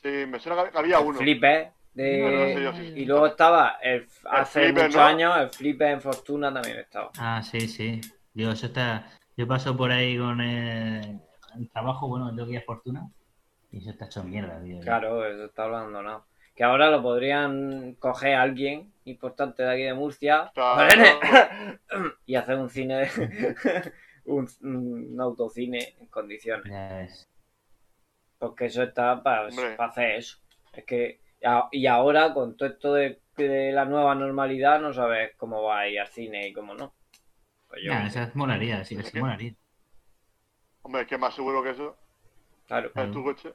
S3: Sí, me suena que había uno.
S2: Flipper.
S3: Pero no
S2: De...
S3: sé yo si-
S2: Eh, Y luego estaba, el, hace
S3: Flipper,
S2: muchos
S3: ¿no?
S2: años, el Flipper en Fortuna también estaba.
S5: Ah, sí, sí. Digo, eso está. Yo paso por ahí con el, el trabajo, bueno, tengo que ir a Fortuna. Y eso está hecho mierda, tío.
S2: Claro, eso está abandonado. Que ahora lo podrían coger a alguien importante de aquí de Murcia
S3: Claro.
S2: y hacer un cine, un, un autocine en condiciones.
S5: Ya ves.
S2: Porque eso está para
S3: Hombre.
S2: hacer eso. Es que, a- y ahora con todo esto de, de la nueva normalidad no sabes cómo va a ir al cine y cómo no. Pues yo,
S5: Ya, esa molaría, sí, esa molaría.
S3: Hombre, que más seguro que eso.
S2: claro.
S3: En tu coche.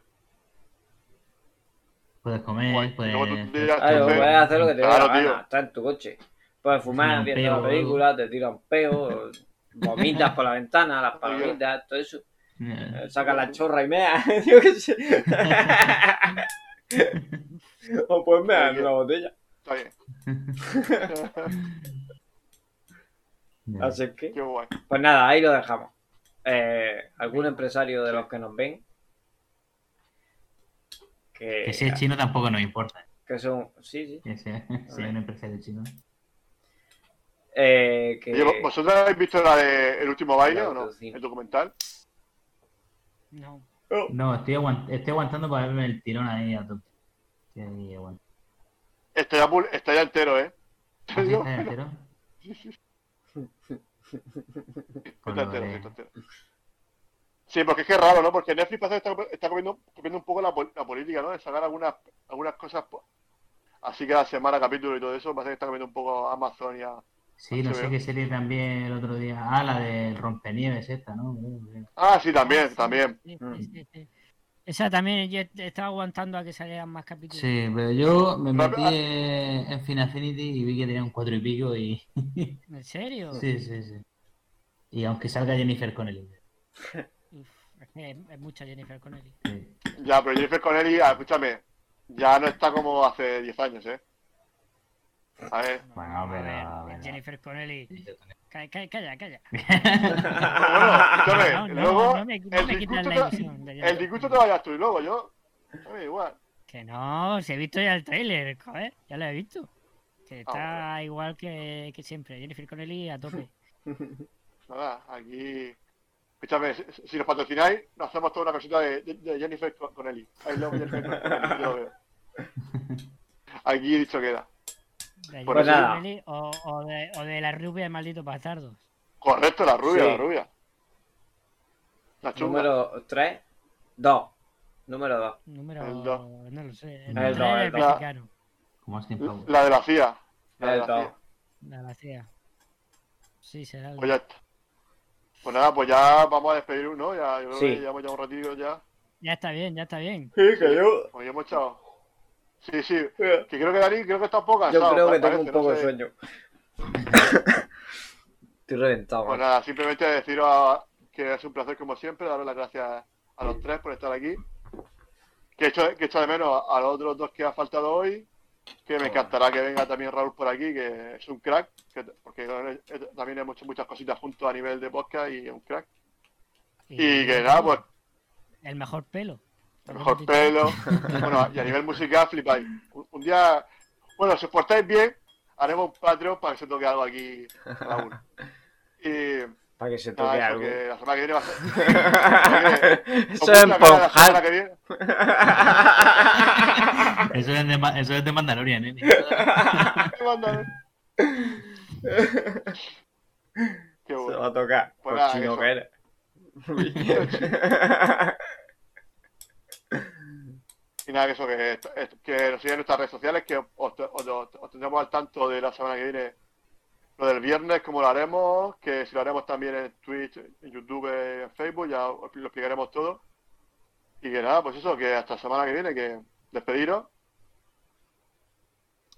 S5: Puedes comer,
S3: Guay,
S5: puedes.
S3: luego tú dirás,
S2: Claro,
S3: Entonces,
S2: puedes hacer lo que te dé
S3: claro,
S2: la gana,
S3: tío.
S2: está en tu coche. Puedes
S5: Tira
S2: fumar
S5: un
S2: viendo
S5: peo o
S2: la
S5: algo.
S2: película, te tira un peo, vomitas por la ventana, las palomitas, todo eso.
S5: Ya.
S2: Eh, Saca la chorra y mea, yo qué sé. o pues mea en una botella.
S3: Está bien.
S5: Ya.
S2: Así que,
S3: Qué guay.
S2: pues nada, ahí lo dejamos. Eh, algún empresario de los que nos ven que,
S5: Que si es chino tampoco nos importa.
S2: que son sí sí
S5: Que sea, si hay una empresa de chino.
S2: eh, que
S3: Oye, ¿Vosotros habéis visto la de El último baile o no?
S2: Sí.
S3: El documental.
S4: No.
S5: No, estoy, aguant- estoy aguantando para verme el tirón ahí a tope. Estoy ahí aguantando.
S3: Está ya, pul- está ya entero, ¿eh?
S5: ¿Ah, sí,
S3: Yo-
S5: está entero? Con
S3: Está
S5: lo
S3: entero,
S5: de-
S3: está entero. Sí, porque es que es raro, ¿no? Porque Netflix parece que está, está comiendo, comiendo un poco la, pol- la política, ¿no? De sacar algunas, algunas cosas po- así cada semana, capítulo y todo eso, parece que está comiendo un poco Amazon y a...
S5: Sí, no sé
S3: HBO.
S5: qué serie también el otro día. Ah, la del rompenieves esta, ¿no?
S3: Ah, sí, también, también.
S4: Sí,
S5: Mm.
S4: sí, sí, sí. Esa también yo estaba aguantando a que salieran más capítulos.
S5: Sí, pero yo me
S3: metí
S5: metí en Finafinity y vi que tenía un cuatro y pico y...
S4: ¿En serio?
S5: Sí, sí, sí. Y aunque salga Jennifer con el
S4: Uf, es, que es- es mucha Jennifer Connelly.
S3: Ya, pero Jennifer Connelly, ah, escúchame, ya no está como hace 10 años, ¿eh? A ver,
S5: Bueno, pero...
S4: A ver,
S5: bueno.
S4: Jennifer Connelly. Calla, calla, calla. calla.
S3: bueno, escúchame,
S4: No, no,
S3: luego
S4: no me, no
S3: el,
S4: me quitas
S3: disgusto
S4: la
S3: te,
S4: ilusión. de
S3: el disgusto te vayas tú y luego yo, a mí igual.
S4: Que no, si he visto ya el tráiler, joder, ya lo he visto.
S3: Ah,
S4: Que está igual que, que siempre, Jennifer Connelly a tope.
S3: Nada, aquí. Escúchame, si, si nos patrocináis, nos hacemos toda una cosita de, de- de Jennifer con- Connelly. I love Jennifer Connelly, yo lo veo. Aquí dicho queda.
S4: De
S3: Por
S4: Jennifer
S2: eso- nada.
S4: Connelly o, o de, o de la rubia de malditos bastardos.
S3: Correcto, la rubia,
S2: Sí.
S3: la rubia. La chunga.
S2: número 3 2 número 2
S4: Número.
S3: El dos.
S4: no lo sé. El,
S5: El
S4: tres
S2: dos,
S4: del
S2: el dos.
S4: mexicano.
S5: ¿Cómo es que
S3: La de la CIA. La de
S2: el 2
S3: la CIA.
S4: La vacía. Sí, será. el
S3: Pues ya está. Pues nada, pues ya vamos a despedir uno, ya, yo creo
S2: Sí.
S3: que llevamos ya un ratito ya.
S4: Ya está bien, ya está bien.
S2: sí que yo
S3: Pues ya hemos echado. Sí, sí. Que creo que Dani, creo que está un poco
S2: Yo
S3: cansado.
S2: creo que
S3: me
S2: tengo un
S3: Ah, parece, no
S2: poco de
S3: sé.
S2: sueño. Estoy reventado.
S3: Pues
S2: macho.
S3: nada, simplemente deciros a- que es un placer como siempre, daros las gracias a los tres por estar aquí. Que echo, que echo de menos a los otros dos que ha faltado hoy, que me encantará que venga también Raúl por aquí, que es un crack, que- porque eh, también hemos hecho muchas cositas juntos a nivel de podcast y es un crack. Y que nada, pues
S4: El mejor pelo.
S3: el mejor pelo. Bueno, y a nivel musical flipáis. Un, un día, bueno, si os portáis bien, haremos un Patreon para que se toque algo aquí Raúl. Y
S2: Para que se toque
S3: nada, eso,
S2: algo.
S3: que la semana que viene va a ser...
S2: Eso
S3: Os
S2: es
S3: cuento la cara la semana
S2: empujar.
S3: que viene.
S5: Eso es de, Ma- eso es de Mandalorian, ¿eh?
S3: Qué banda, ¿eh? Qué
S2: Se
S3: bueno.
S2: va a tocar.
S3: Pues nada,
S2: Cochino
S3: eso.
S2: que eres.
S3: Y nada, que eso, que, est- est- que nos sigan en nuestras redes sociales, que os, os- os- os tendremos al tanto de la semana que viene, lo del viernes, cómo lo haremos, que si lo haremos también en Twitch, en YouTube, en Facebook, ya os lo explicaremos todo. Y que nada, pues eso, que hasta la semana que viene, que despediros.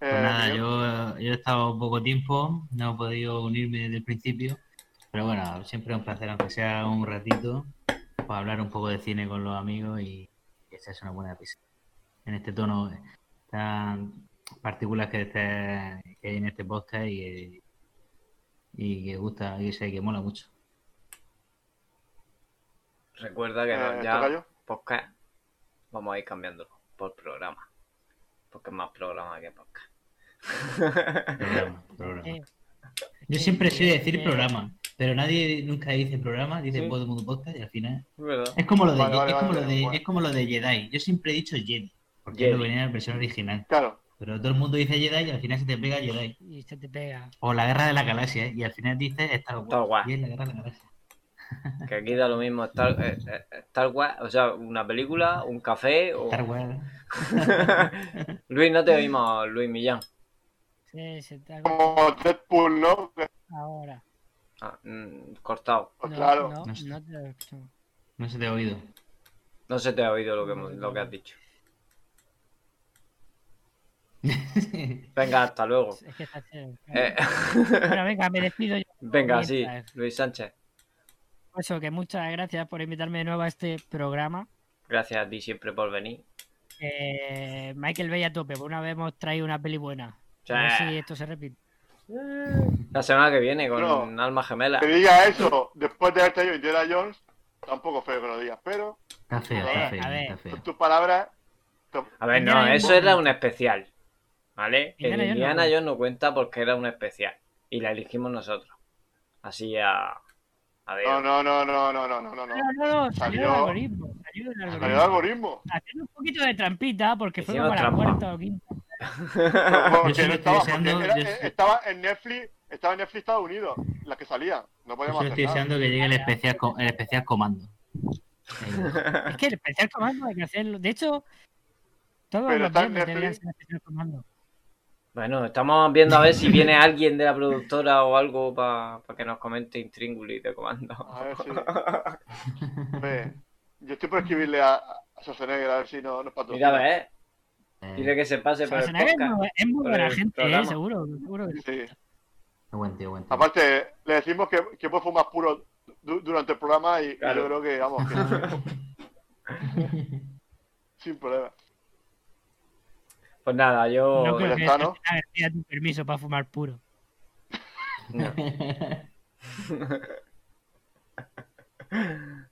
S5: Pues
S3: Eh,
S5: nada,
S3: Miguel,
S5: yo, yo he estado poco tiempo, no he podido unirme desde el principio, pero bueno, siempre es un placer, aunque sea un ratito, para hablar un poco de cine con los amigos y que se hace una buena risa. En este tono tan particular que, está- que hay en este podcast y que, y que gusta, y que sé que mola mucho.
S2: Recuerda que
S3: Eh,
S2: no, ya
S3: tocayo.
S2: podcast vamos a ir cambiándolo por programa. Porque es más programa que podcast.
S5: Programa, programa.
S4: Eh,
S5: Yo
S4: que-
S5: siempre soy de
S4: eh,
S5: decir programa, pero nadie nunca dice programa, dice
S2: Sí.
S5: todo el mundo podcast y al final.
S2: ¿Verdad?
S5: Es como lo de,
S3: Vale, vale,
S5: es como
S3: vale,
S5: lo de,
S3: bueno.
S5: es como lo de Jedi. Yo siempre he dicho Jedi, porque
S2: Jedi.
S5: no venía en la versión original.
S3: Claro,
S5: Pero todo el mundo dice Jedi y al final se te pega Jedi.
S4: Y se te pega.
S5: O la guerra de la galaxia, ¿eh? y al final dices Star Wars.
S2: Star Wars.
S5: Y es la guerra de la galaxia.
S2: Que aquí da lo mismo Star, eh, eh, Star Wars, o sea, una película, un café o...
S5: Star Wars.
S2: Luis, no te oímos, Luis Millán.
S4: Sí, se te hago
S3: como Deadpool, ¿no? Que-
S4: ahora.
S2: Ah, mm, cortado.
S3: pues
S4: No,
S3: claro.
S4: no,
S5: No sé.
S4: no te lo escucho.
S5: No se te ha oído.
S2: No se te ha oído lo que, hemos- lo que has dicho. Venga, hasta luego.
S4: Es que está cero.
S2: Oh. Eh,
S4: Bueno, venga, me despido yo.
S2: venga, sí,
S4: Mientras.
S2: Luis Sánchez.
S4: Eso, que muchas gracias por invitarme de nuevo a este programa.
S2: Gracias a ti siempre por venir.
S4: Eh, Michael Bay a tope, por una vez hemos traído una peli buena.
S2: Sí.
S4: A ver si esto se repite.
S2: La semana que viene con
S3: No.
S2: Alma Gemela.
S3: Que diga eso después de haber traído Indiana Jones, tampoco feo que lo digas, pero
S5: Está feo,
S3: A
S5: está
S3: ver,
S5: feo,
S4: a ver.
S5: está
S3: con
S5: feo.
S3: tus palabras,
S2: A ver, no,
S4: Indiana
S2: eso
S4: Jones.
S2: era un especial. ¿Vale?
S4: Indiana
S2: el
S4: Jones
S2: Indiana
S4: no.
S2: Jones no cuenta porque era un especial. Y la elegimos nosotros. Así a. A ver.
S3: no, no, no, no, no, no, no, no,
S4: No,
S3: no.
S4: no, no, salió el
S3: Salió.
S4: algoritmo. Salió el
S3: Salió el
S4: algoritmo.
S3: algoritmo.
S4: Haciendo un poquito de trampita porque fue
S2: Hicieron
S4: para la
S2: trampa.
S4: cuarta o quinta.
S3: Pero
S5: Yo
S3: porque
S5: sí lo
S3: no
S5: estoy
S3: estaba, porque
S5: deseando,
S3: era-
S5: yo sí-
S3: estaba en Netflix, estaba en Netflix Estados Unidos, la que salía. No
S5: Yo
S3: podíamos
S5: solo estoy
S3: hacer nada.
S5: deseando que llegue el especial, co- el especial comando. Eh,
S4: Es que el especial comando hay que hacerlo. De hecho, todos
S3: Pero
S4: los
S3: está en
S4: viernes deberían
S3: Netflix.
S4: ser especial comando.
S2: Bueno, estamos viendo a ver si viene alguien de la productora o algo para que nos comente Intríngulis de comando.
S3: A ver si. Hombre, yo estoy por escribirle a, a Schwarzenegger a ver si no
S2: Mira,
S3: nos patrocina.
S2: a ver. eh, Dile
S5: eh,
S2: que se pase por el
S4: Schwarzenegger es
S2: podcast.
S4: muy- es muy
S2: por
S4: buena
S2: el
S4: gente, eh,
S2: programa.
S4: seguro. seguro que sí.
S3: Sí.
S5: Buen tío, buen tío.
S3: Aparte, le decimos que, que puede fumar puro du- durante el programa y, y
S2: Claro.
S3: yo creo que, vamos, que- sin problema.
S2: Pues nada, yo.
S4: No creo
S3: ya
S4: que
S3: está, ¿no?
S4: Schwarzenegger pida tu permiso para fumar puro.
S2: No.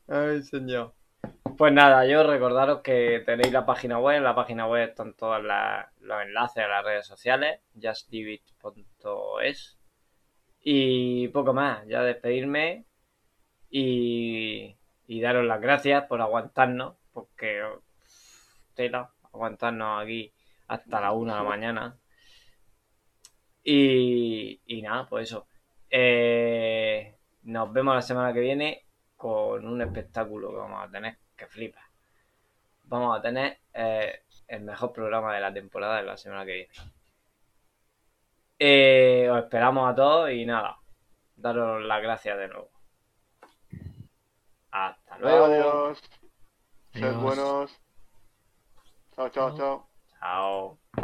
S2: Ay, señor. Pues nada, yo recordaros que tenéis la página web. En la página web están todos los enlaces a las redes sociales, justdivit.es. Y poco más, ya despedirme y, y daros las gracias por aguantarnos, porque tela, aguantarnos aquí hasta la una de la mañana. Y, y nada, pues eso. Eh, nos vemos la semana que viene con un espectáculo que vamos a tener que flipa. Vamos a tener eh, el mejor programa de la temporada de la semana que viene. Eh, os esperamos a todos y nada, daros las gracias de nuevo. Hasta luego.
S3: Adiós. Sed
S5: Adiós.
S3: buenos. Chao, chao, chao.
S2: Chao.